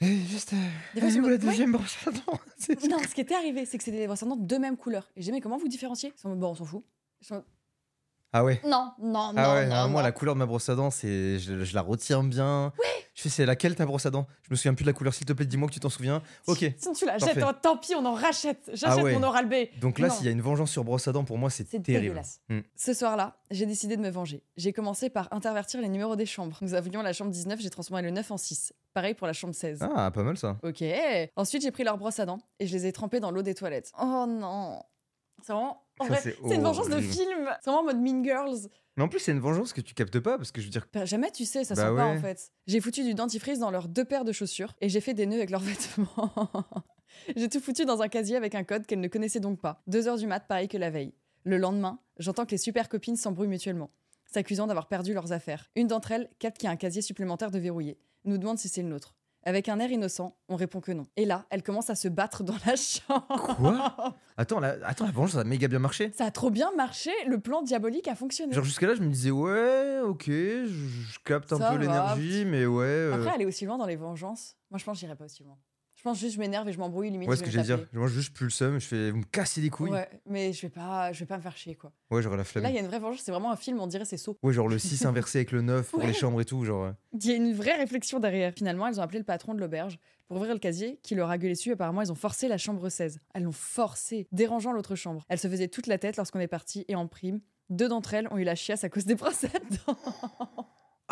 Eh, juste. euh,
Des fois,
elle
c'est
est où
mode,
la
ouais.
deuxième brosse à dents C'est-
Non, ce qui était arrivé, c'est que c'était des brosses à dents de même couleur. Et j'ai dit, mais comment vous différenciez Ils sont en mode, bon, on s'en fout. Ils sont en mode,
Ah ouais
Non, non,
ah
non,
ouais,
non,
ah, moi
non.
la couleur de ma brosse à dents, c'est je, je la retiens bien. Je fais c'est laquelle ta brosse à dents Je me souviens plus de la couleur, s'il te plaît, dis-moi que tu t'en souviens. Ok.
Sinon, tu la
Parfait.
jettes, oh, tant pis, on en rachète. J'achète
Ah ouais.
mon Oral B.
Donc là,
Non.
s'il y a une vengeance sur brosse à dents, pour moi, c'est
C'est
terrible.
dégueulasse.
Hmm.
Ce soir-là, j'ai décidé de me venger. J'ai commencé par intervertir les numéros des chambres. Nous avions la chambre 19, j'ai transformé le 9 en 6. Pareil pour la chambre 16.
Ah, pas mal ça.
Ok. Ensuite, j'ai pris leurs brosses à dents et je les ai trempées dans l'eau des toilettes. Oh non. C'est vraiment. en
Ça,
vrai,
c'est
c'est une vengeance de
horrible.
film. C'est vraiment en mode Mean Girls.
Mais en plus, c'est une vengeance que tu captes pas parce que je veux dire,
Bah, Jamais tu sais, ça
Bah
sent pas
ouais.
en fait. J'ai foutu du dentifrice dans leurs deux paires de chaussures et j'ai fait des nœuds avec leurs vêtements. j'ai tout foutu dans un casier avec un code qu'elles ne connaissaient donc pas. Deux heures du mat, pareil que la veille. Le lendemain, j'entends que les super copines s'embrouillent mutuellement, s'accusant d'avoir perdu leurs affaires. Une d'entre elles capte qu'il y a un casier supplémentaire de verrouillé, nous demande si c'est le nôtre. Avec un air innocent, on répond que non. Et là, elle commence à se battre dans la chambre.
Quoi attends, la, attends, la vengeance, ça a méga bien marché.
Ça a trop bien marché, le plan diabolique a fonctionné.
Genre, jusque-là, je me disais, ouais, ok, je, je capte un
Ça
peu
va,
l'énergie, mais ouais. euh,
Après, aller aussi loin dans les vengeances, moi je pense que j'irai pas aussi loin. Je pense juste je m'énerve et je m'embrouille limite.
ouais,
je
ce
vais
que
me
j'allais dire.
taper.
Moi, juste plus le seum, je fais, vous me cassez les couilles. Ouais,
Ouais, mais je vais pas, je vais pas me faire chier quoi.
j'aurais la flemme.
Là, il y a une vraie vengeance, c'est vraiment un film, on dirait c'est saut.
Ouais, genre le 6 inversé avec le 9 pour les chambres et tout, genre. euh.
Il y a une vraie réflexion derrière. Finalement, elles ont appelé le patron de l'auberge pour ouvrir le casier, qui leur a gueulé dessus. Apparemment, ils ont forcé la chambre 16. Elles l'ont forcé, dérangeant l'autre chambre. Elles se faisaient toute la tête lorsqu'on est parti et en prime. Deux d'entre elles ont eu la chiasse à cause des brosses à dents.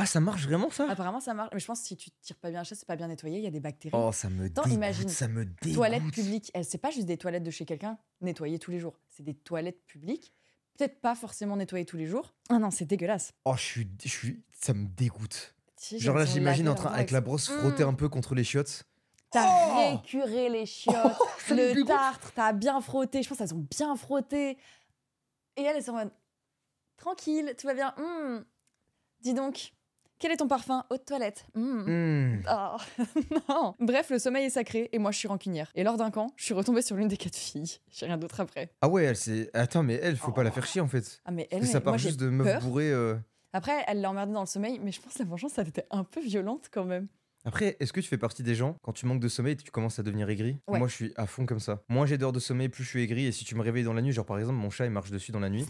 Ah, ça marche vraiment ça
Apparemment, ça marche. Mais je pense que si tu tires pas bien la chiasse, c'est pas bien nettoyé, il y a des bactéries.
Oh, ça me
Attends,
dégoûte,
imagine.
ça me dégoûte.
toilettes publiques. Elle- C'est pas juste des toilettes de chez quelqu'un nettoyées tous les jours. C'est des toilettes publiques. Peut-être pas forcément nettoyées tous les jours. Ah non, c'est dégueulasse.
Oh, je suis, je suis, ça me dégoûte.
Si,
Genre là,
elles ont
j'imagine
lavé
en train
leurs
avec la
doigts,
brosse frotter un peu contre les chiottes.
T'as
Oh
récuré les chiottes,
ça me
le
dégoûte.
tartre, t'as bien frotté. Je pense qu'elles ont bien frotté. Et elle, elle est en mode tranquille, tout va bien. Hmm. Dis donc, quel est ton parfum Eau de toilette. Hmm.
Hmm.
Oh, non Bref, le sommeil est sacré et moi je suis rancunière. Et lors d'un camp, je suis retombée sur l'une des quatre filles. J'ai rien d'autre après.
Ah ouais, elle c'est. Attends, mais elle, faut pas la faire chier en fait.
Ah mais elle,
Parce que ça
mais moi,
part
j'ai
juste de meufs
peur.
bourrées. euh.
Après, elle l'a emmerdé dans le sommeil, mais je pense que la vengeance, elle était un peu violente quand même.
Après, est-ce que tu fais partie des gens, quand tu manques de sommeil, tu commences à devenir aigri
Ouais.
Moi, je suis à fond comme ça. Moins j'ai d'heures de sommeil, plus je suis aigri. Et si tu me réveilles dans la nuit, genre par exemple, mon chat, il marche dessus dans la nuit.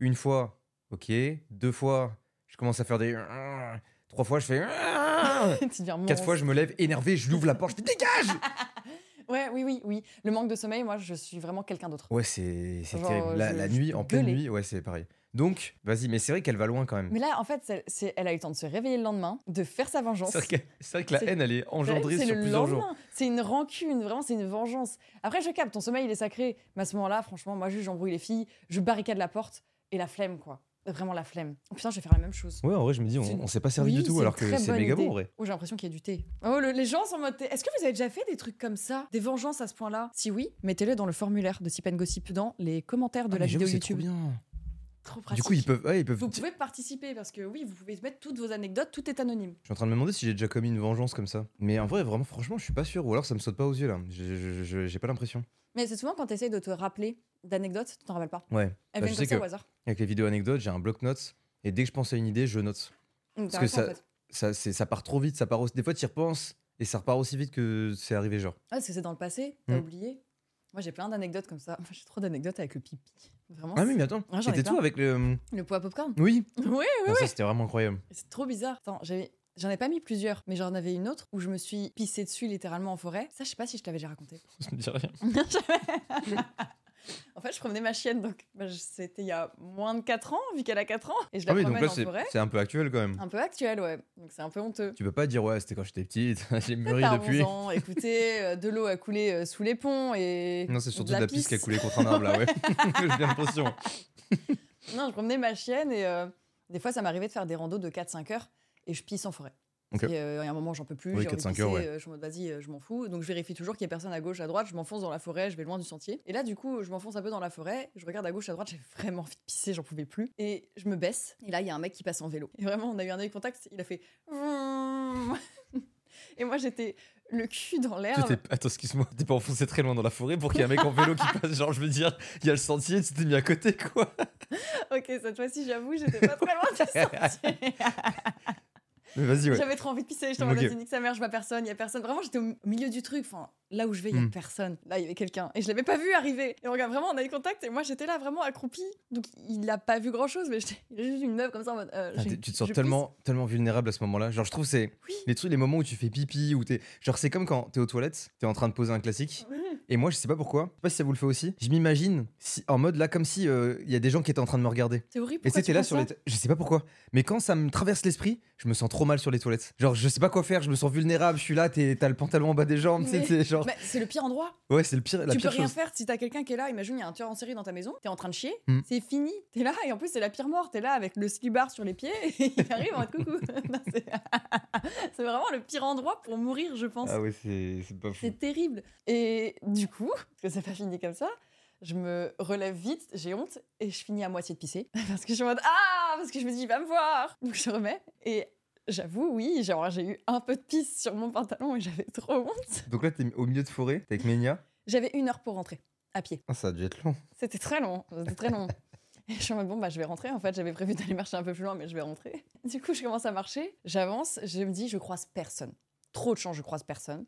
Une fois, ok. Deux fois, je commence à faire des. Trois fois, je fais.
tu deviens
Quatre fois, je me lève énervé, je l'ouvre la porte, je fais dégage
Ouais, oui, oui, oui. Le manque de sommeil, moi, je suis vraiment quelqu'un d'autre.
Ouais, c'est c'est
Genre,
terrible. La,
je-
la
je
nuit,
peux
en pleine
gueuler.
nuit, ouais, c'est pareil. Donc, vas-y, mais c'est vrai qu'elle va loin quand même.
Mais là, en fait, c'est- c'est- elle a eu le temps de se réveiller le lendemain, de faire sa vengeance.
C'est vrai que, c'est vrai que la
C'est-
haine, elle est
Ouais,
engendrée
c'est
sur
le
plusieurs jours.
lendemain. C'est une rancune, vraiment, c'est une vengeance. Après, je capte, ton sommeil, il est sacré. Mais à ce moment-là, franchement, moi, juste, j'embrouille les filles, je barricade la porte et la flemme, quoi. Vraiment la flemme. Oh, putain, je vais faire la même chose.
Ouais, en vrai, je me dis,
C'est une-
on, on s'est pas servi
Oui,
du tout,
c'est
alors
une
que
très
c'est
bonne
méga
idée.
bon, en vrai.
Oh, j'ai l'impression qu'il y a du thé. Oh, le- les gens sont en mode. thé. Est-ce que vous avez déjà fait des trucs comme ça Des vengeances à ce point-là Si oui, mettez-le dans le formulaire de Tip Gossip dans les commentaires de
Ah,
la
mais j'avoue,
vidéo
c'est trop
YouTube.
bien.
Trop
Du
pratique.
coup, ils peuvent. ouais, ils peuvent
Vous pouvez participer parce que oui, vous pouvez mettre toutes vos anecdotes, tout est anonyme.
Je suis en train de me demander si j'ai déjà commis une vengeance comme ça. Mais en vrai, vraiment, franchement, je suis pas sûr. Ou alors, ça me saute pas aux yeux, là. Je- je- je- J'ai pas l'impression.
Mais c'est souvent quand tu essayes de te rappeler d'anecdotes, tu t'en rappelles pas.
Ouais.
Elles
Bah, je
viennent
sais
comme ça
que-
au hasard.
Avec les vidéos anecdotes, j'ai un bloc-notes. Et dès que je pense à une idée, je note.
Donc, t'as
Parce que
raison, en
ça-
fait.
Ça, c'est- ça part trop vite. Ça part aussi... Des fois, t'y repenses et ça repart aussi vite que c'est arrivé, genre.
Ouais, Ah, parce que c'est dans le passé, t'as
Hmm.
oublié. Moi, j'ai plein d'anecdotes comme ça. Moi, J'ai trop d'anecdotes avec le pipi. Vraiment.
Ah, oui, mais attends.
Ah, j'en ai
C'était
plein.
tout avec le. euh,
c'est- Le pot à popcorn.
Oui.
Oui,
Non, ça, c'était vraiment incroyable.
C'est trop bizarre. Attends, j'avais- J'en ai pas mis plusieurs, mais j'en avais une autre où je me suis pissée dessus littéralement en forêt. Ça, je sais pas si je t'avais déjà raconté.
Ça me dit rien.
En fait, je promenais ma chienne, donc bah, je- c'était il y a moins de 4 ans, vu qu'elle a 4 ans. Et je la
Ah oui, donc
promène
là,
en
c'est
forêt. Ah.
c'est un peu actuel quand même.
Un peu actuel, ouais. Donc c'est un peu honteux.
Tu peux pas dire, ouais, c'était quand j'étais petite, j'ai mûri
T'as
depuis.
11 ans, écoutez, euh, de l'eau a coulé euh, sous les ponts et.
Non, c'est surtout de la, piste qui a
pisse.
coulé contre un arbre là, ouais. J'ai l'impression.
Non, je promenais ma chienne et euh, des fois, ça m'arrivait de faire des randos de 4-5 heures et je pisse en forêt.
Ok.
Et euh, il y a un moment, j'en peux plus,
Oui,
j'ai envie de
4-5
pisser,
heures, ouais.
euh, je suis en mode vas-y, euh, je m'en fous. Donc je vérifie toujours qu'il y a personne à gauche, à droite, je m'enfonce dans la forêt, je vais loin du sentier. Et là, du coup, je m'enfonce un peu dans la forêt, je regarde à gauche, à droite, j'ai vraiment envie de pisser, j'en pouvais plus. Et je me baisse, et là, il y a un mec qui passe en vélo. Et vraiment, on a eu un œil contact, il a fait. vroom. Et moi, j'étais le cul dans
Tu
l'herbe.
t'es- Attends, excuse-moi, t'es pas enfoncé très loin dans la forêt pour qu'il y ait un mec en vélo qui passe. Genre, je veux dire, il y a le sentier, tu t'es mis à côté, quoi.
Ok, cette fois-ci, j'avoue, j'étais pas très loin du sentier.
Mais vas-y, ouais.
J'avais trop envie de pisser, je t'en okay.
Ok.
vas nique sa mère, je vois personne, il y a personne. Vraiment, j'étais au mi- au milieu du truc, enfin, là où je vais, il y a
Hmm.
personne. Là, il y avait quelqu'un et je l'avais pas vu arriver. Et on regarde vraiment, on a eu contact et moi j'étais là vraiment accroupie. Donc il a pas vu grand-chose mais j'étais il y avait juste une meuf comme ça en mode euh,
Ah,
j'ai-
t'es- tu te sens
je
tellement, tellement vulnérable à ce moment-là. Genre, je trouve c'est
Oui.
les trucs, les moments où tu fais pipi ou t'es. Genre, c'est comme quand t'es aux toilettes, t'es en train de poser un classique.
pisse.
Et moi, je sais pas pourquoi. Je sais pas si ça vous le fait aussi. Je m'imagine si, en mode là, comme si euh, il y a des gens qui étaient en train de me regarder.
C'est horrible. pourquoi
Et c'était
tu
là
penses
sur les.
ça
to- Je sais pas pourquoi. Mais quand ça me traverse l'esprit, je me sens trop mal sur les toilettes. Genre, je sais pas quoi faire, je me sens vulnérable, je suis là, t'es- t'as le pantalon en bas des jambes, tu sais,
Mais-
t'es genre.
Mais c'est le pire endroit.
Ouais, c'est le pire, oh. la
tu peux
pire
rien
chose.
faire si t'as quelqu'un qui est là. Imagine, il y a un tueur en série dans ta maison, t'es en train de chier,
Hmm.
c'est fini, t'es là et en plus c'est la pire mort. T'es là avec le slibard sur les pieds et il arrive en mode coucou. Non, c'est c'est vraiment le pire endroit pour mourir, je pense.
Ah ouais, c'est c'est pas fou.
C'est terrible. Et du coup, parce que c'est pas fini comme ça, je me relève vite, j'ai honte, et je finis à moitié de pisser. Parce que je suis en mode Ah Parce que je me dis, il va me voir Donc je remets. Et j'avoue, oui, genre, j'ai eu un peu de pisse sur mon pantalon et j'avais trop honte.
Donc là, t'es au milieu de forêt, t'es avec Ménia.
J'avais une heure pour rentrer, à pied.
Ah, ça a dû être long.
C'était très long, c'était très long. Et je suis en mode, bon, bah, je vais rentrer. En fait, j'avais prévu d'aller marcher un peu plus loin, mais je vais rentrer. Du coup, je commence à marcher, j'avance, je me dis, je croise personne. Trop de chance, je croise personne.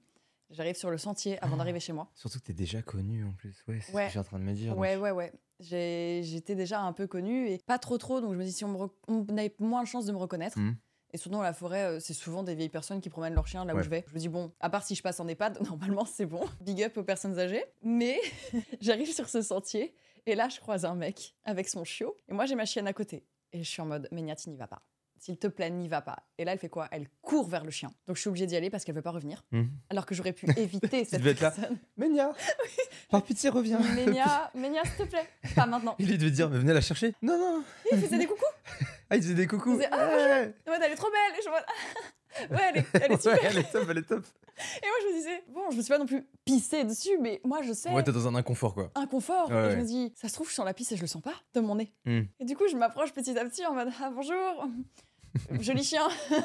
J'arrive sur le sentier avant d'arriver chez moi.
Surtout que t'es déjà connu en plus, ouais, c'est
Ouais.
ce que j'ai en train de me dire. donc
Ouais, ouais, ouais. J'ai- J'étais déjà un peu connue et pas trop trop, donc je me dis si on, me rec- on avait moins de chances de me reconnaître.
Mhm.
Et surtout dans la forêt, euh, c'est souvent des vieilles personnes qui promènent leur chien là où
Ouais.
je vais. Je me dis bon, à part si je passe en EHPAD, normalement c'est bon. Big up aux personnes âgées. Mais j'arrive sur ce sentier et là je croise un mec avec son chiot et moi j'ai ma chienne à côté. Et je suis en mode, Méniati, n'y va pas. S'il te plaît, n'y va pas. Et là, elle fait quoi Elle court vers le chien. Donc, je suis obligée d'y aller parce qu'elle veut pas revenir.
Mhm.
Alors que j'aurais pu éviter cette
devais être là.
personne.
Ménia Par pitié, reviens
Ménia, Ménia, s'il te plaît. Pas maintenant.
Il devait dire, mais venez la chercher Non, non
Il faisait des coucous.
Ah, il faisait des
Il
coucous
faisait, ah,
Ouais.
En mode, elle est trop belle. Et je me dis, ouais, elle est, elle est super.
Ouais, elle est top, elle est top
Et moi, je me disais, bon, je me suis pas non plus pissée dessus, mais moi, je sais.
Ouais, t'es dans un inconfort, quoi.
Inconfort.
Ouais,
et je
ouais.
me dis, ça se trouve, je sens la pisse et je le sens pas de mon nez.
Hmm.
Et du coup, je m'approche petit à petit en mode, ah bonjour, joli chien.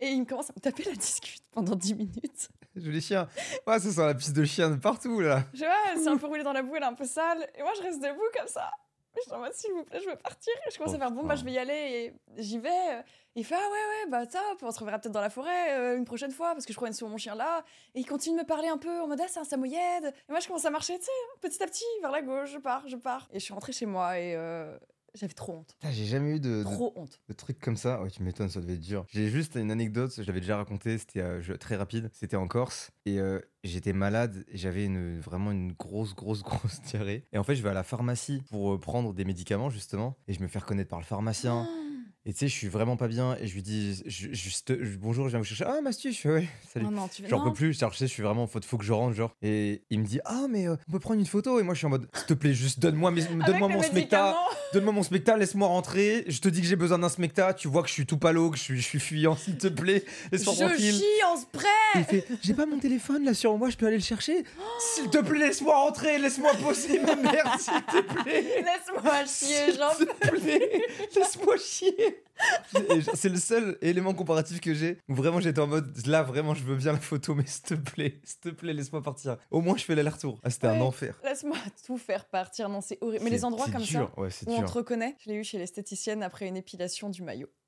et il me commence à me taper la discute pendant 10 minutes.
Joli chien Ouais, ça sent la piste de chien de partout, là
Je vois, elle s'est un peu roulée dans la boue, elle est un peu sale. Et moi, je reste debout comme ça. Et Je suis en mode, s'il vous plaît, je veux partir. Et je commence
Oh,
à faire, bon, bah,
putain.
je vais y aller. Et j'y vais. Il fait, ah ouais, ouais, bah, top, on se reverra peut-être dans la forêt euh, une prochaine fois parce que je crois sur mon chien là. Et il continue de me parler un peu en mode, ah, c'est un samoyed. Et moi, je commence à marcher, tu sais, petit à petit, vers la gauche, je pars, je pars. Et je suis rentrée chez moi et euh, j'avais trop honte.
Putain, j'ai jamais eu de, de-
Trop honte.
de trucs comme ça. Ouais, tu m'étonnes, ça devait être dur. J'ai juste une anecdote, je l'avais déjà raconté, c'était euh, je- très rapide. C'était en Corse et euh, j'étais malade et j'avais une, vraiment une grosse, grosse, grosse diarrhée. Et en fait, je vais à la pharmacie pour euh, prendre des médicaments, justement, et je me fais reconnaître par le
Ah.
pharmacien. Et tu sais, je suis vraiment pas bien et je lui dis je- juste je- bonjour, je viens vous chercher. Ah, Mastu, je fais ouais, salut.
Non, non, tu
J'en
Oh, non.
peux plus, genre, je sais, je suis vraiment en faute, faut que je rentre, genre. Et il me dit, ah, mais euh, on peut prendre une photo. Et moi, je suis en mode, s'il te plaît, juste donne-moi mes-
Avec
donne-moi
le
mon spectacle.
médicament.
Donne-moi mon spectacle, laisse-moi rentrer. Je te dis que j'ai besoin d'un spectacle. Tu vois que je suis tout palo, que je suis, je suis fuyant, s'il te plaît. Laisse-moi
Je
tranquille.
chie en spray.
Et il fait J'ai pas mon téléphone là sur moi, je peux aller le chercher. S'il te plaît, laisse-moi rentrer, laisse-moi poser ma merde, s'il te plaît.
Laisse-moi chier,
S'il
j'en peux
te plaît, laisse-moi chier. Et je- C'est le seul élément comparatif que j'ai où vraiment j'étais en mode là, vraiment, je veux bien la photo, mais s'il te plaît, s'il te plaît, laisse-moi partir. Au moins, je fais l'aller-retour. Ah, c'était un
Ouais.
enfer.
Laisse-moi tout faire partir. Non, c'est horrible. Mais les
C'est-
endroits
c'est
comme
dur.
ça
Ouais, c'est
où on
dur.
te reconnaît, je l'ai eu chez l'esthéticienne après une épilation du maillot.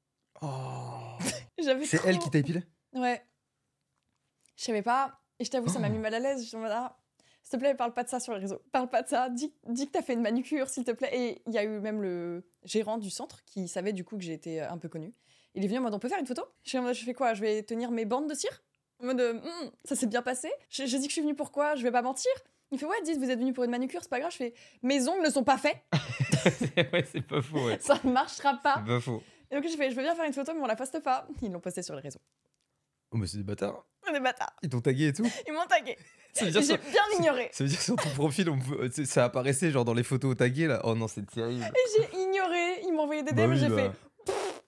Oh.
J'avais
C'est
trop-
elle qui t'a épilé
Ouais. Je savais pas. Et je t'avoue, ça m'a
Oh.
mis mal à l'aise. Je me disais, ah, s'il te plaît, parle pas de ça sur les réseaux. Parle pas de ça. Dis, dis que t'as fait une manucure, s'il te plaît. Et il y a eu même le gérant du centre qui savait du coup que j'étais euh, un peu connue. Il est venu en mode, on peut faire une photo Je suis en mode, je fais quoi Je euh, vais tenir mes bandes de cire En mode, Hmm, ça s'est bien passé. Je, je dis que je suis venue pourquoi Je vais pas mentir. Il fait Ouais, dites, vous êtes venu pour une manucure, c'est pas grave. Je fais Mes ongles ne sont pas faits,
ouais, c'est pas faux, ouais.
ça ne marchera pas.
C'est pas faux.
Et donc, j'ai fait Je veux bien faire une photo, mais on la poste pas. Ils l'ont postée sur les réseaux.
Oh, mais c'est des bâtards.
On est bâtards.
Ils t'ont tagué et tout.
Ils m'ont tagué.
Ça veut
J'ai
dire, sur,
bien ignoré.
ça veut dire sur ton profil, on peut- tu sais, ça apparaissait genre dans les photos taguées là. Oh non, c'est terrible.
Et J'ai ignoré. Ils m'ont envoyé des
Bah
DM
oui,
et j'ai
bah.
fait Pff,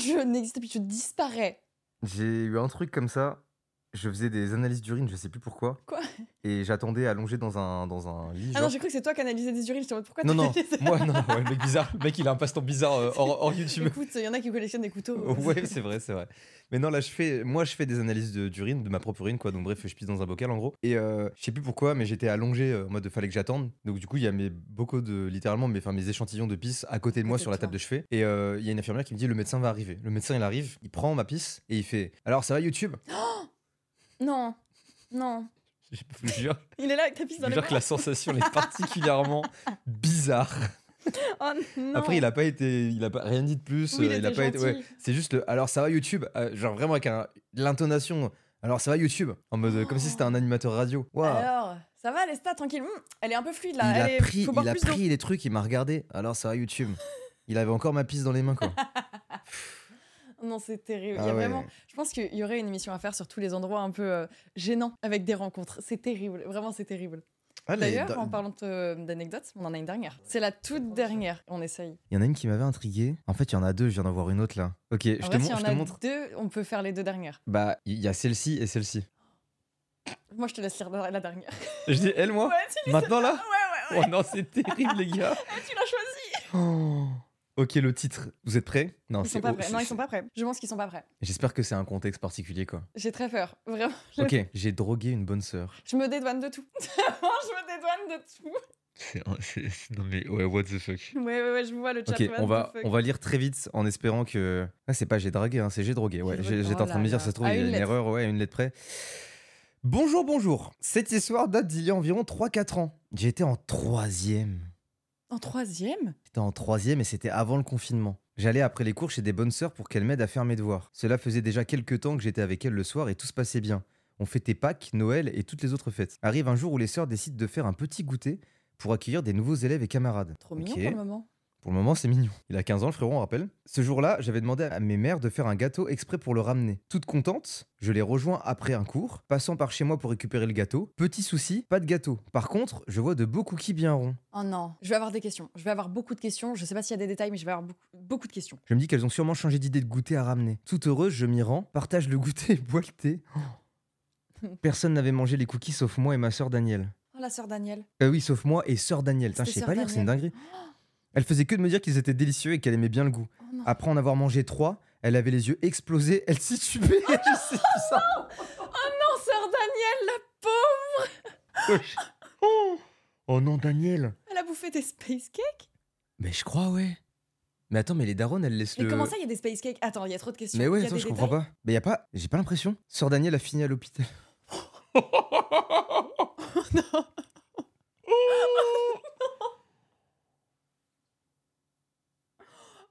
Je n'existe plus, je disparais.
J'ai eu un truc comme ça. Je faisais des analyses d'urine, je sais plus pourquoi.
Quoi
Et j'attendais allongé dans un, dans un lit.
Ah non,
genre.
j'ai cru que c'est toi qui analysais des urines. Je te demande pourquoi
non,
tu
non,
fais ça
moi, non, ouais, le mec bizarre. Le mec, il a un passe-temps bizarre euh, hors, hors YouTube.
Écoute, il y en a qui collectionnent des couteaux.
ouais, c'est vrai, c'est vrai. Mais non, là, je fais, moi, je fais des analyses de- d'urine, de ma propre urine, quoi. Donc, bref, je pisse dans un bocal, en gros. Et euh, je sais plus pourquoi, mais j'étais allongé euh, en mode fallait que j'attende. Donc, du coup, il y a mes bocaux de, littéralement, mes, enfin, mes échantillons de pisse à côté de moi
Côté
sur
de
la table
toi.
de chevet. Et euh, il y a une infirmière qui me dit le médecin va arriver. Le médecin, il arrive, il prend ma pisse et il fait Alors, ça va, YouTube
Non, non.
Je vous jure,
Il est là avec ta pisse
je
dans
vous
les
jure que la sensation elle est particulièrement bizarre.
Oh non.
Après, il a pas été, il a pas rien dit de plus.
Oui,
euh,
il
a
était
pas été. ouais.
gentil.
C'est juste le, alors ça va YouTube, euh, genre vraiment avec un- l'intonation. Alors ça va YouTube, en mode euh, comme si
Oh.
c'était un animateur radio. Waouh.
Alors, ça va, les stats, tranquille. Hum, elle est un peu fluide
Il
là.
a
elle est-
pris,
faut boire
il a
plus d'eau.
pris les trucs, il m'a regardé. Alors ça va YouTube. Il avait encore ma pisse dans les mains quoi.
Non, c'est terrible.
Ah
il y a
ouais.
vraiment... Je pense qu'il y aurait une émission à faire sur tous les endroits un peu euh, gênants avec des rencontres. C'est terrible, vraiment, c'est terrible.
Ah, les-
D'ailleurs,
dans-
en parlant de- euh, d'anecdotes, on en a une dernière. C'est la toute dernière, on essaye.
Il y en a une qui m'avait intrigué. En fait, il y en a deux, je viens d'en voir une autre là. Ok, je
En
te,
vrai,
mon-
s'il y
je
en
te
a
montre.
deux, on peut faire les deux dernières.
Bah, il y a celle-ci et celle-ci.
Moi, je te laisse lire la la dernière.
Je dis elle, moi
Ouais, tu,
Maintenant là
ouais, ouais,
Oh non, c'est terrible les gars.
ouais, tu l'as choisi.
Oh. Ok, le titre. Vous êtes prêts Non,
Ils
c'est-
sont pas
oh,
prêts.
c'est-
Non, ils sont pas prêts. Je pense qu'ils sont pas prêts.
J'espère que c'est un contexte particulier, quoi.
J'ai très peur, vraiment.
Ok, j'ai drogué une bonne sœur.
Je me dédouane de tout. Vraiment, je me dédouane de tout.
Non mais ouais, what the fuck.
Ouais, ouais, ouais, je vois le chat.
Ok,
what
on va,
the fuck.
on va lire très vite en espérant que. Ah, c'est pas j'ai dragué, hein, c'est j'ai drogué. Ouais,
J'ai
j'ai-
drogué.
j'étais en train de
Oh là
me dire, ça se trouve,
là. À
il y a
une
une
lettre.
erreur, ouais, à une lettre près. Bonjour, bonjour. Cette histoire date d'il y a environ 3-4 ans. J'étais en troisième.
En troisième
J'étais en troisième et c'était avant le confinement. J'allais après les cours chez des bonnes sœurs pour qu'elles m'aident à faire mes devoirs. Cela faisait déjà quelques temps que j'étais avec elles le soir et tout se passait bien. On fêtait Pâques, Noël et toutes les autres fêtes. Arrive un jour où les sœurs décident de faire un petit goûter pour accueillir des nouveaux élèves et camarades.
Trop mignon
Ok.
pour le moment.
Pour le moment, c'est mignon. Il a 15 ans, le frérot, on rappelle. Ce jour-là, j'avais demandé à mes mères de faire un gâteau exprès pour le ramener. Toute contente, je les rejoins après un cours, passant par chez moi pour récupérer le gâteau. Petit souci, pas de gâteau. Par contre, je vois de beaux cookies bien ronds.
Oh non, je vais avoir des questions. Je vais avoir beaucoup de questions. Je sais pas s'il y a des détails, mais je vais avoir beaucoup, beaucoup de questions.
Je me dis qu'elles ont sûrement changé d'idée de goûter à ramener. Toute heureuse, je m'y rends, partage le goûter et bois le thé. Oh. Personne n'avait mangé les cookies sauf moi et ma sœur Danielle.
Oh la sœur Daniel.
Euh, oui, sauf moi et sœur Danielle. Putain, je
C'était
sais
sœur
pas lire, c'est une dinguerie. Elle faisait que de me dire qu'ils étaient délicieux et qu'elle aimait bien le goût.
Oh non.
Après en avoir mangé trois, elle avait les yeux explosés, elle titubait. je sais plus ça.
Oh sœur Daniel, la peau
Oh. Oh non, Daniel.
Elle a bouffé des space cakes
Mais je crois, ouais. Mais attends, mais les darons, elles laissent
Mais
le.
comment ça, il y a des space cakes Attends, il y a trop de questions.
mais
Il
ouais,
y a
attends,
des
je comprends
détails.
pas. Mais y a pas. J'ai pas l'impression. Sœur Danielle a fini à l'hôpital.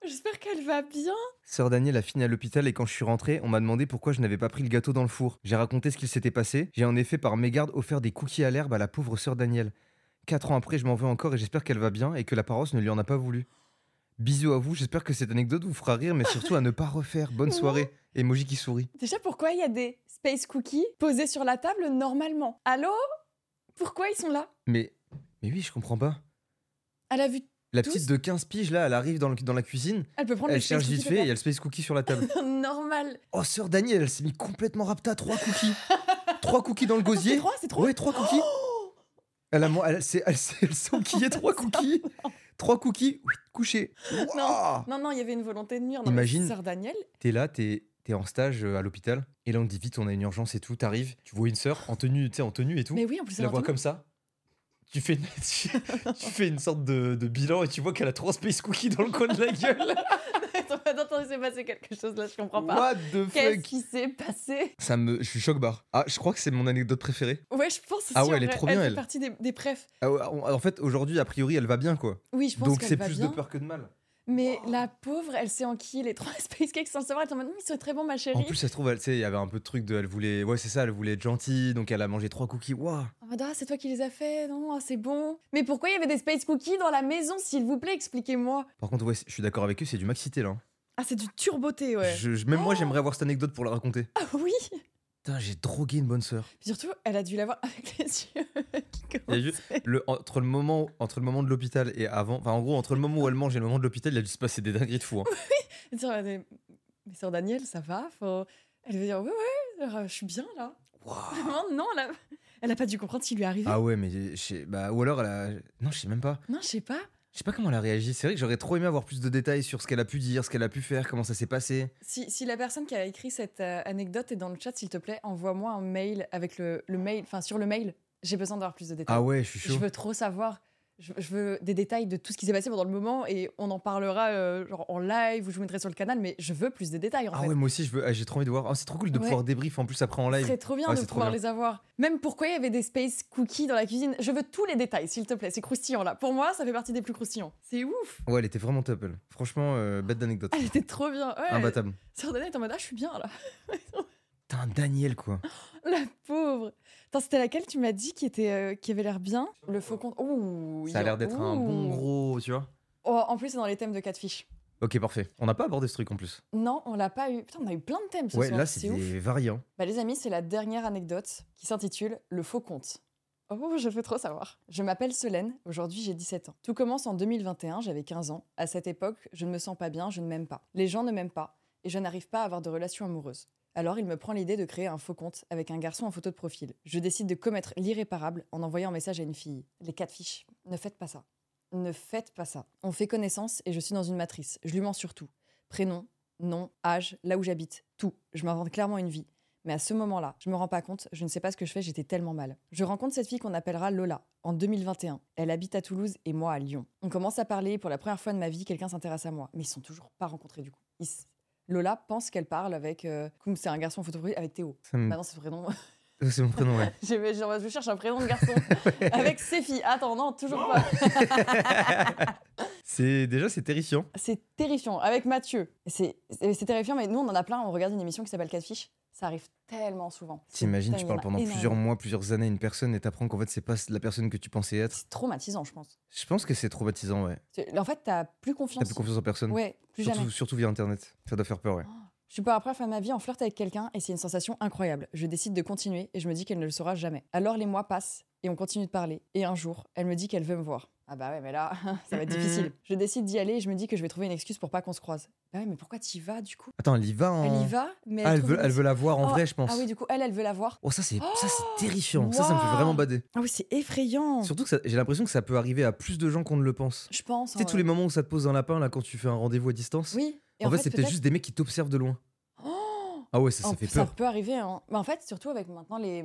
J'espère qu'elle va bien.
Sœur Daniel a fini à l'hôpital et quand je suis rentré, on m'a demandé pourquoi je n'avais pas pris le gâteau dans le four. J'ai raconté ce qu'il s'était passé. J'ai en effet par mégarde offert des cookies à l'herbe à la pauvre sœur Daniel. Quatre ans après, je m'en veux encore et j'espère qu'elle va bien et que la paroisse ne lui en a pas voulu. Bisous à vous, j'espère que cette anecdote vous fera rire, mais surtout à ne pas refaire. Bonne soirée. Emoji qui sourit.
Déjà, pourquoi il y a des space cookies posés sur la table normalement Allô Pourquoi ils sont là
Mais. Mais oui, je comprends pas.
Elle a vu.
La
Tous-
petite de 15 piges, là, elle arrive dans, le- dans la cuisine,
Elle peut prendre
elle
le space
cherche vite
cookie de
fait et il y a le space cookie sur la table.
papa. Normal.
Oh, sœur Daniel, elle s'est mis complètement rapta. Trois cookies. Trois cookies dans le
Attends, C'est
gosier.
trois, c'est trois.
Ouais, trois cookies. Elle a, man- elle, s'est- elle, s'est- elle s'est enquillée trois cookies. Trois cookies, oui, couché. Wouah
Non, non, il y avait une volonté de nuire. Non, mais
Imagine.
Sœur Daniel,
T'es là, t'es t'es en stage euh, à l'hôpital. Et là, on te dit vite, on a une urgence et tout. T'arrives, tu vois une sœur en tenue, tu sais, en tenue et tout.
Mais oui, en plus,
tu la
elle
vois
entend-
comme ça. Tu fais, une, tu, tu fais une sorte de, de bilan et tu vois qu'elle a trois space cookies dans le coin de la gueule.
Attends, attends, il s'est passé quelque chose là, je comprends pas.
What the
Qu'est-ce
fuck
qui s'est passé
Ça me. Je suis choc barre. Ah, je crois que c'est mon anecdote préférée.
Ouais, je pense aussi.
Ah ouais,
en
elle est
vrai,
trop bien,
Elle
elle.
fait partie des, des prefs.
Ah, en en fait, aujourd'hui, a priori, elle va bien, quoi.
Oui, je pense
Donc
qu'elle
c'est
va
plus
bien.
de peur que de mal.
Mais la pauvre, elle s'est enquillée les trois space cakes sans le savoir. Elle est en mode, Hum, ils sont très bons, ma chérie.
En plus, ça se trouve, elle- tu sais, il y avait un peu de truc de. Elle voulait. Ouais, c'est ça, elle voulait être gentille, donc elle a mangé trois cookies. Waouh
En mode, ah, c'est toi qui les as fait, non, ah, c'est bon. Mais pourquoi il y avait des space cookies dans la maison, s'il vous plaît, expliquez-moi.
Par contre, ouais, je suis d'accord avec eux, c'est du maxité là. hein.
Ah, c'est du turboté, ouais. Oh
Je- je- même moi, j'aimerais avoir cette anecdote pour la raconter.
Ah oui
Putain, j'ai drogué une bonne sœur.
Puis surtout, elle a dû l'avoir avec les yeux qui
Il y a eu-
commençaient.
Le, entre, le moment, entre le moment de l'hôpital et avant. Enfin, en gros, entre le moment où elle mange et le moment de l'hôpital, il a dû se passer des dingueries de fou. hein.
Elle dit, mais, mais sœur Daniel, ça va faut... Elle veut dire, ouais, ouais, alors, je suis bien là.
Waouh.
Vraiment, non, elle a... elle a pas dû comprendre ce qui lui est arrivé.
Ah ouais, mais je sais- bah, ou alors elle a. Non, je sais même pas.
Non, je sais pas.
Je sais pas comment elle a réagi. C'est vrai que j'aurais trop aimé avoir plus de détails sur ce qu'elle a pu dire, ce qu'elle a pu faire, comment ça s'est passé.
Si, si la personne qui a écrit cette euh, anecdote est dans le chat, s'il te plaît, envoie-moi un mail avec le, le mail, enfin sur le mail. J'ai besoin d'avoir plus de détails.
Ah ouais, je suis
je
chaud.
veux trop savoir. Je, je veux des détails de tout ce qui s'est passé pendant le moment et on en parlera euh, genre en live ou je vous mettrai sur le canal, mais je veux plus de détails en
Ah
fait.
ouais, moi aussi, je veux. ah, j'ai trop envie de voir. Ah, c'est trop cool de
Ouais.
pouvoir débrief en plus après en
Ce
live.
serait trop bien
Ouais,
de
c'est trop
pouvoir
bien.
les avoir. Même pourquoi il y avait des space cookies dans la cuisine. Je veux tous les détails, s'il te plaît. C'est croustillant là. Pour moi, ça fait partie des plus croustillants. C'est ouf. Ah,
Ouais, elle était vraiment top. elle. Franchement, euh, bête d'anecdote.
Elle était trop bien. Ouais.
Imbattable.
Sœur Daniel est en mode ah, je suis bien là.
Putain, Daniel quoi.
Ah La pauvre. Attends, c'était laquelle tu m'as dit qui était euh, qui avait l'air bien Le faucon. Ouh.
Ça a
il-
l'air d'être un bon
ouh.
gros, tu vois.
Oh, en plus, c'est dans les thèmes de Catfish.
Ok, parfait. On n'a pas abordé ce truc en plus.
Non, on l'a pas eu. Putain, on a eu plein de thèmes ce
ouais,
soir.
là,
c'est
c'est
ouf.
des variants.
Bah, les amis, c'est la dernière anecdote qui s'intitule Le faux compte. Oh, je veux trop savoir. Je m'appelle Solène, aujourd'hui j'ai 17 ans. Tout commence en 2021, j'avais 15 ans. À cette époque, je ne me sens pas bien, je ne m'aime pas. Les gens ne m'aiment pas et je n'arrive pas à avoir de relation amoureuse. Alors il me prend l'idée de créer un faux compte avec un garçon en photo de profil. Je décide de commettre l'irréparable en envoyant un message à une fille. Les quatre fiches. Ne faites pas ça. Ne faites pas ça. On fait connaissance et je suis dans une matrice. Je lui mens surtout. Prénom, nom, âge, là où j'habite, tout. Je m'invente clairement une vie. Mais à ce moment-là, je me rends pas compte, je ne sais pas ce que je fais, j'étais tellement mal. Je rencontre cette fille qu'on appellera Lola en 2021. Elle habite à Toulouse et moi à Lyon. On commence à parler, pour la première fois de ma vie, quelqu'un s'intéresse à moi, mais ils sont toujours pas rencontrés du coup. Ils s- Lola pense qu'elle parle avec euh, comme c'est un garçon en photo profil, avec Théo.
Ça me-
Bah non, c'est le prénom.
Oh, C'est mon prénom, ouais.
J'ai- j'ai- je cherche un prénom de garçon avec ses filles. Attends, non, toujours pas.
c'est déjà c'est terrifiant.
C'est terrifiant, avec Mathieu. C'est c'est- c'est terrifiant, mais nous, on en a plein. On regarde une émission qui s'appelle Catfish. Ça arrive tellement souvent.
T'imagines,
Putain, il y
tu
en
parles
a
pendant plusieurs
énormément.
mois, plusieurs années à une personne et t'apprends qu'en fait c'est pas la personne que tu pensais être.
C'est traumatisant, je pense.
Je pense que c'est traumatisant, ouais.
C'est- En fait, t'as plus
T'as
confiance.
plus confiance en personne.
Ouais, plus jamais.
surtout, surtout via internet. Ça doit faire peur, ouais.
Je suis pas après fin de ma vie en flirt avec quelqu'un et c'est une sensation incroyable. Je décide de continuer et je me dis qu'elle ne le saura jamais. Alors les mois passent et on continue de parler. Et un jour, elle me dit qu'elle veut me voir. Ah bah ouais, mais là, ça va être
Mhm.
difficile. Je décide d'y aller et je me dis que je vais trouver une excuse pour pas qu'on se croise. Bah ouais, mais pourquoi t'y vas du coup
Attends, elle y va en.
Ah. Elle y va, mais elle,
Ah, elle
trouve
veut,
une
elle veut la voir en
Oh,
vrai, je pense.
Ah oui, du coup, elle, elle veut la voir.
Oh, ça c'est
Oh,
ça c'est terrifiant. Ça, ça me fait
waouh.
vraiment bader.
Ah oui, c'est effrayant.
Surtout que ça- j'ai l'impression que ça peut arriver à plus de gens qu'on ne le pense.
Je pense.
Tu sais,
hein,
tous les moments où ça te pose un lapin, là, quand tu fais un rendez-vous à distance.
Oui. Et
en, fait, c'est peut-être
peut-être-
juste des mecs qui t'observent de loin.
Oh
Ah ouais, ça,
En
ça fait
plus, ça
peur.
peut arriver. hein. Mais en fait, surtout avec maintenant les.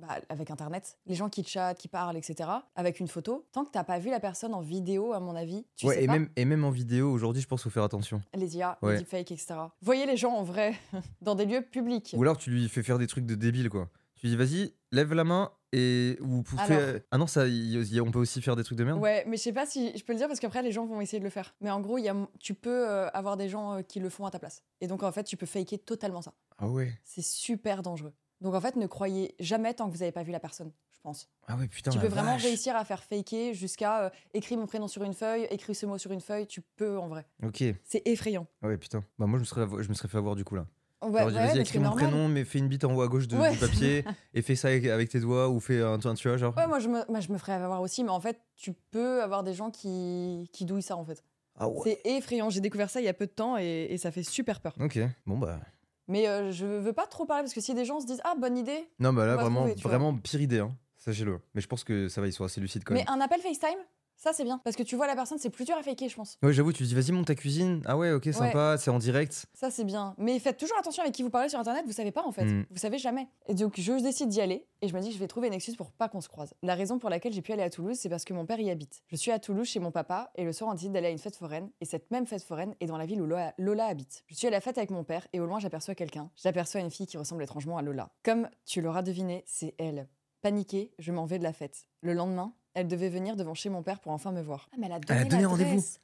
bah, avec Internet, les gens qui chattent, qui parlent, etc. Avec une photo, tant que t'as pas vu la personne en vidéo, à mon avis, tu
ouais,
sais
et
pas.
même, et même en vidéo, aujourd'hui, je pense qu'il faut faire attention.
Les IA,
Ouais.
les deepfakes, etc. Voyez les gens en vrai, dans des lieux publics.
Ou alors, tu lui fais faire des trucs de débile, quoi. Tu lui dis, vas-y, lève la main et. Ou pour
Alors.
faire- Ah non, ça, y- y- on peut aussi faire des trucs de merde.
Ouais, mais je sais pas si je peux le dire parce qu'après les gens vont essayer de le faire. Mais en gros, il y a- tu peux euh, avoir des gens euh, qui le font à ta place. Et donc en fait, tu peux faker totalement ça.
Ah ouais.
C'est super dangereux. Donc en fait, ne croyez jamais tant que vous avez pas vu la personne, je pense.
Ah ouais, putain.
Tu
la
peux vraiment
vache.
réussir à faire faker jusqu'à euh, écrire mon prénom sur une feuille, écrire ce mot sur une feuille, tu peux en vrai.
Ok. Ah
C'est effrayant.
Ouais, putain. Bah, moi, je me serais, avo- je me serais fait avoir du coup, là.
Ouais,
J'aurais dit,
ouais,
vas-y,
mais
écris
c'est
mon
normal.
prénom, mais fais une bite en haut à gauche de-
Ouais.
du papier et fais ça avec, avec tes doigts ou fais un, tu vois, genre.
Ouais, moi je, me, moi, je me ferais avoir aussi, mais en fait, tu peux avoir des gens qui, qui douillent ça en fait.
Ah
C'est effrayant. J'ai découvert ça il y a peu de temps et, et ça fait super peur.
Ok. Bon, bah.
Mais euh, je veux pas trop parler parce que si des gens se disent Ah, bonne idée,
Non, bah là,
On va
vraiment,
trouver, tu vois.
vraiment pire idée, hein. Sachez-le. Mais je pense que ça va, ils sont assez lucides quand
mais
même.
un appel FaceTime, ça c'est bien. Parce que tu vois la personne, c'est plus dur à faker, je pense.
Ouais, j'avoue, tu dis, vas-y, monte ta cuisine. Ah ouais, ok, sympa, c'est en direct.
Ça, c'est bien. Mais faites toujours attention avec qui vous parlez sur Internet, vous savez pas en fait.
Mm.
Vous savez jamais. Et donc, je décide d'y aller et je me dis que je vais trouver une excuse pour pas qu'on se croise. La raison pour laquelle j'ai pu aller à Toulouse, c'est parce que mon père y habite. Je suis à Toulouse chez mon papa et le soir, on décide d'aller à une fête foraine. Et cette même fête foraine est dans la ville où Lola, Lola habite. Je suis à la fête avec mon père et au loin, j'aperçois quelqu'un. J'aperçois une fille qui ressemble étrangement à Lola. Comme tu l'auras deviné, c'est elle. Paniquée, je m'en vais de la fête. Le lendemain, elle devait venir devant chez mon père pour enfin me voir. Ah, mais elle a donné,
donné
l'adresse.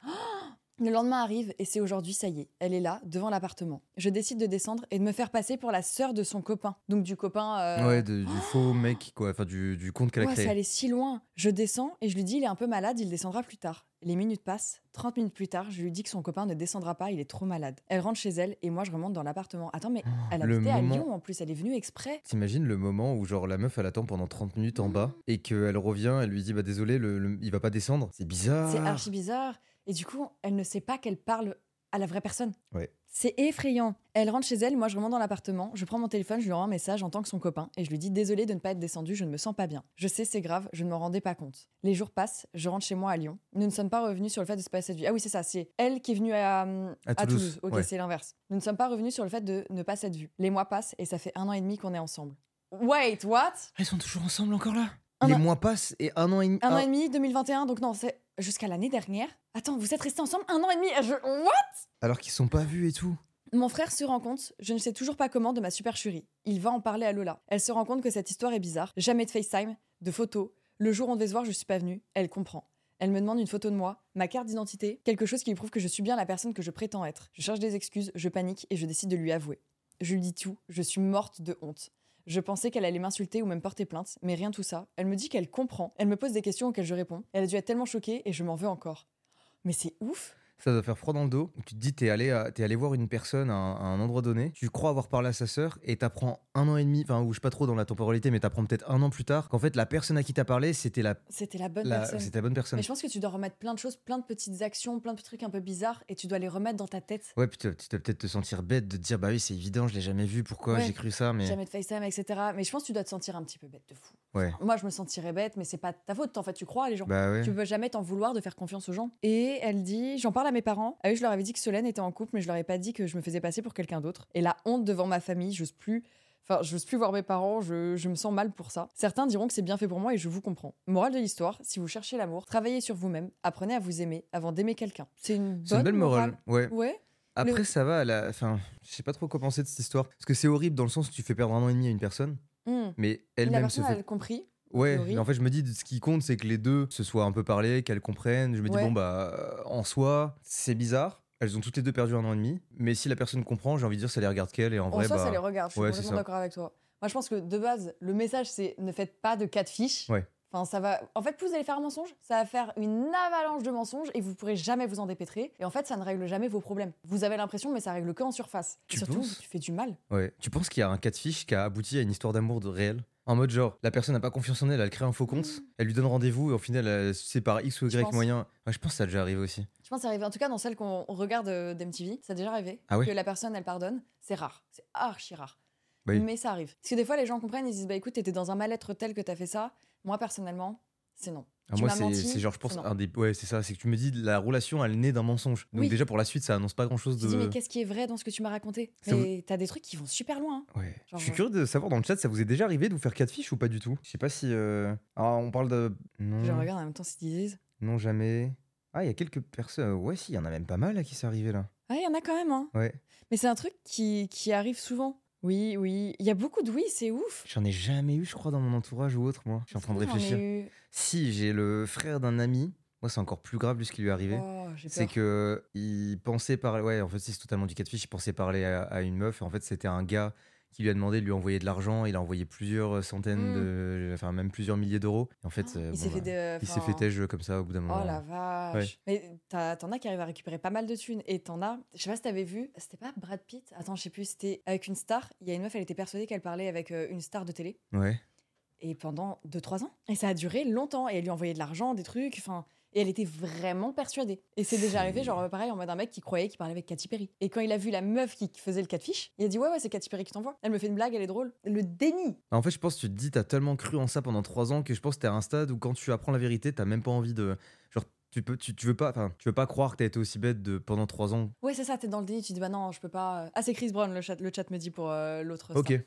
rendez-vous.
Oh Le lendemain arrive et c'est aujourd'hui, ça y est, elle est là, devant l'appartement. Je décide de descendre et de me faire passer pour la sœur de son copain. Donc du copain... euh,
Ouais, de- du faux mec, quoi. Enfin, du, du conte qu'elle a
Ouais,
créé.
ça allait si loin. Je descends et je lui dis, il est un peu malade, il descendra plus tard. Les minutes passent. 30 minutes plus tard, je lui dis que son copain ne descendra pas, il est trop malade. Elle rentre chez elle et moi, je remonte dans l'appartement. Attends, mais elle
le
habitait à
moment-
Lyon hein. en plus, elle est venue exprès.
T'imagines le moment où genre la meuf elle attend pendant 30 minutes
Mm.
en bas et qu'elle revient, elle lui dit bah désolé, le, le- il va pas descendre. C'est bizarre.
C'est archi bizarre. Et du coup, elle ne sait pas qu'elle parle à la vraie personne.
Ouais.
C'est effrayant. Elle rentre chez elle, moi je remonte dans l'appartement, je prends mon téléphone, je lui envoie un message en tant que son copain et je lui dis désolé de ne pas être descendu, je ne me sens pas bien. Je sais, c'est grave, je ne m'en rendais pas compte. Les jours passent, je rentre chez moi à Lyon. Nous ne sommes pas revenus sur le fait de se passer cette vie. Ah oui, c'est ça, c'est elle qui est venue à, euh,
À
à
Toulouse,
Toulouse. Ok,
ouais.
c'est l'inverse. Nous ne sommes pas revenus sur le fait de ne pas cette vue. Les mois passent et ça fait un an et demi qu'on est ensemble. Wait, what
Ils sont toujours ensemble encore là.
Un
Les
an-
mois passent et un an et demi. Ah.
un an et demi, 2021, donc non, c'est jusqu'à l'année dernière. Attends, vous êtes restés ensemble un an et demi je... What
Alors qu'ils sont pas vus et tout.
Mon frère se rend compte, je ne sais toujours pas comment, de ma supercherie. Il va en parler à Lola. Elle se rend compte que cette histoire est bizarre. Jamais de FaceTime, de photos. Le jour où on devait se voir, je suis pas venue. Elle comprend. Elle me demande une photo de moi, ma carte d'identité, quelque chose qui lui prouve que je suis bien la personne que je prétends être. Je cherche des excuses, je panique et je décide de lui avouer. Je lui dis tout, je suis morte de honte. Je pensais qu'elle allait m'insulter ou même porter plainte, mais rien de tout ça. Elle me dit qu'elle comprend, elle me pose des questions auxquelles je réponds. Elle a dû être tellement choquée et je m'en veux encore. Mais c'est ouf
Ça doit faire froid dans le dos. Tu te dis t'es allé à- t'es allé voir une personne à un, à un endroit donné. Tu crois avoir parlé à sa sœur et t'apprends un an et demi, enfin ou je sais pas trop dans la temporalité, mais t'apprends peut-être un an plus tard qu'en fait la personne à qui t'as parlé c'était la,
C'était la bonne
la
personne.
c'était la bonne personne.
Mais je pense que tu dois remettre plein de choses, plein de petites actions, plein de petits trucs un peu bizarres et tu dois les remettre dans ta tête.
Ouais, puis tu dois- tu dois peut-être te sentir bête de te dire bah oui c'est évident, je l'ai jamais vu, pourquoi
Ouais.
j'ai cru ça, mais
Jamais de FaceTime, etc. Mais je pense que tu dois te sentir un petit peu bête de fou.
ouais.
Moi, je me sentirais bête, mais c'est pas ta faute. En fait, tu crois à les gens.
Bah ouais.
Tu peux jamais t'en vouloir de faire confiance aux gens. Et elle dit J'en parle à mes parents. À eux, je leur avais dit que Solène était en couple, mais je leur ai pas dit que je me faisais passer pour quelqu'un d'autre. Et la honte devant ma famille, j'ose plus. Enfin, j'ose plus voir mes parents, je, je me sens mal pour ça. Certains diront que c'est bien fait pour moi et je vous comprends. Morale de l'histoire si vous cherchez l'amour, travaillez sur vous-même, apprenez à vous aimer avant d'aimer quelqu'un. C'est une bonne,
C'est une belle morale. Ouais.
Ouais.
Après, ça va à la. Enfin, je sais pas trop quoi penser de cette histoire. Parce que c'est horrible dans le sens où tu fais perdre un an et demi à une personne,
Hmm.
mais
La
elle-même se
personne, elle
fait.
a compris.
Ouais,
théorie.
mais en fait, je me dis, ce qui compte, c'est que les deux se soient un peu parlé, qu'elles comprennent. Je me dis,
Ouais.
bon, bah, euh, en soi, c'est bizarre. Elles ont toutes les deux perdu un an et demi. Mais si la personne comprend, j'ai envie de dire, ça les regarde qu'elle. Et en,
En
vrai,
soi,
bah.
ça les regarde. Je suis
ouais, c'est
complètement
ça.
d'accord avec toi. Moi, je pense que de base, le message, c'est ne faites pas de cas de fiche.
Ouais.
Enfin, ça va... En fait, plus vous allez faire un mensonge, ça va faire une avalanche de mensonges et vous pourrez jamais vous en dépêtrer. Et en fait, ça ne règle jamais vos problèmes. Vous avez l'impression, mais ça règle que en surface.
Tu
Surtout,
penses
tu fais du mal.
Ouais. Tu penses qu'il y a un cas de fiche qui a abouti à une histoire d'amour de réel En mode genre, la personne n'a pas confiance en elle, elle crée
Mmh.
un faux compte, elle lui donne rendez-vous et au final, elle- c'est par X ou
Je
Y
pense.
moyen. Ouais, je pense que ça a déjà arrivé aussi.
Je pense que c'est arrivé, en tout cas, dans celle qu'on regarde euh, d'MTV, ça a déjà arrivé.
Ah ouais
que la personne, elle pardonne. C'est rare. C'est archi rare.
Bah oui.
Mais ça arrive. Parce que des fois, les gens comprennent, ils disent Bah écoute, t'étais dans un mal-être tel que t'as fait ça. Moi, personnellement, c'est non.
Ah,
Tu
moi,
m'as
c'est
menti,
c'est genre, je pense,
c'est non.
un des. Ouais, c'est ça, c'est que tu me dis, la relation, elle naît d'un mensonge. Donc,
Oui.
déjà, pour la suite, ça annonce pas grand chose
Tu
de.
te dis, mais qu'est-ce qui est vrai dans ce que tu m'as raconté
Ça vous-
Mais t'as des trucs qui vont super loin. hein.
Ouais.
Genre,
je suis
euh,
curieux de savoir dans le chat, ça vous est déjà arrivé de vous faire quatre fiches ou pas du tout Je sais pas si. euh, Ah, on parle de. Non,
Je hein. regarde en même temps s'ils disent.
non jamais. Ah, il y a quelques personnes. Ouais, si, il y en a même pas mal à qui c'est arrivé là.
Ah, il y en a quand même, hein.
Ouais.
Mais c'est un truc qui, qui arrive souvent. Oui, oui. Il y a beaucoup de oui, c'est ouf.
J'en ai jamais eu, je crois, dans mon entourage ou autre, moi. Je suis en train de réfléchir. Si, j'ai le frère d'un ami. Moi, c'est encore plus grave, lui, ce qui lui est arrivé.
Oh,
C'est
c'est que.
que il pensait parler. Ouais, en fait, c'est totalement du catfish. Il pensait parler à, à une meuf. Et en fait, c'était un gars qui lui a demandé de lui envoyer de l'argent. Il a envoyé plusieurs euh, centaines
Mm.
de. Enfin, même plusieurs milliers d'euros. Et en fait, euh, bon,
Ah, il s'est
bah,
fait des.
il s'est
enfin,
fait euh, têche comme ça au bout d'un moment.
Oh la vache. Mais t'as- t'en as qui arrivent à récupérer pas mal de thunes. Et t'en as, je sais pas si t'avais vu, c'était pas Brad Pitt Attends, je sais plus, c'était avec une star. Il y a une meuf, elle était persuadée qu'elle parlait avec euh, une star de télé.
Ouais.
et pendant 2-3 ans. Et ça a duré longtemps. Et elle lui envoyait de l'argent, des trucs, enfin. Et elle était vraiment persuadée. Et c'est déjà arrivé, genre pareil, en mode un mec qui croyait qu'il parlait avec Katy Perry. Et quand il a vu la meuf qui faisait le catfish, il a dit Ouais, ouais, c'est Katy Perry qui t'envoie. Elle me fait une blague, elle est drôle. Le déni
Bah, En fait, je pense que tu te dis, t'as tellement cru en ça pendant trois ans que je pense que t'es à un stade où quand tu apprends la vérité, t'as même pas envie de. Genre, tu, peux, tu, tu veux pas enfin, tu veux pas croire que t'as été aussi bête de, pendant trois ans.
Ouais, c'est ça, t'es dans le déni, tu dis Bah non, je peux pas. Ah, c'est Chris Brown, le chat, le chat me dit pour euh, l'autre. star.
Ok.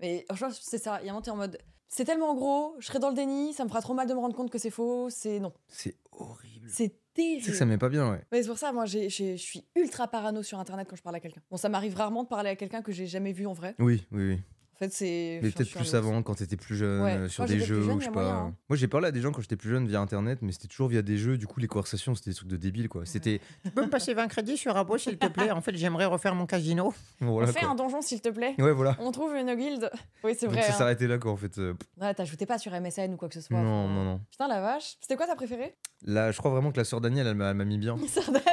Mais je pense que c'est ça. Il y a un moment, t'es en mode C'est tellement gros, je serai dans le déni, ça me fera trop mal de me rendre compte que c'est faux, c'est non.
C'est horrible.
C'est
C'est
terrible.
que ça m'est pas bien, ouais.
Mais c'est pour ça, moi, j'ai- j'ai- je suis ultra parano sur Internet quand je parle à quelqu'un. Bon, ça m'arrive rarement de parler à quelqu'un que j'ai jamais vu en vrai.
Oui, oui, oui.
En fait, c'est.
Mais
enfin,
peut-être
je suis un
plus
ours.
avant, quand t'étais plus jeune,
Ouais.
euh, sur
Quand
des
j'étais plus
jeux
jeune,
ou
y
je
a
sais
moyen,
pas.
hein.
Moi, j'ai parlé à des gens quand j'étais plus jeune via internet, mais c'était toujours via des jeux. Du coup, les conversations, c'était des trucs de débiles, quoi. C'était.
Tu peux me passer 20 crédits sur Abo, s'il te plaît En fait, j'aimerais refaire mon casino.
Voilà,
On fait
quoi.
un donjon, s'il te plaît.
Ouais, voilà.
On trouve une guilde. Oui, c'est
Donc,
vrai.
ça
hein.
s'arrêtait là, quoi, en fait. euh, pff,
Ouais, t'ajoutais pas sur MSN ou quoi que ce soit.
non,
enfin.
non, non.
Putain, la vache. C'était quoi ta préférée
Là, je crois vraiment que la sœur Danielle, elle m'a elle m'a mis bien.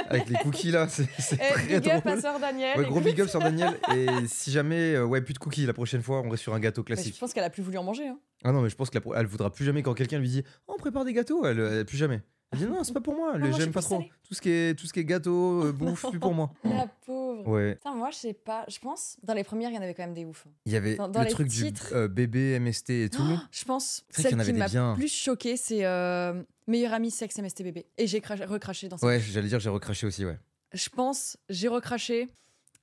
Avec les cookies, là, c'est c'est
Eh,
très
big up à
drôle.
Sœur Daniel.
Ouais, gros big up sur Daniel. Et si jamais, euh, ouais, plus de cookies la prochaine fois, on reste sur un gâteau
Bah, je
classique.
pense qu'elle a plus voulu en manger. hein.
Ah non, mais je pense qu'elle elle voudra plus jamais quand quelqu'un lui dit Oh, on prépare des gâteaux. Elle, elle- plus jamais. Elle dit non, c'est pas pour moi.
moi,
les-
je suis
J'aime pas
plus
trop.
salée.
Tout ce qui est tout ce qui est gâteau, euh, bouffe, plus pour moi.
La pauvre.
Ouais.
Putain, moi, je sais pas. Je pense, dans les premières, il y en avait quand même des oufs. hein.
Il y avait
Dans- dans
le
les
truc
titres.
du euh, bébé MST et tout.
Oh, je pense,
C'est vrai qu'il y en
celle
avait
qui
des
m'a
biens.
plus choquée, c'est euh, Meilleur ami sexe MSTBB. Et j'ai craché- recraché dans ça.
ouais, j'allais dire j'ai recraché aussi, ouais.
Je pense, j'ai recraché.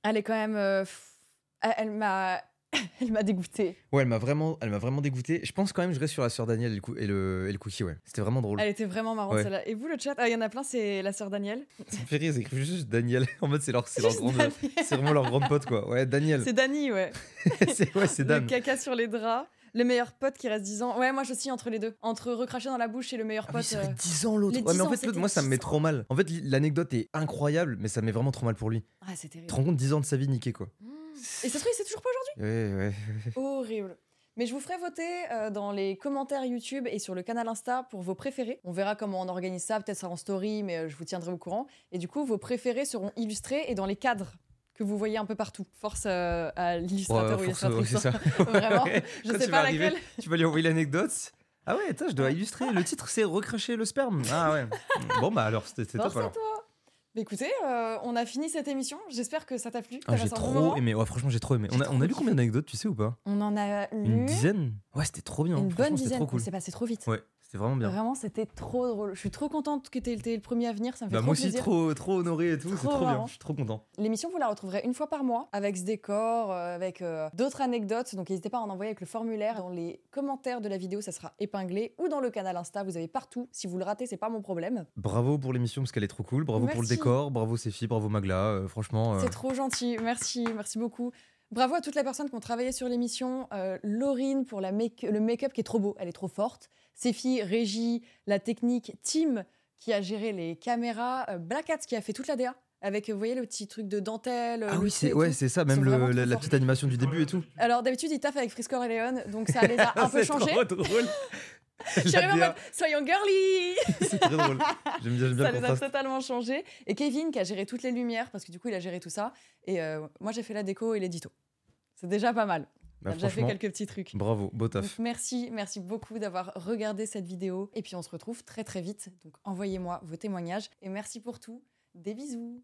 Elle est quand même. euh, pff, elle- elle m'a. Elle m'a dégoûtée.
Ouais, elle m'a vraiment, elle m'a vraiment dégoûté. Je pense quand même je reste sur la sœur Daniel et le, cou- et le, et le cookie, ouais. C'était vraiment drôle.
Elle était vraiment marrante
Ouais.
celle-là. Et vous, le chat Ah, il y en a plein, c'est la sœur Daniel.
Ça me fait rire, ils écrivent juste Daniel. En mode c'est leur, c'est leur
Juste
grande,
Daniel.
c'est vraiment leur grande pote quoi. Ouais, Daniel.
C'est Dani, ouais.
C'est ouais, c'est
Le
Dan.
caca sur les draps. Le meilleur pote qui reste 10 ans. Ouais, moi je suis entre les deux. Entre recracher dans la bouche et le meilleur
Ah oui,
pote.
c'est vrai,
euh,
10 ans l'autre.
les
Ouais, mais
10 ans,
en fait, l'autre,
c'était
moi, ça me
10
met
ans.
trop mal. En fait, l- l'anecdote est incroyable, mais ça met vraiment trop mal pour lui.
Ah, c'est
Tu
terrible.
te rends compte 10 ans de sa vie niquée, quoi.
Et ça se trouve, c'est toujours pas
Ouais, ouais.
aujourd'hui. Horrible. Mais je vous ferai voter euh, dans les commentaires YouTube et sur le canal Insta pour vos préférés. On verra comment on organise ça, peut-être ça en story, mais euh, je vous tiendrai au courant. Et du coup, vos préférés seront illustrés et dans les cadres que vous voyez un peu partout. Force euh, à l'illustrateur ou
Ouais, force, ouais,
l'illustratrice. hein.
c'est ça.
Vraiment,
Ouais.
je
Quand
sais
tu
pas
vas arriver,
laquelle.
Tu vas lui envoyer l'anecdote. Ah ouais, attends, je dois illustrer. Le titre, c'est Recracher le sperme. Ah ouais. Bon, bah alors, c'était c'était top
Force à
alors.
toi. Mais écoutez, euh, on a fini cette émission. J'espère que ça t'a plu. que
Ah,
t'as
j'ai
passé un bon moment.
trop aimé. Ouais, franchement, j'ai trop aimé. On a, on a lu combien d'anecdotes, tu sais ou pas
On en a
Une
lu
dizaine Ouais, c'était trop bien.
Mmh. une
Franchement,
bonne
c'était
dizaine.
trop cool.
C'est passé trop vite.
Ouais, c'était vraiment bien.
Vraiment, c'était trop drôle. Je suis trop contente que tu été le premier à venir. Ça me fait
Bah,
trop
moi aussi,
plaisir.
trop, trop honoré et tout.
Trop
C'est trop bien.
marrant.
Je suis trop content.
L'émission, vous la retrouverez une fois par mois avec ce décor, euh, avec euh, d'autres anecdotes. Donc n'hésitez pas à en envoyer avec le formulaire. Dans les commentaires de la vidéo, ça sera épinglé ou dans le canal Insta. Vous avez partout. Si vous le ratez, c'est pas mon problème.
Bravo pour l'émission parce qu'elle est trop cool. Bravo pour le
Merci.
décor. Bravo Séphie. Bravo Magla. euh, franchement. euh,
C'est trop gentil. Merci, merci beaucoup. Bravo à toutes les personnes qui ont travaillé sur l'émission. Euh, Laurine pour la make- le make-up qui est trop beau, elle est trop forte. Séphie, Régie, la technique, Tim qui a géré les caméras, euh, Black Hat qui a fait toute la DA avec, euh, vous voyez, le petit truc de dentelle.
Ah
le
oui,
thé
c'est
et
ouais,
tout.
c'est ça,
sont
même le-
vraiment
la,
trop
la
forts.
petite animation du début et tout.
Alors d'habitude, ils taffent avec Frisco et Léon, donc ça les a un peu
C'est
changés.
trop drôle.
Je suis arrivée en mode, soyons girly
C'est très drôle. J'aime bien, j'aime bien
Ça
le
les a
contraste.
totalement changés. Et Kevin qui a géré toutes les lumières, parce que du coup, il a géré tout ça. Et euh, moi, j'ai fait la déco et l'édito. C'est déjà pas mal.
Bah,
J'ai déjà fait
franchement,
quelques petits trucs.
bravo, beau
Donc,
taf.
merci, merci beaucoup d'avoir regardé cette vidéo. Et puis on se retrouve très très vite. Donc envoyez-moi vos témoignages et merci pour tout. Des bisous.